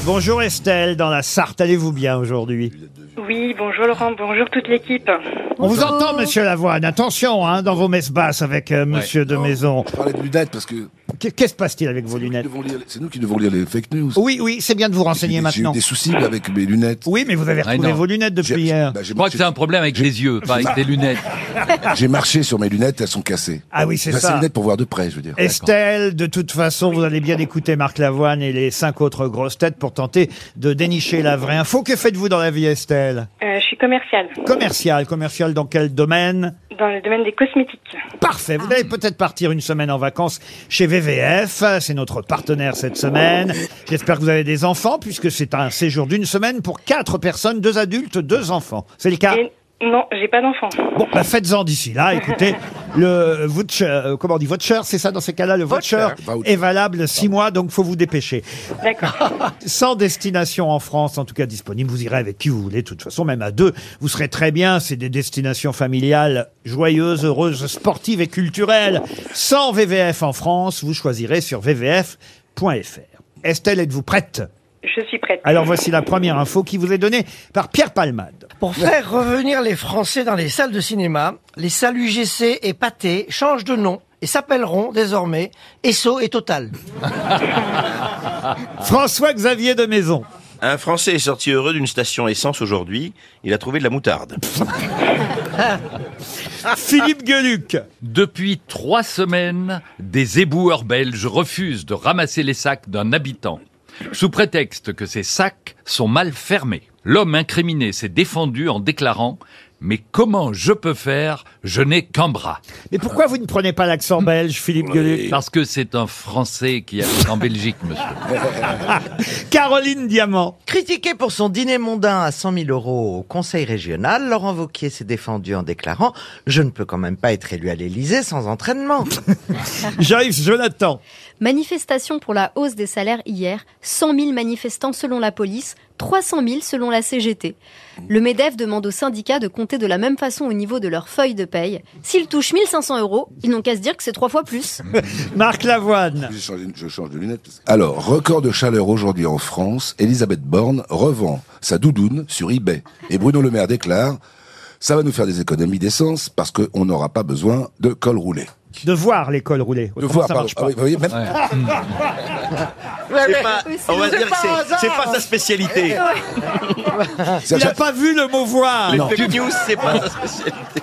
[SPEAKER 2] Bonjour Estelle, dans la Sarthe, allez-vous bien aujourd'hui
[SPEAKER 14] Oui, bonjour Laurent, bonjour toute l'équipe.
[SPEAKER 2] On vous entend, monsieur Lavoine. Attention, hein, dans vos messes basses avec euh, monsieur de Maison.
[SPEAKER 5] Je parlais Oh. de lunettes parce que.
[SPEAKER 2] Qu'est- Qu'est-ce qui se passe-t-il avec vos lunettes
[SPEAKER 5] C'est nous qui devons lire les fake news.
[SPEAKER 2] Oui, oui, c'est bien de vous renseigner
[SPEAKER 5] J'ai eu
[SPEAKER 2] maintenant.
[SPEAKER 5] des soucis avec mes lunettes.
[SPEAKER 2] Oui, mais vous avez
[SPEAKER 5] Ah,
[SPEAKER 2] retrouvé
[SPEAKER 5] non.
[SPEAKER 2] vos lunettes depuis hier.
[SPEAKER 5] Bah, j'ai
[SPEAKER 3] Je crois que c'est un problème avec les yeux, pas avec les lunettes.
[SPEAKER 5] J'ai marché sur mes lunettes, elles sont cassées.
[SPEAKER 2] Ah oui, c'est
[SPEAKER 5] Enfin,
[SPEAKER 2] ça.
[SPEAKER 5] lunettes pour voir de près, je veux dire.
[SPEAKER 2] Estelle, de toute façon, vous allez bien écouter Marc Lavoine et les cinq autres grosses têtes pour tenter de dénicher la vraie info. Que faites-vous dans la vie, Estelle
[SPEAKER 14] Euh, je suis commerciale
[SPEAKER 2] Commercial, commercial dans quel domaine
[SPEAKER 14] dans le domaine des cosmétiques.
[SPEAKER 2] Parfait, vous allez peut-être partir une semaine en vacances chez VVF, c'est notre partenaire cette semaine. J'espère que vous avez des enfants, puisque c'est un séjour d'une semaine pour quatre personnes, deux adultes, deux enfants. C'est le cas
[SPEAKER 14] Et non, j'ai pas d'enfant.
[SPEAKER 2] Bon, bah faites-en d'ici là. Écoutez, le voucher, euh, comment on dit voucher, c'est ça dans ces cas-là, le voucher, est valable six mois, donc faut vous dépêcher.
[SPEAKER 14] D'accord.
[SPEAKER 2] Sans destination en France, en tout cas disponible, vous irez avec qui vous voulez. De toute façon, même à deux, vous serez très bien. C'est des destinations familiales joyeuses, heureuses, sportives et culturelles. Sans VVF en France, vous choisirez sur vvf.fr. Estelle, êtes-vous prête
[SPEAKER 14] Je suis prête.
[SPEAKER 2] Alors voici la première info qui vous est donnée par Pierre Palmade.
[SPEAKER 10] Pour faire revenir les Français dans les salles de cinéma, les salles UGC et Pathé changent de nom et s'appelleront désormais Esso et Total.
[SPEAKER 2] François-Xavier de Maison.
[SPEAKER 9] Un Français est sorti heureux d'une station essence aujourd'hui. Il a trouvé de la moutarde.
[SPEAKER 2] Philippe Gueluc.
[SPEAKER 3] Depuis trois semaines, des éboueurs belges refusent de ramasser les sacs d'un habitant, sous prétexte que ces sacs sont mal fermés. L'homme incriminé s'est défendu en déclarant Mais comment je peux faire Je n'ai qu'un bras.
[SPEAKER 2] Mais pourquoi vous ne prenez pas l'accent belge, Philippe Gueluc
[SPEAKER 3] Parce que c'est un Français qui habite en Belgique, monsieur.
[SPEAKER 2] Ah, Caroline Diamant.
[SPEAKER 4] Critiqué pour son dîner mondain à 100 000 euros au Conseil régional, Laurent Vauquier s'est défendu en déclarant « Je ne peux quand même pas être élu à l'Élysée sans entraînement ».
[SPEAKER 2] J'arrive, je l'attends.
[SPEAKER 6] Manifestation pour la hausse des salaires hier. 100 000 manifestants selon la police, 300 000 selon la CGT. Le MEDEF demande aux syndicats de compter de la même façon au niveau de leur feuille de paye. S'ils touchent 1500 euros, ils n'ont qu'à se dire que c'est trois fois plus.
[SPEAKER 2] Marc Lavoine.
[SPEAKER 5] Je change, je change de lunettes. Alors, record de chaleur aujourd'hui en France. Elisabeth Borne revend sa doudoune sur eBay. Et Bruno Le Maire déclare Ça va nous faire des économies d'essence parce qu'on n'aura pas besoin de col roulé.
[SPEAKER 2] De voir l'école rouler.
[SPEAKER 5] De voir,
[SPEAKER 2] ça
[SPEAKER 5] pardon.
[SPEAKER 2] marche
[SPEAKER 5] Ah
[SPEAKER 2] pas.
[SPEAKER 5] oui, vous voyez, même-
[SPEAKER 9] C'est pas- on va dire que c'est- c'est pas sa spécialité.
[SPEAKER 2] Il n'a pas vu le mot voir.
[SPEAKER 9] Les fake news, c'est pas sa spécialité.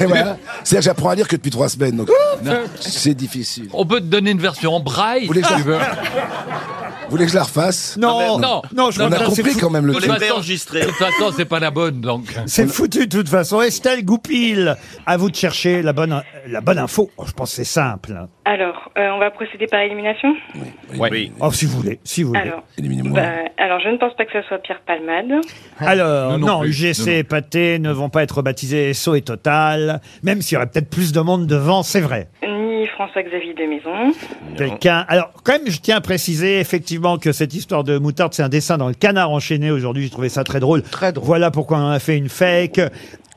[SPEAKER 5] Et voilà. C'est-à-dire, j'apprends à lire que depuis trois semaines. donc c'est difficile.
[SPEAKER 3] On peut te donner une version en braille,
[SPEAKER 5] voulez que
[SPEAKER 3] si
[SPEAKER 5] je-
[SPEAKER 3] tu veux.
[SPEAKER 5] Vous voulez que je la refasse
[SPEAKER 4] Ah ben,
[SPEAKER 2] Non, Ah, non, non, je
[SPEAKER 5] On a
[SPEAKER 2] crois que
[SPEAKER 5] compris
[SPEAKER 2] c'est
[SPEAKER 5] quand même
[SPEAKER 3] De
[SPEAKER 5] le
[SPEAKER 3] toute
[SPEAKER 5] truc.
[SPEAKER 3] façon, De toute façon, c'est pas la bonne, donc.
[SPEAKER 2] C'est foutu de toute façon. Estelle Goupil, à vous de chercher la bonne, la bonne info. Oh, je pense que c'est simple.
[SPEAKER 14] Alors, euh, on va procéder par élimination
[SPEAKER 2] Oui. Oh, si vous voulez, si vous voulez.
[SPEAKER 14] Alors, bah, alors, je ne pense pas que ce soit Pierre Palmade.
[SPEAKER 2] Alors,
[SPEAKER 14] Non,
[SPEAKER 2] non,
[SPEAKER 14] non plus.
[SPEAKER 2] UGC
[SPEAKER 14] Non, non.
[SPEAKER 2] et Pathé ne vont pas être baptisés SO et Total, même s'il y aurait peut-être plus de monde devant, c'est vrai.
[SPEAKER 14] Ni François-Xavier de Maison.
[SPEAKER 2] Quelqu'un. Alors, quand même, je tiens à préciser effectivement que cette histoire de moutarde, c'est un dessin dans le canard enchaîné aujourd'hui. J'ai trouvé ça très drôle. Très drôle. Voilà pourquoi on en a fait une fake.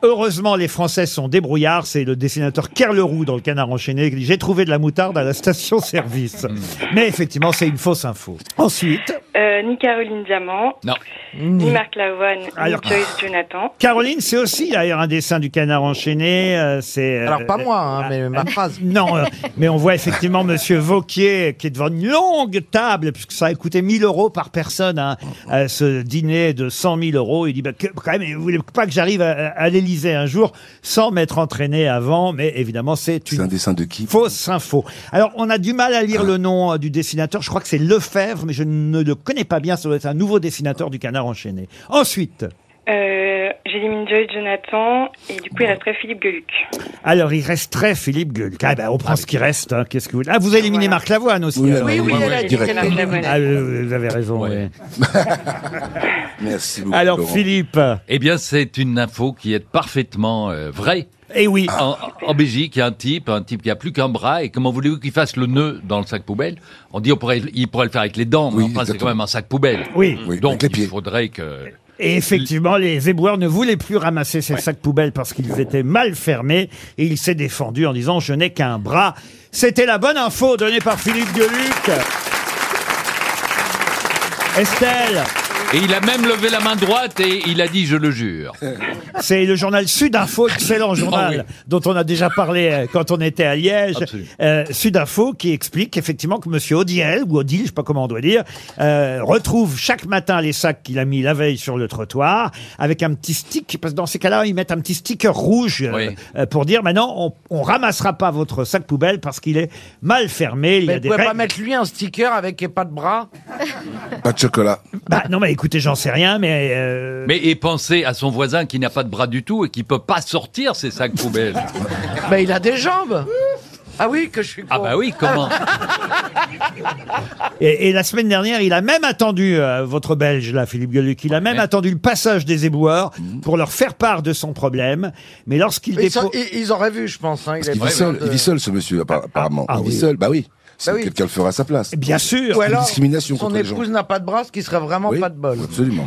[SPEAKER 2] Heureusement, les Français sont débrouillards. C'est le dessinateur Kerleroux dans le canard enchaîné qui dit J'ai trouvé de la moutarde à la station-service. Mais effectivement, c'est une fausse info. Ensuite,
[SPEAKER 14] Euh, ni Caroline Diamant.
[SPEAKER 3] Non.
[SPEAKER 14] Ni Marc Lavoine.
[SPEAKER 2] Alors-
[SPEAKER 14] Ni Joyce Jonathan.
[SPEAKER 2] Caroline, c'est aussi d'ailleurs un dessin du canard enchaîné. euh, c'est euh,
[SPEAKER 4] Alors, pas moi, hein, mais ma phrase.
[SPEAKER 2] Non, euh, mais on voit effectivement Monsieur Vauquier qui est devant une longue table, puisque ça a coûté 1000 euros par personne, hein, à ce dîner de 100 000 euros. Il dit, bah, que- quand même, vous voulez pas que j'arrive à, à l'Élysée un jour sans m'être entraîné avant, mais évidemment, c'est une...
[SPEAKER 5] C'est un dessin de qui
[SPEAKER 2] Fausse info. Alors, on a du mal à lire le nom euh, du dessinateur. Je crois que c'est Lefebvre, mais je ne le connais pas bien. Ça doit être un nouveau dessinateur du canard enchaîné. Ensuite,
[SPEAKER 14] Euh, J'élimine Joyce Jonathan. Et du coup, il resterait Philippe Gueluc.
[SPEAKER 2] alors il resterait Philippe Gueuluc. Ah, ben, on prend ce qui reste. hein. Qu'est-ce que vous Ah, vous éliminez Marc Lavoine aussi.
[SPEAKER 5] Oui,
[SPEAKER 2] alors.
[SPEAKER 5] oui, oui, Oui, elle a oui, dit qu'elle direct.
[SPEAKER 14] avait-
[SPEAKER 2] Ah, euh, vous avez raison. oui.
[SPEAKER 5] Merci beaucoup.
[SPEAKER 2] Alors
[SPEAKER 3] Laurent.
[SPEAKER 2] Philippe,
[SPEAKER 3] Eh bien, c'est une info qui est parfaitement euh, vraie.
[SPEAKER 2] Eh oui.
[SPEAKER 3] En, en Belgique, il y a un type, un type qui a plus qu'un bras, et comment voulez-vous qu'il fasse le nœud dans le sac poubelle On dit on pourrait, il pourrait le faire avec les dents, mais enfin, c'est quand même un sac poubelle.
[SPEAKER 2] Oui.
[SPEAKER 3] Donc, il faudrait que.
[SPEAKER 2] et effectivement, les éboueurs ne voulaient plus ramasser ces sacs poubelles parce qu'ils étaient mal fermés et il s'est défendu en disant je n'ai qu'un bras. C'était la bonne info donnée par Philippe Gueluc. Estelle,
[SPEAKER 3] Et il a même levé la main droite et il a dit je le jure.
[SPEAKER 2] c'est le journal Sud Info, excellent journal
[SPEAKER 3] Ah
[SPEAKER 2] dont on a déjà parlé euh, quand on était à Liège.
[SPEAKER 3] Absolument.
[SPEAKER 2] Euh, Sud Info qui explique effectivement que Monsieur Odiel ou Odile, je sais pas comment on doit dire, euh, retrouve chaque matin les sacs qu'il a mis la veille sur le trottoir avec un petit stick. Parce que dans ces cas-là, ils mettent un petit sticker rouge euh, euh, pour dire maintenant on, on ramassera pas votre sac poubelle parce qu'il est mal fermé. Il y
[SPEAKER 4] Mais
[SPEAKER 2] a
[SPEAKER 4] vous
[SPEAKER 2] des
[SPEAKER 4] pouvez pas
[SPEAKER 2] règles.
[SPEAKER 4] mettre lui un sticker avec pas de bras
[SPEAKER 5] Pas de chocolat.
[SPEAKER 2] Bah, non mais écoutez, j'en sais rien, mais euh,
[SPEAKER 3] Mais et pensez à son voisin qui n'a pas de bras du tout et qui peut pas sortir ses sacs poubelles.
[SPEAKER 4] Bah, il a des jambes Ah oui, que je suis con
[SPEAKER 3] Ah bah oui, comment
[SPEAKER 2] Et, et la semaine dernière, il a même attendu, euh, votre Belge, là, Philippe Gueluc, il a même attendu le passage des éboueurs
[SPEAKER 3] Mhm.
[SPEAKER 2] pour leur faire part de son problème. Mais lorsqu'il
[SPEAKER 4] Ils, sont-
[SPEAKER 2] dépose...
[SPEAKER 4] ils- ils auraient vu, je pense. hein, il
[SPEAKER 5] Parce qu'il
[SPEAKER 4] avait
[SPEAKER 5] vit seul,
[SPEAKER 4] peur de-
[SPEAKER 5] il vit seul, ce monsieur, appa- apparemment.
[SPEAKER 2] ah
[SPEAKER 5] il vit
[SPEAKER 2] oui.
[SPEAKER 5] seul, bah oui. Si
[SPEAKER 4] oui.
[SPEAKER 5] quelqu'un le fera à sa place.
[SPEAKER 2] Bien sûr.
[SPEAKER 4] Ou
[SPEAKER 5] C'est une
[SPEAKER 4] alors,
[SPEAKER 5] discrimination
[SPEAKER 4] son
[SPEAKER 5] contre les gens.
[SPEAKER 4] épouse n'a pas de bras, ce qui serait vraiment pas de bol.
[SPEAKER 5] Absolument.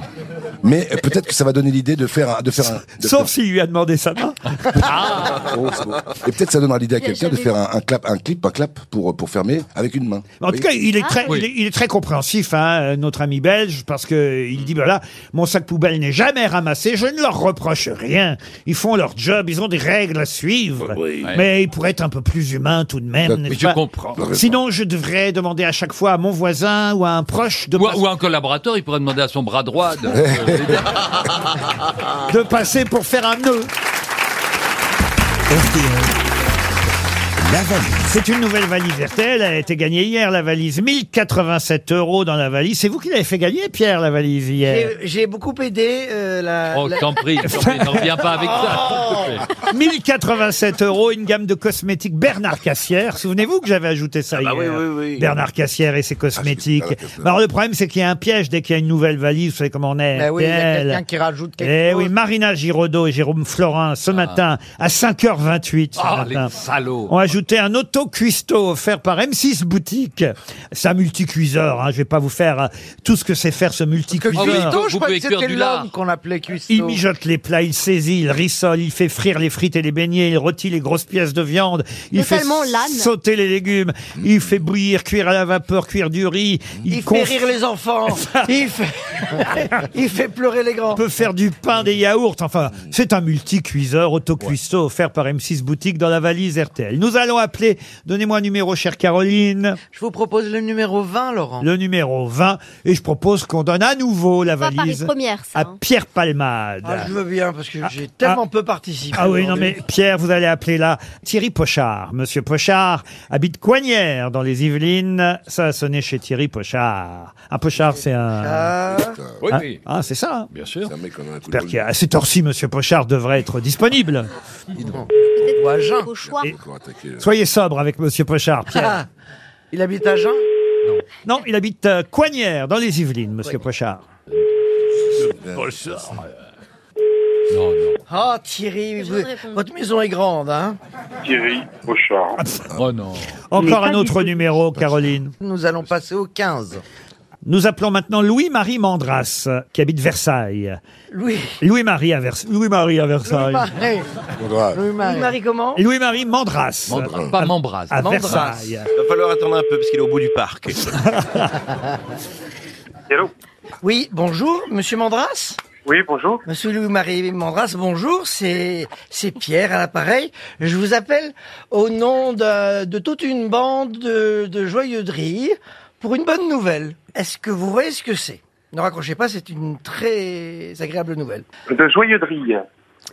[SPEAKER 5] Mais euh, peut-être que ça va donner l'idée de faire un. De faire un de
[SPEAKER 2] Sauf s'il lui a demandé sa main. Ah.
[SPEAKER 5] faire- Oh, c'est beau. Et peut-être ça donnera l'idée à quelqu'un de faire un, un clap, un clip, un clap pour, pour fermer avec une main.
[SPEAKER 2] En tout cas, il est très, il, est, il est très compréhensif, hein, euh, notre ami belge, parce que il dit, voilà, mon sac poubelle n'est jamais ramassé, je ne leur reproche rien. Ils font leur job, ils ont des règles à suivre. Mais ils pourraient être un peu plus humains tout de même.
[SPEAKER 3] Bah, Mais
[SPEAKER 2] n'est-ce
[SPEAKER 3] je
[SPEAKER 2] pas
[SPEAKER 3] comprends.
[SPEAKER 2] Sinon, je devrais demander à chaque fois à mon voisin ou à un proche de
[SPEAKER 3] ou,
[SPEAKER 2] passer-
[SPEAKER 3] ou un collaborateur, il pourrait demander à son bras droit. de-
[SPEAKER 2] de passer pour faire un nœud. La valise. C'est une nouvelle valise RTL. Elle a été gagnée hier, la valise. 1087 euros dans la valise. C'est vous qui l'avez fait gagner, Pierre, la valise hier.
[SPEAKER 10] J'ai- J'ai beaucoup aidé euh, la.
[SPEAKER 3] Oh,
[SPEAKER 10] la- Oh.
[SPEAKER 3] t'en prie, t'en prie, n'en reviens pas avec ça. s'il te plaît.
[SPEAKER 2] 1087 euros, une gamme de cosmétiques Bernard Cassière. Souvenez-vous que j'avais ajouté ça
[SPEAKER 9] bah
[SPEAKER 2] hier.
[SPEAKER 9] oui, oui, oui.
[SPEAKER 2] Bernard Cassière et ses
[SPEAKER 10] Ah,
[SPEAKER 2] cosmétiques.
[SPEAKER 9] Bernard Cassière.
[SPEAKER 2] Alors le problème, c'est qu'il y a un piège dès qu'il y a une nouvelle valise. Vous savez comment on est.
[SPEAKER 4] Ben
[SPEAKER 10] Bah oui, il y a
[SPEAKER 2] RTL.
[SPEAKER 10] quelqu'un qui rajoute quelque
[SPEAKER 2] Eh
[SPEAKER 10] chose.
[SPEAKER 2] oui, Marina Giraudot et Jérôme Florin,
[SPEAKER 10] Ah.
[SPEAKER 2] ce matin, à 5h28. ce
[SPEAKER 3] Ah,
[SPEAKER 2] matin,
[SPEAKER 3] les salauds.
[SPEAKER 2] ont ajouté un auto-cuistot offert par M6 Boutique. C'est un multicuiseur. Hein. Je vais pas vous faire euh, tout ce que c'est faire ce
[SPEAKER 4] Oh,
[SPEAKER 2] multicuiseur.
[SPEAKER 10] Cuisto, je croyais que c'était l'homme qu'on appelait Cuisto.
[SPEAKER 2] Il mijote les plats, il saisit, il rissole, il fait frire les frites et les beignets, il rôtit les grosses pièces de viande, il
[SPEAKER 6] Totalement
[SPEAKER 2] fait
[SPEAKER 6] l'âne.
[SPEAKER 2] sauter les légumes, il fait bouillir, cuire à la vapeur, cuire du riz,
[SPEAKER 10] Il fait rire les enfants. il, fait... il fait pleurer les grands.
[SPEAKER 2] On peut faire du pain, des yaourts. Enfin, c'est un multicuiseur autocuisseau offert par M6 Boutique dans la valise RTL. Nous allons appeler. Donnez-moi un numéro, chère Caroline.
[SPEAKER 4] Je vous propose le numéro 20, Laurent.
[SPEAKER 2] Le numéro 20. Et je propose qu'on donne à nouveau la
[SPEAKER 6] Pas par les
[SPEAKER 2] valise
[SPEAKER 6] premières, ça. hein.
[SPEAKER 2] à Pierre Palmade.
[SPEAKER 10] Ah, je veux bien parce que j'ai tellement peu participé.
[SPEAKER 2] Ah oui, non
[SPEAKER 10] aujourd'hui.
[SPEAKER 2] mais Pierre, vous allez appeler là Thierry Pochard. Monsieur Pochard habite Coignères dans les Yvelines. Ça a sonné chez Thierry Pochard. Un Pochard, c'est un...
[SPEAKER 10] Ah.
[SPEAKER 3] Oui,
[SPEAKER 2] Ah,
[SPEAKER 3] oui.
[SPEAKER 2] ah, c'est ça. hein.
[SPEAKER 3] Bien sûr.
[SPEAKER 2] J'espère qu'à cette heure-ci, Monsieur Pochard devrait être disponible.
[SPEAKER 10] Ou à Jeun.
[SPEAKER 2] Soyez sobre avec Monsieur Pochard, Pierre.
[SPEAKER 10] Ah, il habite à Jeun
[SPEAKER 2] Non, il habite euh, Coignères, dans les Yvelines, Monsieur Pochard.
[SPEAKER 3] Oh, Non, non.
[SPEAKER 10] Ah, Thierry, vous- votre maison est grande, hein
[SPEAKER 20] Thierry Pochard.
[SPEAKER 3] Oh non.
[SPEAKER 2] Encore un autre numéro, Caroline.
[SPEAKER 4] Nous allons passer au 15.
[SPEAKER 2] Nous appelons maintenant Louis-Marie Mandras, euh, qui habite Versailles.
[SPEAKER 10] Louis.
[SPEAKER 2] Louis-Marie à, Vers- Louis-Marie à Versailles.
[SPEAKER 10] Marie. Louis Marie comment
[SPEAKER 2] Louis-Marie Mandras.
[SPEAKER 3] Mandras. Pas Mandras.
[SPEAKER 2] À
[SPEAKER 10] Mandras.
[SPEAKER 2] Versailles.
[SPEAKER 9] Il va falloir attendre un peu parce qu'il est au bout du parc.
[SPEAKER 10] Oui, bonjour, Monsieur Mandras.
[SPEAKER 12] Oui, bonjour.
[SPEAKER 10] Monsieur Louis-Marie Mandras, bonjour, c'est c'est Pierre à l'appareil. Je vous appelle au nom de, de toute une bande de, de joyeux de rire pour une bonne nouvelle. Est-ce que vous voyez ce que c'est Ne raccrochez pas, c'est une très agréable nouvelle. Ah
[SPEAKER 12] De joyeux de rire.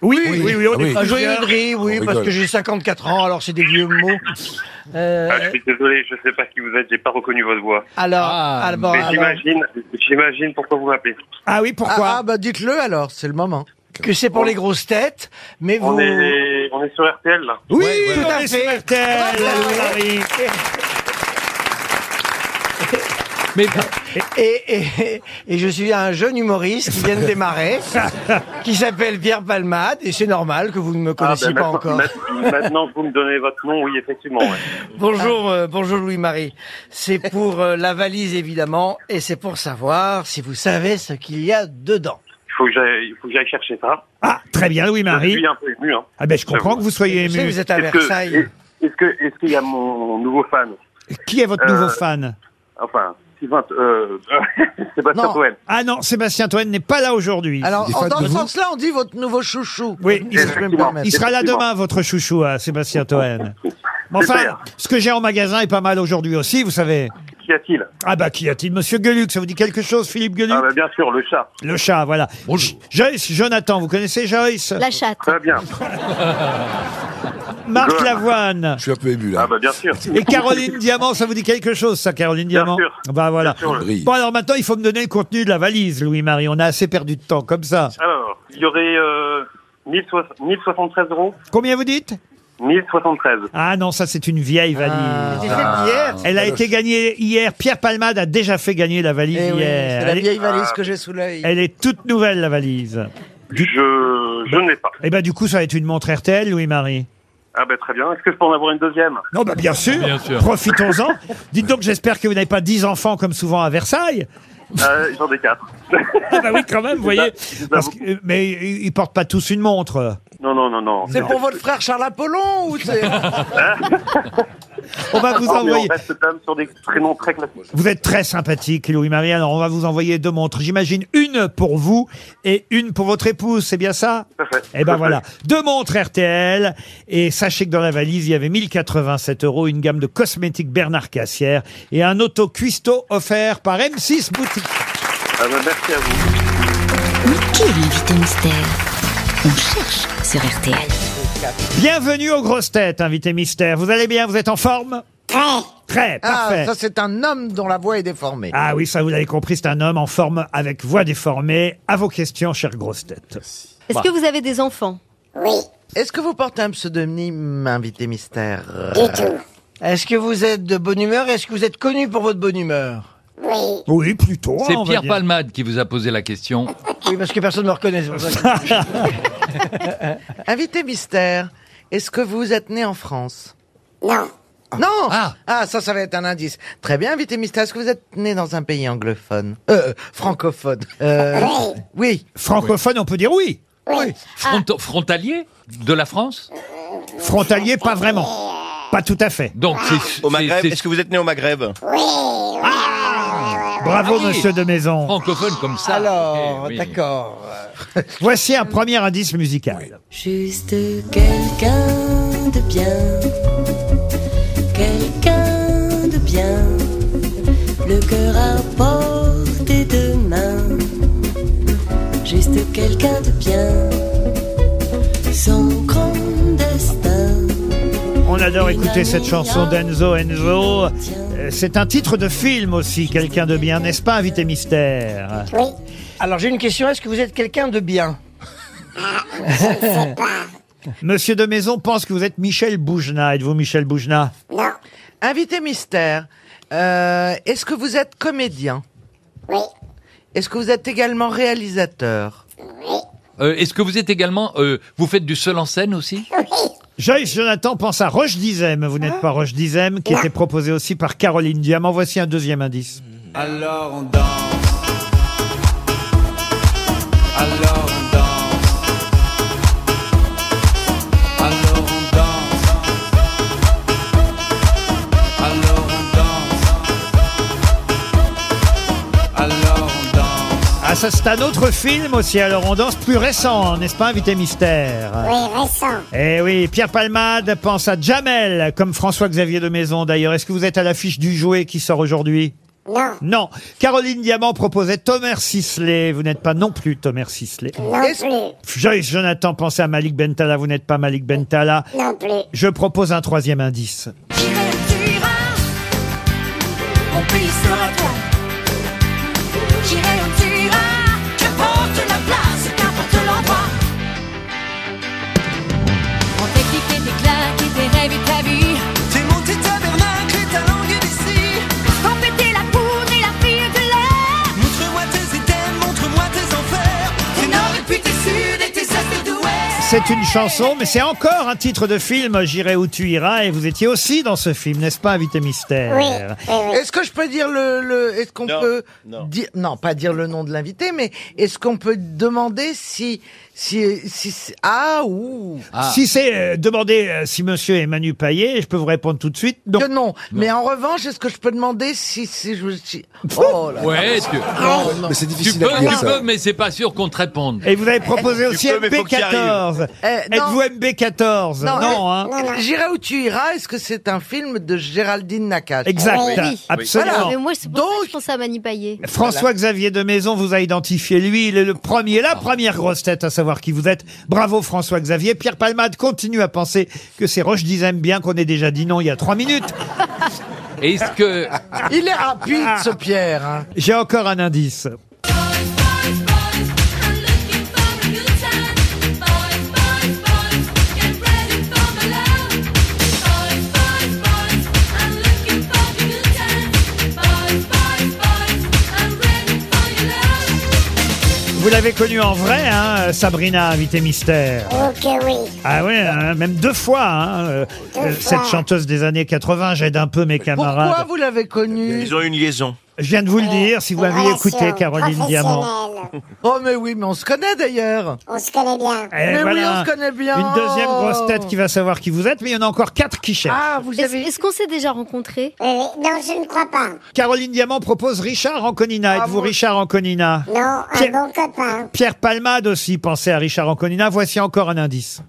[SPEAKER 2] Oui, oui, oui, on est
[SPEAKER 10] Un
[SPEAKER 2] plusieurs.
[SPEAKER 10] joyeux de rire, oui,
[SPEAKER 2] On
[SPEAKER 10] parce
[SPEAKER 2] rigole.
[SPEAKER 10] que j'ai 54 ans, alors c'est des vieux mots. Euh,
[SPEAKER 12] Ah, je suis désolé, je sais pas qui vous êtes, j'ai pas reconnu votre voix.
[SPEAKER 10] alors,
[SPEAKER 3] Ah,
[SPEAKER 10] alors,
[SPEAKER 12] Mais
[SPEAKER 10] alors,
[SPEAKER 12] j'imagine, j'imagine pourquoi vous m'appelez.
[SPEAKER 2] Ah oui, pourquoi
[SPEAKER 4] Ah, ah, bah dites-le alors, c'est le moment.
[SPEAKER 10] que c'est pour les grosses têtes, mais
[SPEAKER 12] On
[SPEAKER 10] vous...
[SPEAKER 12] est, on est sur RTL là.
[SPEAKER 2] Oui,
[SPEAKER 10] ouais.
[SPEAKER 2] on
[SPEAKER 10] Tout à
[SPEAKER 2] est
[SPEAKER 10] fait.
[SPEAKER 2] sur RTL,
[SPEAKER 10] Bravo.
[SPEAKER 2] Louis-Marie.
[SPEAKER 12] Ah, ben,
[SPEAKER 3] Mais
[SPEAKER 10] Et, et, et je suis un jeune humoriste qui vient de démarrer, qui s'appelle Pierre Palmade, et c'est normal que vous ne me connaissiez
[SPEAKER 12] ben,
[SPEAKER 10] pas
[SPEAKER 12] maintenant-
[SPEAKER 10] encore.
[SPEAKER 12] ma- Maintenant, que vous me donnez votre nom, oui, effectivement. ouais.
[SPEAKER 10] Bonjour, euh, bonjour Louis-Marie. C'est pour euh, la valise évidemment, et c'est pour savoir si vous savez ce qu'il y a dedans.
[SPEAKER 12] Il faut que j'aille, il faut que j'aille chercher ça.
[SPEAKER 2] Ah, très bien,
[SPEAKER 12] Je
[SPEAKER 2] Louis-Marie.
[SPEAKER 12] suis un peu ému. Hein.
[SPEAKER 2] Ah ben, je comprends que vous soyez
[SPEAKER 10] Je sais,
[SPEAKER 2] ému.
[SPEAKER 10] vous êtes à
[SPEAKER 12] Est-ce que-
[SPEAKER 10] Versailles.
[SPEAKER 12] est- Est-ce que, est-ce qu'il y a mon nouveau fan
[SPEAKER 2] Qui est votre nouveau
[SPEAKER 12] Euh,
[SPEAKER 2] fan
[SPEAKER 12] Enfin, Sylvain, euh, Sébastien
[SPEAKER 4] Non.
[SPEAKER 12] Toel.
[SPEAKER 2] Ah non, Sébastien Toen n'est pas là aujourd'hui.
[SPEAKER 4] Alors,
[SPEAKER 5] Des
[SPEAKER 4] en-
[SPEAKER 5] fans
[SPEAKER 4] dans
[SPEAKER 5] de
[SPEAKER 4] ce
[SPEAKER 5] vous
[SPEAKER 4] sens-là, on dit votre nouveau chouchou.
[SPEAKER 2] Oui, il,
[SPEAKER 4] Si je peux me permettre.
[SPEAKER 2] il sera là
[SPEAKER 12] effectivement.
[SPEAKER 2] demain, votre chouchou, à Sébastien Toen. Mais enfin,
[SPEAKER 12] Super.
[SPEAKER 2] ce que j'ai en magasin est pas mal aujourd'hui aussi, vous savez.
[SPEAKER 12] Qu'y a-t-il
[SPEAKER 2] Ah bah, qui a-t-il Monsieur Gueluc, ça vous dit quelque chose, Philippe Gueluc
[SPEAKER 12] Ah, bah, bien sûr, le chat.
[SPEAKER 2] Le chat, voilà.
[SPEAKER 3] Bonjour.
[SPEAKER 2] Joyce, Jonathan, vous connaissez Joyce
[SPEAKER 6] La chatte.
[SPEAKER 12] Très bien.
[SPEAKER 2] Marc
[SPEAKER 12] Johan.
[SPEAKER 2] Lavoine.
[SPEAKER 5] Je suis un peu ému là.
[SPEAKER 12] Ah, bah, bien sûr.
[SPEAKER 2] Et Caroline Diamant, ça vous dit quelque chose, ça, Caroline
[SPEAKER 12] Bien
[SPEAKER 2] Diamant
[SPEAKER 12] sûr.
[SPEAKER 2] Bah voilà.
[SPEAKER 12] Bien sûr.
[SPEAKER 5] Brille.
[SPEAKER 2] Bon, alors maintenant, il faut me donner le contenu de la valise, Louis-Marie. On a assez perdu de temps comme ça.
[SPEAKER 12] Alors, il y aurait euh, 1060 1073 euros.
[SPEAKER 2] Combien vous dites
[SPEAKER 12] 1073.
[SPEAKER 2] Ah non, ça, c'est une vieille valise.
[SPEAKER 10] C'est celle d'hier.
[SPEAKER 2] Elle a été gagnée hier. Pierre Palmade a déjà fait gagner la valise
[SPEAKER 4] Eh
[SPEAKER 2] hier.
[SPEAKER 4] oui, c'est la
[SPEAKER 2] elle, est-
[SPEAKER 4] vieille valise que j'ai sous l'œil.
[SPEAKER 2] elle est toute nouvelle, la valise.
[SPEAKER 12] Euh, Je, je ne l'ai pas.
[SPEAKER 2] Et ben du coup, ça va être une montre RTL, Louis-Marie.
[SPEAKER 12] Ah, bah, très bien. Est-ce que je peux en avoir une deuxième
[SPEAKER 2] Non, bah bien sûr.
[SPEAKER 3] Bien sûr.
[SPEAKER 2] Profitons-en. Dites donc, j'espère que vous n'avez pas 10 enfants comme souvent à Versailles.
[SPEAKER 12] euh, J'en ai quatre.
[SPEAKER 2] Ah bah oui, quand même, vous voyez.
[SPEAKER 12] bah,
[SPEAKER 2] Parce que- euh, mais ils ils portent pas tous une montre.
[SPEAKER 12] Non, non, non, non.
[SPEAKER 10] C'est pour votre frère Charles Apollon ou c'est...
[SPEAKER 12] Hein
[SPEAKER 2] On va vous
[SPEAKER 12] Non, mais
[SPEAKER 2] envoyer.
[SPEAKER 12] on reste quand même sur des prénoms très classiques.
[SPEAKER 2] Vous êtes très sympathique, Louis-Marie. Alors, on va vous envoyer deux montres. J'imagine une pour vous et une pour votre épouse. C'est bien ça
[SPEAKER 12] Tout à fait. Tout
[SPEAKER 2] Eh
[SPEAKER 12] à
[SPEAKER 2] ben
[SPEAKER 12] fait.
[SPEAKER 2] voilà, deux montres RTL. Et sachez que dans la valise, il y avait 1087 euros, une gamme de cosmétiques Bernard Cassière et un auto cuistot offert par M6 Boutique.
[SPEAKER 12] Ah, bah, merci à vous.
[SPEAKER 16] Mais qui est l'invité mystère On cherche sur RTL.
[SPEAKER 2] Bienvenue aux grosses têtes, invité mystère. Vous allez bien Vous êtes en forme Très. Très, parfait.
[SPEAKER 4] Ah, ça c'est un homme dont la voix est déformée.
[SPEAKER 2] Ah oui, ça vous l'avez compris, c'est un homme en forme avec voix déformée. À vos questions, chère grosse tête. Bah.
[SPEAKER 6] Est-ce que vous avez des enfants
[SPEAKER 4] Oui. Est-ce que vous portez un pseudonyme, invité mystère Euh,
[SPEAKER 10] Du tout. Est-ce que vous êtes de bonne humeur Est-ce que vous êtes connu pour votre bonne humeur
[SPEAKER 3] Oui.
[SPEAKER 2] Oui, plutôt. hein,
[SPEAKER 3] C'est
[SPEAKER 10] on va
[SPEAKER 3] Pierre
[SPEAKER 10] dire.
[SPEAKER 3] Palmade qui vous a posé la question.
[SPEAKER 10] Oui, parce que personne ne me reconnaît. c'est pour ça que-
[SPEAKER 4] Invité mystère, est-ce que vous êtes né en France
[SPEAKER 22] Non.
[SPEAKER 4] Non ah. ça, ça va être un indice. Très bien, invité mystère, est-ce que vous êtes né dans un pays anglophone Euh, francophone. Euh,
[SPEAKER 3] Oui.
[SPEAKER 4] oui.
[SPEAKER 2] Francophone, on peut dire Eh oui. Ah.
[SPEAKER 3] Oui. Front- Frontalier de la France
[SPEAKER 2] Frontalier, pas vraiment. Pas tout à fait.
[SPEAKER 3] Donc,
[SPEAKER 9] Au Maghreb, est-ce que vous êtes né au Maghreb
[SPEAKER 2] Bravo,
[SPEAKER 3] Ah oui.
[SPEAKER 2] monsieur de Maison.
[SPEAKER 3] Francophone comme ça. Eh
[SPEAKER 2] Alors,
[SPEAKER 10] d'accord.
[SPEAKER 2] Voici un premier indice musical.
[SPEAKER 17] Juste quelqu'un de bien, quelqu'un de bien, le cœur à portée de main. Juste quelqu'un de bien, son grand destin.
[SPEAKER 2] On adore écouter cette chanson d'Enzo Enzo. Euh, C'est un titre de film aussi, quelqu'un de bien, n'est-ce pas, invité mystère
[SPEAKER 10] Alors j'ai une question, est-ce que vous êtes quelqu'un de bien
[SPEAKER 2] Monsieur de Maison pense que vous êtes Michel Boujna. Êtes-vous Michel Boujna
[SPEAKER 4] Invité mystère, euh, est-ce que vous êtes comédien Oui. Est-ce que vous êtes également réalisateur
[SPEAKER 3] Euh, Est-ce que vous êtes également. euh, vous faites du seul en scène aussi
[SPEAKER 2] Joyce Jonathan pense à Roche Dizem. Vous n'êtes pas Roche Dizem, qui était proposé aussi par Caroline Diamant. Voici un deuxième indice.
[SPEAKER 17] Alors on danse. Alors on danse. Alors on danse. Alors on danse. Alors on danse.
[SPEAKER 2] Ah, ça, c'est un autre film aussi. Alors, on danse plus récent, hein, n'est-ce pas, invité mystère
[SPEAKER 17] Oui, récent.
[SPEAKER 2] Eh oui, Pierre Palmade pense à Jamel, comme François-Xavier de Maison d'ailleurs. Est-ce que vous êêtes à l'affiche du jouet qui sort aujourd'hui
[SPEAKER 4] Non.
[SPEAKER 2] Non. Caroline Diamant proposait Thomas Sisley. Vous n'êtes pas non plus Thomas Sisley. Joyce Jonathan pensait à Malik Bentala. Vous n'êtes pas Malik Bentala.
[SPEAKER 17] Non plus.
[SPEAKER 2] Je propose un troisième indice.
[SPEAKER 17] Mon pays sera toi. J'irai où tu iras. Je porte la place, qu'importe l'endroit. On t'a cliqué des claques et des rêves et ta vie. J'ai monté tabernacle et ta langue d'ici. T'en péter la poudre et la fille de l'air. Montre-moi tes éthèmes, montre-moi tes enfers. Tes nord et puis tes sud et tes est et d'ouest.
[SPEAKER 2] C'est une chanson, mais c'est encore un titre de film, J'irai où tu iras, et vous étiez aussi dans ce film, n'est-ce pas, Invité Mystère
[SPEAKER 4] Euh, Est-ce que je peux dire le, le- est-ce qu'on peut dire non pas dire le nom de l'invité mais est-ce qu'on peut demander si si si, si- ah ou
[SPEAKER 2] Si c'est euh, demander euh, si monsieur est Manu Paillet, je peux vous répondre tout de suite. Non.
[SPEAKER 4] Que non. Mais en revanche est-ce que je peux demander si si je si- oh là là.
[SPEAKER 2] Ah,
[SPEAKER 3] Ouais, tu,
[SPEAKER 4] Non, non.
[SPEAKER 3] tu peux, tu peux, mais c'est pas sûr qu'on te réponde.
[SPEAKER 2] Et vous avez
[SPEAKER 23] Eh,
[SPEAKER 2] proposé aussi MB14.
[SPEAKER 4] Euh, non. euh,
[SPEAKER 2] Êtes-vous MB14 Non, hein.
[SPEAKER 4] J'irai où tu iras. Est-ce que c'est un film de Géraldine Nakache
[SPEAKER 2] Exact, Ah, Oui, oui. absolument.
[SPEAKER 4] Voilà.
[SPEAKER 6] Mais moi, c'est pour ça que je pense à Manipaillé.
[SPEAKER 2] François-Xavier de Maison vous a identifié. Lui, il est le premier,
[SPEAKER 4] Ah.
[SPEAKER 2] la première grosse tête à savoir qui vous êtes. Bravo François-Xavier. Pierre Palmade continue à penser que c'est Roche Dizem, bien qu'on ait déjà dit non il y a trois minutes.
[SPEAKER 3] Est-ce que. Ah,
[SPEAKER 4] Il est rapide ce Pierre. hein.
[SPEAKER 2] J'ai encore un indice. Vous l'avez connu en vrai, hein, Sabrina, invité mystère.
[SPEAKER 17] Ok, oui.
[SPEAKER 2] Ah ouais, hein, même deux fois, hein, euh, euh, cette chanteuse des années 80, j'aide un peu mes camarades.
[SPEAKER 4] Pourquoi vous l'avez connu
[SPEAKER 9] Ils ont une liaison.
[SPEAKER 2] Je viens de vous le
[SPEAKER 4] Eh,
[SPEAKER 2] dire, si vous m'avez écouté, Ah, Caroline Diamant.
[SPEAKER 4] Oh mais oui, mais on se connaît d'ailleurs.
[SPEAKER 17] On se connaît bien.
[SPEAKER 2] Eh,
[SPEAKER 4] mais oui,
[SPEAKER 2] voilà,
[SPEAKER 4] on se connaît bien.
[SPEAKER 2] Une deuxième grosse tête qui va savoir qui vous êtes, mais il y en a encore quatre qui cherchent.
[SPEAKER 4] Ah.
[SPEAKER 6] Est-ce est-ce qu'on s'est déjà rencontrés
[SPEAKER 17] Eh Non, je ne crois pas.
[SPEAKER 2] Caroline Diamant propose Richard Anconina.
[SPEAKER 4] Ah
[SPEAKER 2] Êtes-vous Richard Anconina
[SPEAKER 17] Non, un bon copain.
[SPEAKER 2] Pierre Palmade aussi pensait à Richard Anconina. Voici encore un indice.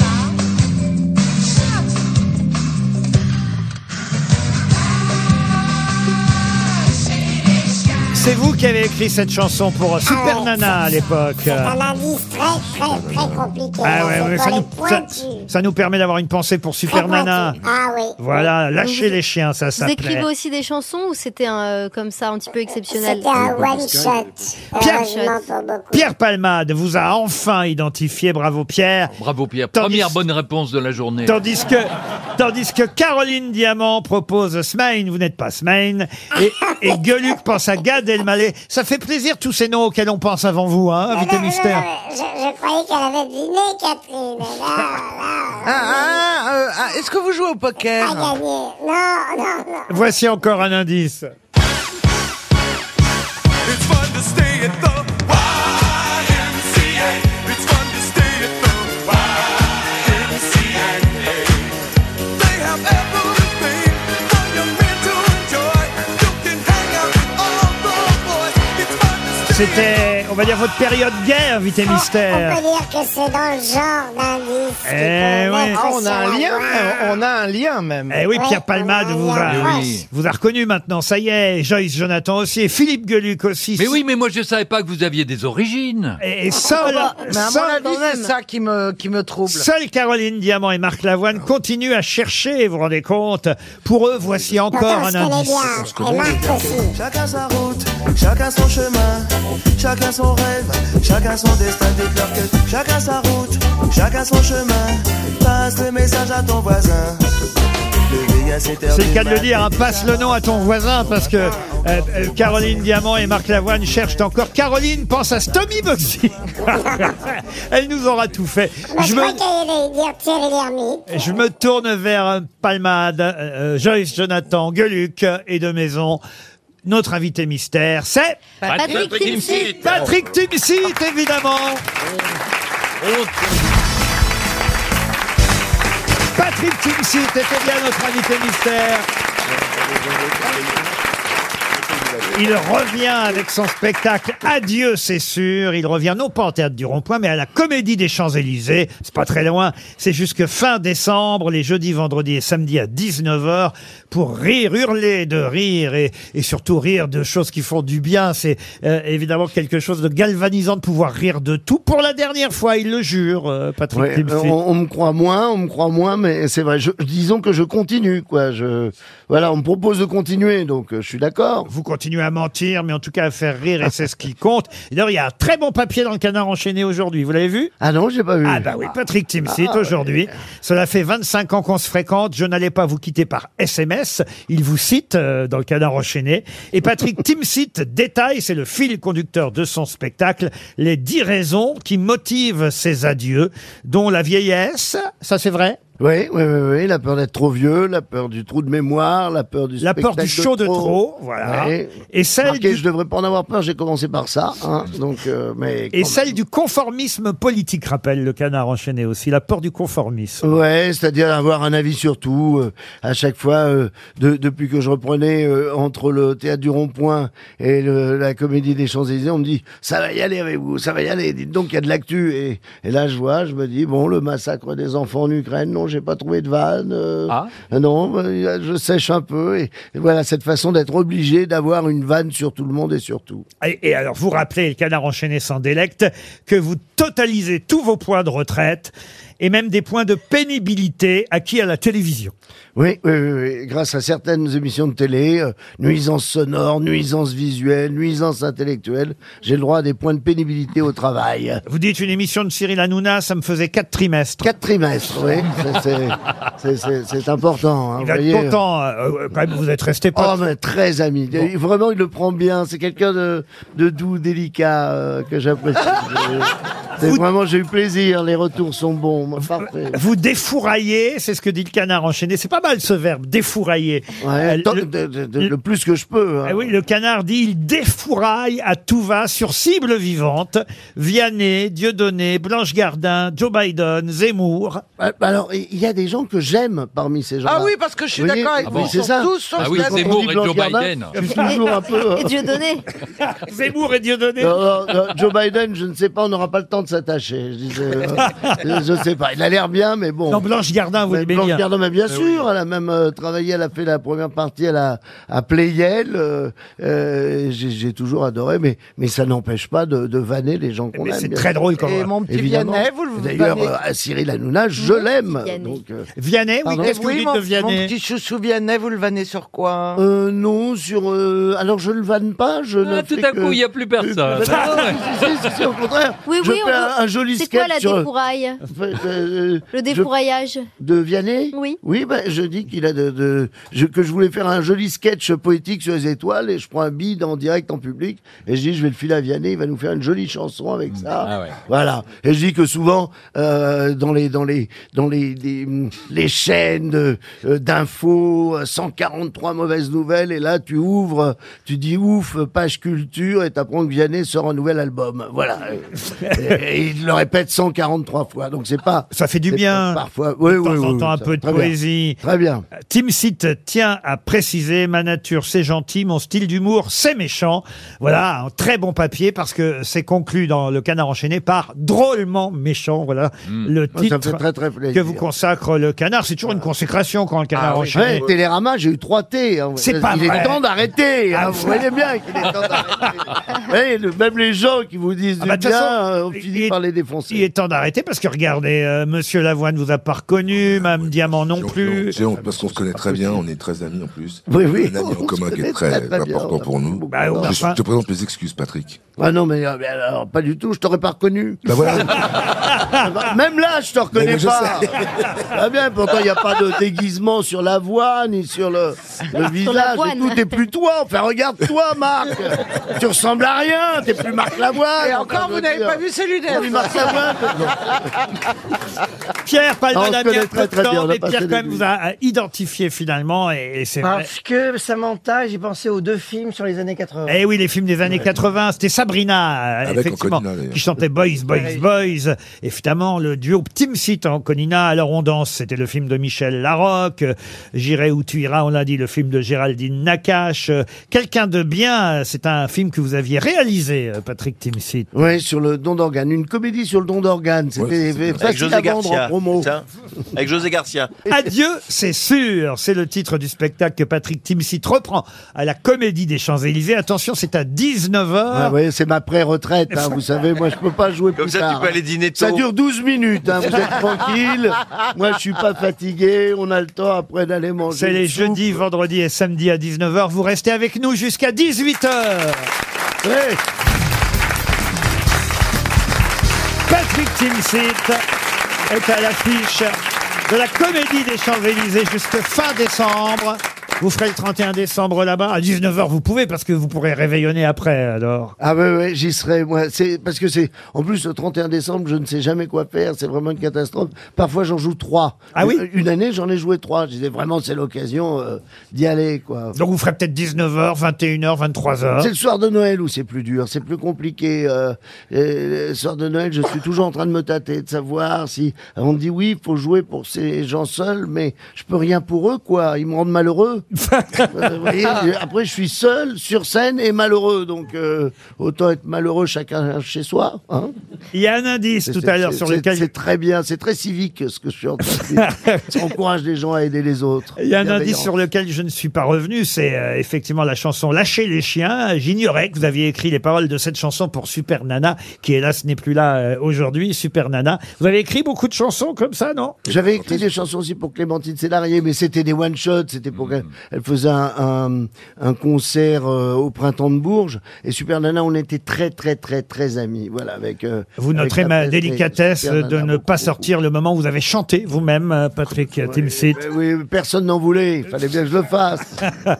[SPEAKER 17] Richard
[SPEAKER 2] C'est vous qui avez écrit cette chanson
[SPEAKER 4] Ah
[SPEAKER 2] pour Super
[SPEAKER 17] ouais,
[SPEAKER 2] Nana à l'époque.
[SPEAKER 17] C'est un indice très, très, très compliqué.
[SPEAKER 2] Ah ouais, ouais, ça,
[SPEAKER 17] ça,
[SPEAKER 2] nous, ça- ça nous permet d'avoir une pensée pour Super Nana.
[SPEAKER 6] Ah oui.
[SPEAKER 2] Voilà, lâchez les chiens, ça
[SPEAKER 6] Vous écrivez
[SPEAKER 2] s'appelait.
[SPEAKER 6] aussi des chansons ou c'était un, euh, comme ça un petit peu exceptionnel
[SPEAKER 17] C'était un one shot. Euh,
[SPEAKER 6] Pierre
[SPEAKER 17] Heureusement
[SPEAKER 6] Shot.
[SPEAKER 2] Pierre Palmade vous a enfin identifié, bravo Pierre.
[SPEAKER 3] Bravo Pierre. Première bonne réponse de la journée.
[SPEAKER 2] Tandis que, tandis que Caroline Diamant propose Smain, vous n'êtes pas Smain, et, et Gueluc pense à Gad Elmaleh. Ça fait plaisir tous ces noms auxquels on pense avant vous,
[SPEAKER 6] Ah
[SPEAKER 2] hein, invité
[SPEAKER 6] bah,
[SPEAKER 17] Non, non,
[SPEAKER 2] mystère.
[SPEAKER 17] non, Je, je croyais qu'elle avait deviné, Catherine.
[SPEAKER 4] Ah, ah, euh, ah, Est-ce que vous jouez au poker
[SPEAKER 17] Elle a gagné. Non, non, non.
[SPEAKER 2] Voici encore un indice.
[SPEAKER 17] It's fun to stay at the YMCA. It's fun to stay at the YMCA. They have everything for young men to enjoy. You can hang out with all the boys. It's fun to stay
[SPEAKER 2] C'était, on va dire, votre période gay, invité
[SPEAKER 6] Oh,
[SPEAKER 17] On
[SPEAKER 2] mystère.
[SPEAKER 17] peut dire que c'est dans le genre d'indice. qui
[SPEAKER 2] Eh
[SPEAKER 17] peut
[SPEAKER 2] ouais.
[SPEAKER 17] mettre
[SPEAKER 2] Ah, on a
[SPEAKER 17] sur
[SPEAKER 2] un
[SPEAKER 17] la
[SPEAKER 2] lien,
[SPEAKER 17] voie.
[SPEAKER 10] hein, On a un lien même.
[SPEAKER 2] Eh oui,
[SPEAKER 4] Oh,
[SPEAKER 2] Pierre Palmade vous a,
[SPEAKER 3] Eh oui.
[SPEAKER 2] vous a reconnu maintenant, ça y est. Joyce Jonathan aussi, et Philippe Gueluc aussi.
[SPEAKER 3] Mais oui, mais moi je savais pas que vous aviez des origines.
[SPEAKER 2] Et et
[SPEAKER 23] Oh,
[SPEAKER 2] seul,
[SPEAKER 4] Oh, Mais à mon
[SPEAKER 2] seul,
[SPEAKER 4] avis, c'est ça qui me, qui me trouble.
[SPEAKER 2] Seuls Caroline Diamant et Marc Lavoine continuent à chercher, vous vous rendez compte Pour eux, voici encore un indice.
[SPEAKER 22] Chacun sa route, chacun son chemin, chacun son rêve, chacun son destin. Déclare que chacun sa route, chacun son chemin. Passe le message à ton voisin. Levé à 7 heures
[SPEAKER 2] C'est le
[SPEAKER 22] du
[SPEAKER 2] cas de le
[SPEAKER 22] matin.
[SPEAKER 2] dire, hein, passe le nom à ton voisin parce que euh, euh, Caroline Diamant et Marc Lavoine cherchent encore. Caroline pense à Stomy Boxy. Elle nous aura tout fait.
[SPEAKER 17] Moi, je
[SPEAKER 2] Je me,
[SPEAKER 17] crois qu'elle allait dire Thierry Lhermitte.
[SPEAKER 2] je me tourne vers euh, Palmade, euh, Joyce Jonathan, Gueluc euh, et de Maison. Notre invité mystère, c'est
[SPEAKER 17] Patrick Patrick Timsit. Timsit.
[SPEAKER 2] Patrick Timsit, évidemment. Patrick Timsit était bien notre invité mystère.
[SPEAKER 20] ben,
[SPEAKER 2] Il revient avec son spectacle Adieu, c'est sûr. Il revient non pas en théâtre du Rond-Point, mais à la Comédie des Champs-Élysées. C'est pas très loin. C'est jusque fin décembre, les jeudis, vendredis et samedis à 19h pour rire, hurler de rire et, et surtout rire de choses qui font du bien. C'est euh, évidemment quelque chose de galvanisant de pouvoir rire de tout. Pour la dernière fois, il le jure, euh, Patrick
[SPEAKER 23] Ouais,
[SPEAKER 2] Timsit.
[SPEAKER 23] on, on me croit moins, on me croit moins, mais c'est vrai. Je, disons que je continue, quoi. Je, voilà, on me propose de continuer, donc euh, je suis d'accord.
[SPEAKER 2] Vous continuez à mentir, mais en tout cas à faire rire, et c'est ce qui compte. Et D'ailleurs, il y a un très bon papier dans le canard enchaîné aujourd'hui. Vous l'avez vu
[SPEAKER 23] Ah non, j'ai pas vu.
[SPEAKER 2] Ah bah oui, Patrick Timsit
[SPEAKER 23] Ah, ouais.
[SPEAKER 2] aujourd'hui. Cela fait 25 ans qu'on se fréquente. Je n'allais pas vous quitter par SMS. Il vous cite euh, dans le canard enchaîné. Et Patrick Timsit détaille, c'est le fil conducteur de son spectacle, les 10 raisons qui motivent ses adieux, dont la vieillesse, ça c'est vrai
[SPEAKER 23] Oui, oui, oui, oui, la peur d'être trop vieux, la peur du trou de mémoire, la peur du
[SPEAKER 2] La peur
[SPEAKER 23] spectacle
[SPEAKER 2] du show de trop, voilà. Et celle
[SPEAKER 23] Remarquez, je devrais pas en avoir peur. J'ai commencé par ça, hein, donc euh, mais
[SPEAKER 2] Et
[SPEAKER 23] quand
[SPEAKER 2] celle du conformisme politique, rappelle le canard enchaîné aussi, la peur du conformisme.
[SPEAKER 23] Ouais, c'est-à-dire avoir un avis sur tout. euh, à chaque fois, euh, de- depuis que je reprenais euh, entre le théâtre du Rond-Point et le- la comédie des Champs-Élysées, on me dit ça va y aller avec vous, ça va y aller. Dites donc, il y a de l'actu. Et, et là, je vois, je me dis bon, le massacre des enfants en Ukraine, non, j'ai pas trouvé de vanne. euh, Non, euh, je sèche un peu. Et, et voilà cette façon d'être obligé d'avoir une vanne sur tout le monde et sur tout.
[SPEAKER 2] Et, et alors, vous rappelez, le canard enchaîné sans délecte, que vous totalisez tous vos points de retraite et même des points de pénibilité acquis à la télévision.
[SPEAKER 23] Oui, oui, oui, oui. grâce à certaines émissions de télé, euh, nuisances sonores, nuisances visuelles, nuisances intellectuelles, j'ai le droit à des points de pénibilité au travail.
[SPEAKER 2] Vous dites une émission de Cyril Hanouna, ça me faisait quatre trimestres.
[SPEAKER 23] Quatre trimestres, oui. C'est- c'est- c'est- C'est c'est important. hein,
[SPEAKER 2] Il
[SPEAKER 23] vous
[SPEAKER 2] va être
[SPEAKER 23] voyez.
[SPEAKER 2] content, euh, euh, quand même, vous êtes resté
[SPEAKER 23] Oh,
[SPEAKER 2] pas.
[SPEAKER 23] mais très ami. Il- Vraiment, il le prend bien. C'est quelqu'un de, de doux, délicat, euh, que j'apprécie. C'est vraiment, j'ai eu plaisir. Les retours sont bons. moi, Parfait.
[SPEAKER 2] Vous défouraillez, c'est ce que dit le canard enchaîné. C'est pas mal ce verbe, défourailler. Euh,
[SPEAKER 23] tant-
[SPEAKER 2] le,
[SPEAKER 23] de- de- de- le plus que je peux. hein.
[SPEAKER 2] Ah oui, le canard dit il défouraille à tout va sur cible vivante. Vianney, Dieudonné, Blanche Gardin, Joe Biden, Zemmour.
[SPEAKER 23] Ah, bah Alors, il y a des gens que j'aime parmi ces gens-là.
[SPEAKER 2] Ah oui, parce que je suis
[SPEAKER 23] Vous voyez,
[SPEAKER 2] d'accord avec vous
[SPEAKER 23] oui, c'est
[SPEAKER 2] sur
[SPEAKER 23] ça.
[SPEAKER 2] tous, sauf Ah oui,
[SPEAKER 23] Parce que quand
[SPEAKER 2] Zemmour
[SPEAKER 23] on dit
[SPEAKER 2] et Joe
[SPEAKER 23] Blanche Gardin,
[SPEAKER 2] Biden.
[SPEAKER 23] Je suis toujours un peu. euh,
[SPEAKER 6] Et Dieudonné.
[SPEAKER 2] Zemmour et Dieudonné.
[SPEAKER 23] Non, non, non, Joe Biden, je ne sais pas, on n'aura pas le temps de s'attacher. Je disais, euh, je- je sais pas. Il a l'air bien, mais bon.
[SPEAKER 2] Non, Blanche Gardin, vous
[SPEAKER 23] Mais
[SPEAKER 2] l'aimez
[SPEAKER 23] Blanche
[SPEAKER 2] bien.
[SPEAKER 23] Gardin, mais bien
[SPEAKER 2] Mais
[SPEAKER 23] sûr, elle a même euh, travaillé, elle a fait la première partie, elle a, à Playel. euh, euh, J'ai j'ai toujours adoré, mais, mais ça n'empêche pas de, de vanner les gens qu'on aime.
[SPEAKER 2] Mais c'est
[SPEAKER 23] bien
[SPEAKER 2] très
[SPEAKER 23] sûr.
[SPEAKER 2] drôle quand même.
[SPEAKER 23] Et mon petit Vianney, vous le D'ailleurs, vannez euh, à Cyril Hanouna, je l'aime. donc, euh,
[SPEAKER 2] Vianney,
[SPEAKER 23] Pardon
[SPEAKER 10] mon, mon petit chouchou Vianney, vous le vannez sur quoi
[SPEAKER 23] Euh, non, sur. euh, alors, je le vanne pas. Je ne
[SPEAKER 3] Ah, tout
[SPEAKER 23] fais
[SPEAKER 3] à
[SPEAKER 23] que- Ah, bah,
[SPEAKER 3] coup, il n'y a plus personne.
[SPEAKER 23] Si, si, si, si, au contraire.
[SPEAKER 6] Oui,
[SPEAKER 23] je
[SPEAKER 6] oui,
[SPEAKER 23] fais
[SPEAKER 6] on
[SPEAKER 23] un,
[SPEAKER 6] veut-
[SPEAKER 23] un joli
[SPEAKER 6] C'est
[SPEAKER 23] sketch
[SPEAKER 6] quoi la
[SPEAKER 23] sur-
[SPEAKER 6] dépouraille
[SPEAKER 23] euh, euh,
[SPEAKER 6] Le
[SPEAKER 23] je-
[SPEAKER 6] dépourraillage
[SPEAKER 23] De Vianney
[SPEAKER 6] Oui.
[SPEAKER 23] Oui, ben, je dis qu'il a de, de- je- que je voulais faire un joli sketch poétique sur les étoiles et je prends un bide en direct en public et je dis je vais le filer à Vianney, il va nous faire une jolie chanson avec ça. Voilà. Et je dis que souvent euh, dans les dans les dans les les, les chaînes de- euh, d'infos, euh, 143 mauvaises nouvelles et là tu ouvres, tu dis ouf page culture et t'apprends que Vianney sort un nouvel album. Voilà. Et- et il le répète 143 fois. Donc c'est pas
[SPEAKER 2] Ça fait du
[SPEAKER 23] c'est
[SPEAKER 2] bien.
[SPEAKER 23] pas Parfois, oui,
[SPEAKER 2] de
[SPEAKER 23] oui,
[SPEAKER 2] temps
[SPEAKER 23] oui,
[SPEAKER 2] en
[SPEAKER 23] oui,
[SPEAKER 2] temps, un
[SPEAKER 23] ça-
[SPEAKER 2] peu de
[SPEAKER 23] très bien.
[SPEAKER 2] poésie. Euh,
[SPEAKER 23] Très bien.
[SPEAKER 2] Tim Sit tient à préciser ma nature, c'est gentil, mon style d'humour, c'est méchant. Voilà, un très bon papier parce que c'est conclu dans le Canard enchaîné par drôlement méchant. Voilà le
[SPEAKER 23] Oh, ça
[SPEAKER 2] titre
[SPEAKER 23] fait très, très plaisir.
[SPEAKER 2] que vous consacre le Canard. C'est toujours une consécration quand le Canard
[SPEAKER 23] Ah oui.
[SPEAKER 2] enchaîné.
[SPEAKER 23] Ouais, Télérama, j'ai eu 3 T. hein.
[SPEAKER 2] C'est pas
[SPEAKER 23] Il
[SPEAKER 2] vrai.
[SPEAKER 23] est temps d'arrêter. hein.
[SPEAKER 2] Ah,
[SPEAKER 23] vous voyez bien qu'il est temps d'arrêter. Vous voyez, le- même les gens qui vous disent
[SPEAKER 2] Ah bah,
[SPEAKER 23] du
[SPEAKER 2] de toute
[SPEAKER 23] bien,
[SPEAKER 2] façon,
[SPEAKER 23] euh, on finit par les défoncer.
[SPEAKER 2] Il est temps d'arrêter parce que regardez, euh, Monsieur Lavoine vous a pas reconnu, Mme Diamant non plus.
[SPEAKER 5] J'ai honte parce qu'on se connaît très bien, on est très amis en plus.
[SPEAKER 2] Oui, oui.
[SPEAKER 5] Un ami en
[SPEAKER 2] On
[SPEAKER 5] commun
[SPEAKER 2] se
[SPEAKER 5] qui
[SPEAKER 2] connaît
[SPEAKER 5] est très,
[SPEAKER 23] très, très bien,
[SPEAKER 5] important
[SPEAKER 23] on a
[SPEAKER 5] pour nous.
[SPEAKER 23] Bah, on a
[SPEAKER 5] je
[SPEAKER 23] pas-
[SPEAKER 5] te présente mes excuses, Patrick.
[SPEAKER 23] Ah non, mais, euh, mais alors, pas du tout, je t'aurais pas reconnu.
[SPEAKER 5] Bah voilà.
[SPEAKER 23] Même là, je te reconnais
[SPEAKER 5] Mais je
[SPEAKER 23] pas.
[SPEAKER 5] sais.
[SPEAKER 23] Très bien, pourtant, il n'y a pas de déguisement sur l'avoine, ni sur le, le
[SPEAKER 6] Sur
[SPEAKER 23] visage.
[SPEAKER 6] l'avoine.
[SPEAKER 23] et Tout n'est plus toi. Enfin, regarde-toi, Marc. tu ressembles à rien, t'es plus Marc Lavoine.
[SPEAKER 10] Et encore, vous n'avez pas vu ses lunettes.
[SPEAKER 23] Oui, Marc Lavoine.
[SPEAKER 2] Pierre
[SPEAKER 23] Ah, on se
[SPEAKER 2] Palmade a
[SPEAKER 23] connaît
[SPEAKER 2] bien
[SPEAKER 23] très,
[SPEAKER 2] peu de
[SPEAKER 23] très bien,
[SPEAKER 2] temps,
[SPEAKER 23] on a
[SPEAKER 2] mais
[SPEAKER 23] passé
[SPEAKER 2] Pierre quand
[SPEAKER 23] des
[SPEAKER 2] même vous a a identifié finalement et, et c'est vrai.
[SPEAKER 10] Parce que Samantha, j'ai pensé aux deux films sur les années 80.
[SPEAKER 2] Eh oui, les films des années 80, c'était Sabrina, euh,
[SPEAKER 5] Avec
[SPEAKER 2] effectivement,
[SPEAKER 5] Anconina, d'ailleurs.
[SPEAKER 2] qui chantait Boys, Boys, Boys. Et finalement, le duo Team Sit en Conina, Alors on danse, c'était le film de Michel Larocque. Euh, J'irai où tu iras, on l'a dit, le film de Géraldine Nakache. Euh, Quelqu'un de bien, euh, c'est un film que vous aviez réalisé, euh, Patrick Team Sit.
[SPEAKER 23] Oui, sur le don d'organe. Une comédie sur le don d'organe. C'était
[SPEAKER 9] Avec
[SPEAKER 23] facile à
[SPEAKER 9] José
[SPEAKER 23] vendre en
[SPEAKER 9] Garcia.
[SPEAKER 23] promo.
[SPEAKER 9] c'est ça Avec José Garcia.
[SPEAKER 2] Adieu, c'est sûr. C'est le titre du spectacle que Patrick Timsit reprend à la Comédie des Champs-Élysées. Attention, c'est à 19h.
[SPEAKER 23] Ah, vous voyez, c'est ma pré-retraite, hein, vous savez. Moi, je peux pas jouer
[SPEAKER 9] Comme
[SPEAKER 23] plus
[SPEAKER 9] ça, tu
[SPEAKER 23] tard.
[SPEAKER 9] peux aller dîner
[SPEAKER 23] Ça
[SPEAKER 9] tôt.
[SPEAKER 23] dure 12 minutes, hein, vous êtes tranquille. Moi, je suis pas fatigué. On a le temps après d'aller manger.
[SPEAKER 2] C'est
[SPEAKER 23] une
[SPEAKER 2] les
[SPEAKER 23] soupe.
[SPEAKER 2] jeudis, vendredis et samedis à 19h. Vous restez avec nous jusqu'à 18h.
[SPEAKER 23] Ouais.
[SPEAKER 2] Patrick Timsit est à l'affiche de la Comédie des Champs-Élysées jusque fin décembre. Vous ferez le 31 décembre là-bas. À 19h, vous pouvez parce que vous pourrez réveillonner après, alors.
[SPEAKER 23] Ah ouais, ouais, j'y serai, moi. C'est parce que c'est, en plus, le 31 décembre, je ne sais jamais quoi faire. C'est vraiment une catastrophe. Parfois, j'en joue trois.
[SPEAKER 2] Ah oui
[SPEAKER 23] Euh, Une année, j'en ai joué trois. Je disais vraiment, c'est l'occasion euh, d'y aller, quoi.
[SPEAKER 2] Donc vous ferez peut-être 19h, 21h, 23h.
[SPEAKER 23] C'est le soir de Noël où c'est plus dur, c'est plus compliqué. Euh, et le soir de Noël, je suis toujours en train de me tâter, de savoir si on dit oui, faut jouer pour ces gens seuls, mais je peux rien pour eux, quoi. Ils me rendent malheureux. Euh, vous voyez, je- après, je suis seul sur scène et malheureux, donc euh, autant être malheureux chacun chez soi. hein.
[SPEAKER 2] Il y a un indice
[SPEAKER 23] C'est-
[SPEAKER 2] tout à l'heure
[SPEAKER 23] c'est-
[SPEAKER 2] sur
[SPEAKER 23] c'est-
[SPEAKER 2] lequel
[SPEAKER 23] c'est très bien, c'est très civique ce que je suis en train de dire. Ça encourage les gens à aider les autres.
[SPEAKER 2] Il y a un
[SPEAKER 23] Bienveillant.
[SPEAKER 2] indice sur lequel je ne suis pas revenu, c'est euh, effectivement la chanson Lâchez les chiens. J'ignorais que vous aviez écrit les paroles de cette chanson pour Super Nana, qui hélas n'est plus là euh, aujourd'hui, Super Nana. Vous avez écrit beaucoup de chansons comme ça, non
[SPEAKER 23] J'avais écrit des chansons aussi pour Clémentine Célarier, mais c'était des one-shots. C'était pour qu'elle elle faisait un, un, un concert euh, au printemps de Bourges. Et Super Nana, on était très, très, très, très amis. Voilà, avec. euh,
[SPEAKER 2] Vous
[SPEAKER 23] avec
[SPEAKER 2] noterez
[SPEAKER 23] la
[SPEAKER 2] ma
[SPEAKER 23] peste et
[SPEAKER 2] délicatesse
[SPEAKER 23] Super
[SPEAKER 2] de
[SPEAKER 23] Nana,
[SPEAKER 2] ne
[SPEAKER 23] beaucoup,
[SPEAKER 2] pas
[SPEAKER 23] beaucoup.
[SPEAKER 2] sortir le moment où vous avez chanté vous-même, euh, Patrick Timsit.
[SPEAKER 23] Eh oui, personne n'en voulait. Il fallait bien que je le fasse.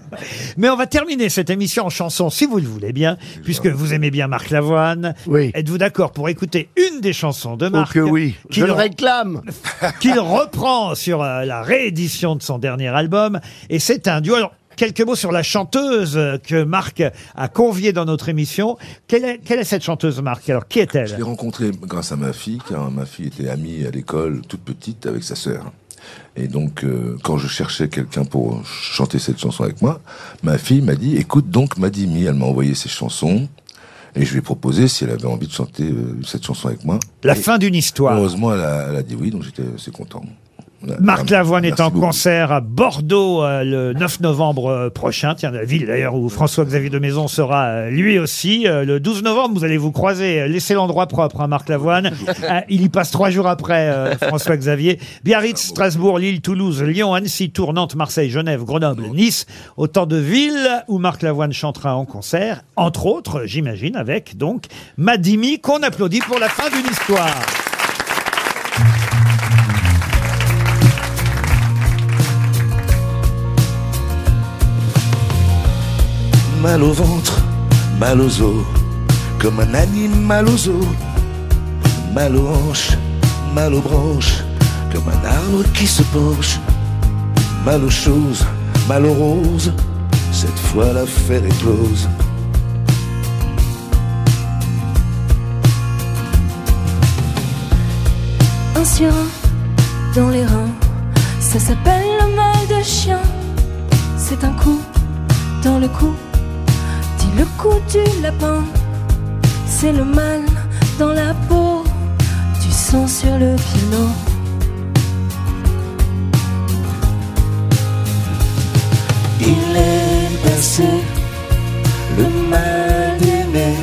[SPEAKER 2] Mais on va terminer cette émission en chanson, si vous le voulez bien, puisque vous aimez bien Marc Lavoine. Êtes-vous d'accord pour écouter une des chansons de Marc
[SPEAKER 23] Oh que oui.
[SPEAKER 2] qu'il
[SPEAKER 23] Je le
[SPEAKER 2] re-
[SPEAKER 23] réclame.
[SPEAKER 2] qu'il reprend sur euh, la réédition de son dernier album. Et c'est un duo. Alors, quelques mots sur la chanteuse euh, que Marc a conviée dans notre émission. Quelle est, quelle est cette chanteuse, Marc Alors, qui
[SPEAKER 5] Je
[SPEAKER 2] est-elle
[SPEAKER 5] l'ai rencontrée grâce à ma fille, car ma fille était amie à l'école, toute petite, avec sa sœur. Et donc, euh, quand je cherchais quelqu'un pour chanter cette chanson avec moi, ma fille m'a dit, écoute donc Madimi. Elle m'a envoyé ses chansons. Et je lui ai proposé si elle avait envie de chanter euh, cette chanson avec moi.
[SPEAKER 2] La
[SPEAKER 5] Et
[SPEAKER 2] fin d'une histoire.
[SPEAKER 5] Heureusement, elle a, elle a dit oui, donc j'étais assez content. Voilà.
[SPEAKER 2] Marc Lavoine est
[SPEAKER 5] Merci
[SPEAKER 2] en
[SPEAKER 5] beaucoup.
[SPEAKER 2] concert à Bordeaux euh, le 9 novembre euh, prochain. Tiens, la ville d'ailleurs où François-Xavier de Maison sera euh, lui aussi. Euh, Le 12 novembre, vous allez vous croiser. Euh, Laissez l'endroit propre, hein, Marc Lavoine. Ah, il y passe trois jours après, euh, François-Xavier.
[SPEAKER 5] Ah,
[SPEAKER 2] Biarritz, Strasbourg, Lille, Toulouse, Lyon, Annecy, Tours, Nantes, Marseille, Genève, Grenoble,
[SPEAKER 5] Ah.
[SPEAKER 2] Nice. Autant de villes où Marc Lavoine chantera en concert. Entre autres, j'imagine, avec donc Madimi qu'on applaudit pour la fin d'une histoire.
[SPEAKER 7] mal au ventre, mal aux os, comme un animal aux os, mal aux hanches, mal aux branches, comme un arbre qui se penche, mal aux choses, mal aux roses, cette fois l'affaire est close.
[SPEAKER 13] un sur un dans les reins. Ça s'appelle le mal de chien. C'est un coup dans le cou. Dis le coup du lapin. C'est le mal dans la peau. Du sang sur le piano.
[SPEAKER 7] Il est passé le mal aimé,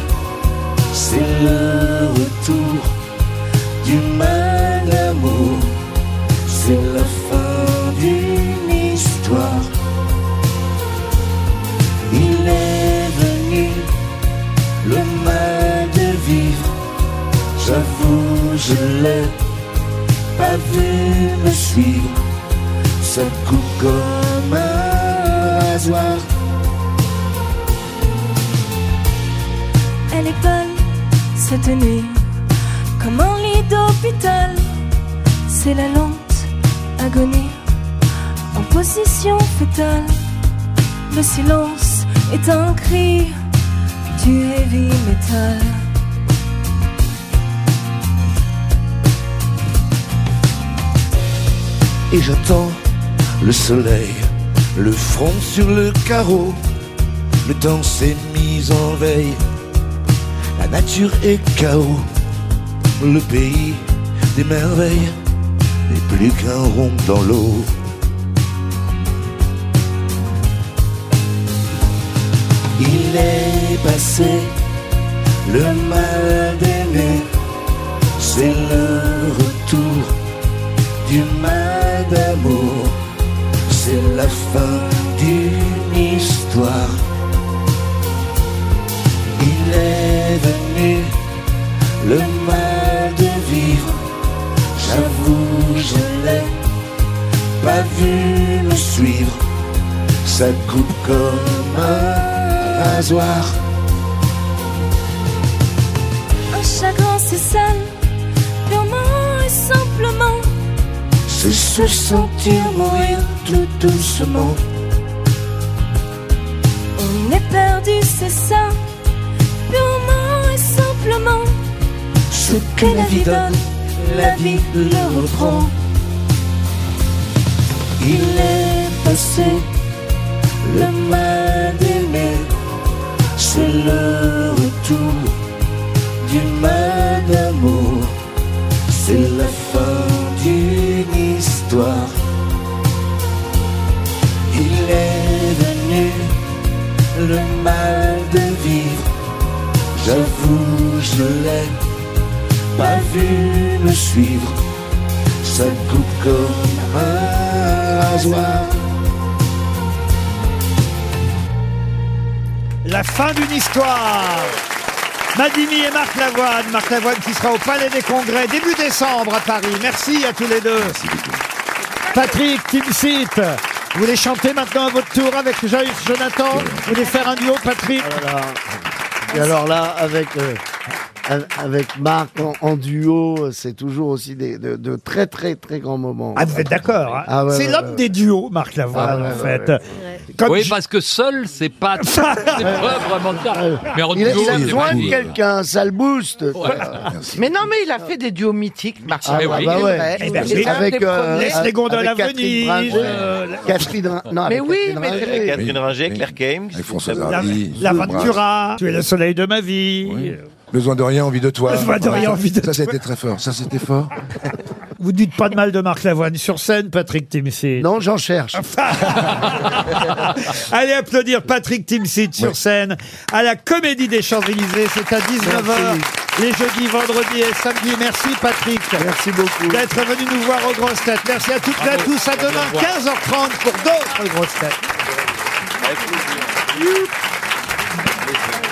[SPEAKER 7] c'est le retour du mal amour, c'est la fin d'une histoire. Il est venu le mal de vivre, j'avoue, je l'ai pas vu me suivre ça coupe comme un rasoir.
[SPEAKER 13] Elle est pâle cette nuit. Comme un lit d'hôpital. C'est la lente agonie. En position fétale. Le silence est un cri du heavy metal.
[SPEAKER 7] Et j'attends le soleil, le front sur le carreau. Le temps s'est mis en veille, la nature est chaos. Le pays des merveilles n'est plus qu'un rond dans l'eau. Il est passé le mal aimé, c'est le retour du mal d'amour, c'est la fin d'une histoire. Il est venu le mal de vivre, j'avoue, je l'ai pas vu le suivre, ça coupe comme un rasoir.
[SPEAKER 13] Un chagrin, c'est sale, purement et simplement.
[SPEAKER 7] C'est se sentir mourir tout doucement.
[SPEAKER 13] On est perdu, c'est ça, purement et simplement.
[SPEAKER 7] Ce que la vie donne, la vie le reprend. Il est passé le mal aimé, c'est le retour du mal d'amour, c'est la fin d'une histoire. Il est venu le mal de vivre, j'avoue, je l'ai pas vu me suivre, ça coupe comme un rasoir.
[SPEAKER 2] La fin d'une histoire. Madimi et Marc Lavoine. Marc Lavoine qui sera au Palais des Congrès début décembre à Paris. Merci à tous les deux. Patrick, Tim Sit. Vous voulez chanter maintenant à votre tour avec Joyce Jonathan Vous voulez faire un duo, Patrick
[SPEAKER 23] Ah Et alors là, avec, euh, av- avec Marc en, en duo, euh, c'est toujours aussi des, de, de très très très grands moments.
[SPEAKER 2] Ah, vous êtes d'accord hein
[SPEAKER 23] Ah ouais,
[SPEAKER 2] C'est
[SPEAKER 23] ouais,
[SPEAKER 2] l'homme
[SPEAKER 23] ouais,
[SPEAKER 2] des duos, Marc Lavoine,
[SPEAKER 23] Ah ouais,
[SPEAKER 2] en
[SPEAKER 23] ouais,
[SPEAKER 2] fait.
[SPEAKER 23] ouais.
[SPEAKER 3] oui, parce que seul, c'est pas, c'est pas vraiment ça. Mais en
[SPEAKER 23] Il a,
[SPEAKER 3] duo,
[SPEAKER 23] il a
[SPEAKER 3] c'est
[SPEAKER 23] besoin de
[SPEAKER 3] magnifique.
[SPEAKER 23] quelqu'un, ça le booste.
[SPEAKER 4] Mais non, mais il a fait des duos mythiques, Marcel.
[SPEAKER 23] Ah, bah, bah, ouais.
[SPEAKER 4] C'est
[SPEAKER 23] Eh ben,
[SPEAKER 4] vrai.
[SPEAKER 23] c'est- avec, euh,
[SPEAKER 4] Laisse les gondoles
[SPEAKER 23] avec
[SPEAKER 4] à
[SPEAKER 23] Catherine
[SPEAKER 4] Venise,
[SPEAKER 23] Ringer.
[SPEAKER 4] euh, la-
[SPEAKER 23] Catherine Rin- non, avec
[SPEAKER 4] Mais oui,
[SPEAKER 23] Catherine
[SPEAKER 4] mais-
[SPEAKER 23] Ringer.
[SPEAKER 9] Avec Catherine Ringer, Claire Kame.
[SPEAKER 5] Avec François
[SPEAKER 9] La-
[SPEAKER 5] Hardy.
[SPEAKER 2] La Ventura, tu es le soleil de ma vie.
[SPEAKER 5] Besoin de rien, envie de toi.
[SPEAKER 2] Besoin de rien,
[SPEAKER 5] ça,
[SPEAKER 2] envie de
[SPEAKER 5] Ça, c'était très fort. Ça, c'était fort.
[SPEAKER 2] Vous dites pas de mal de Marc Lavoine sur scène, Patrick Timsit.
[SPEAKER 23] Non, j'en cherche.
[SPEAKER 2] Allez applaudir Patrick Timsit sur scène à la Comédie des Champs-Élysées. C'est à 19h les jeudis, vendredis et samedis. Merci Patrick. Merci beaucoup. D'être venu nous voir aux grosses têtes. Merci à toutes et à tous. À demain 15h30 pour d'autres grosses têtes.
[SPEAKER 17] Avec plaisir.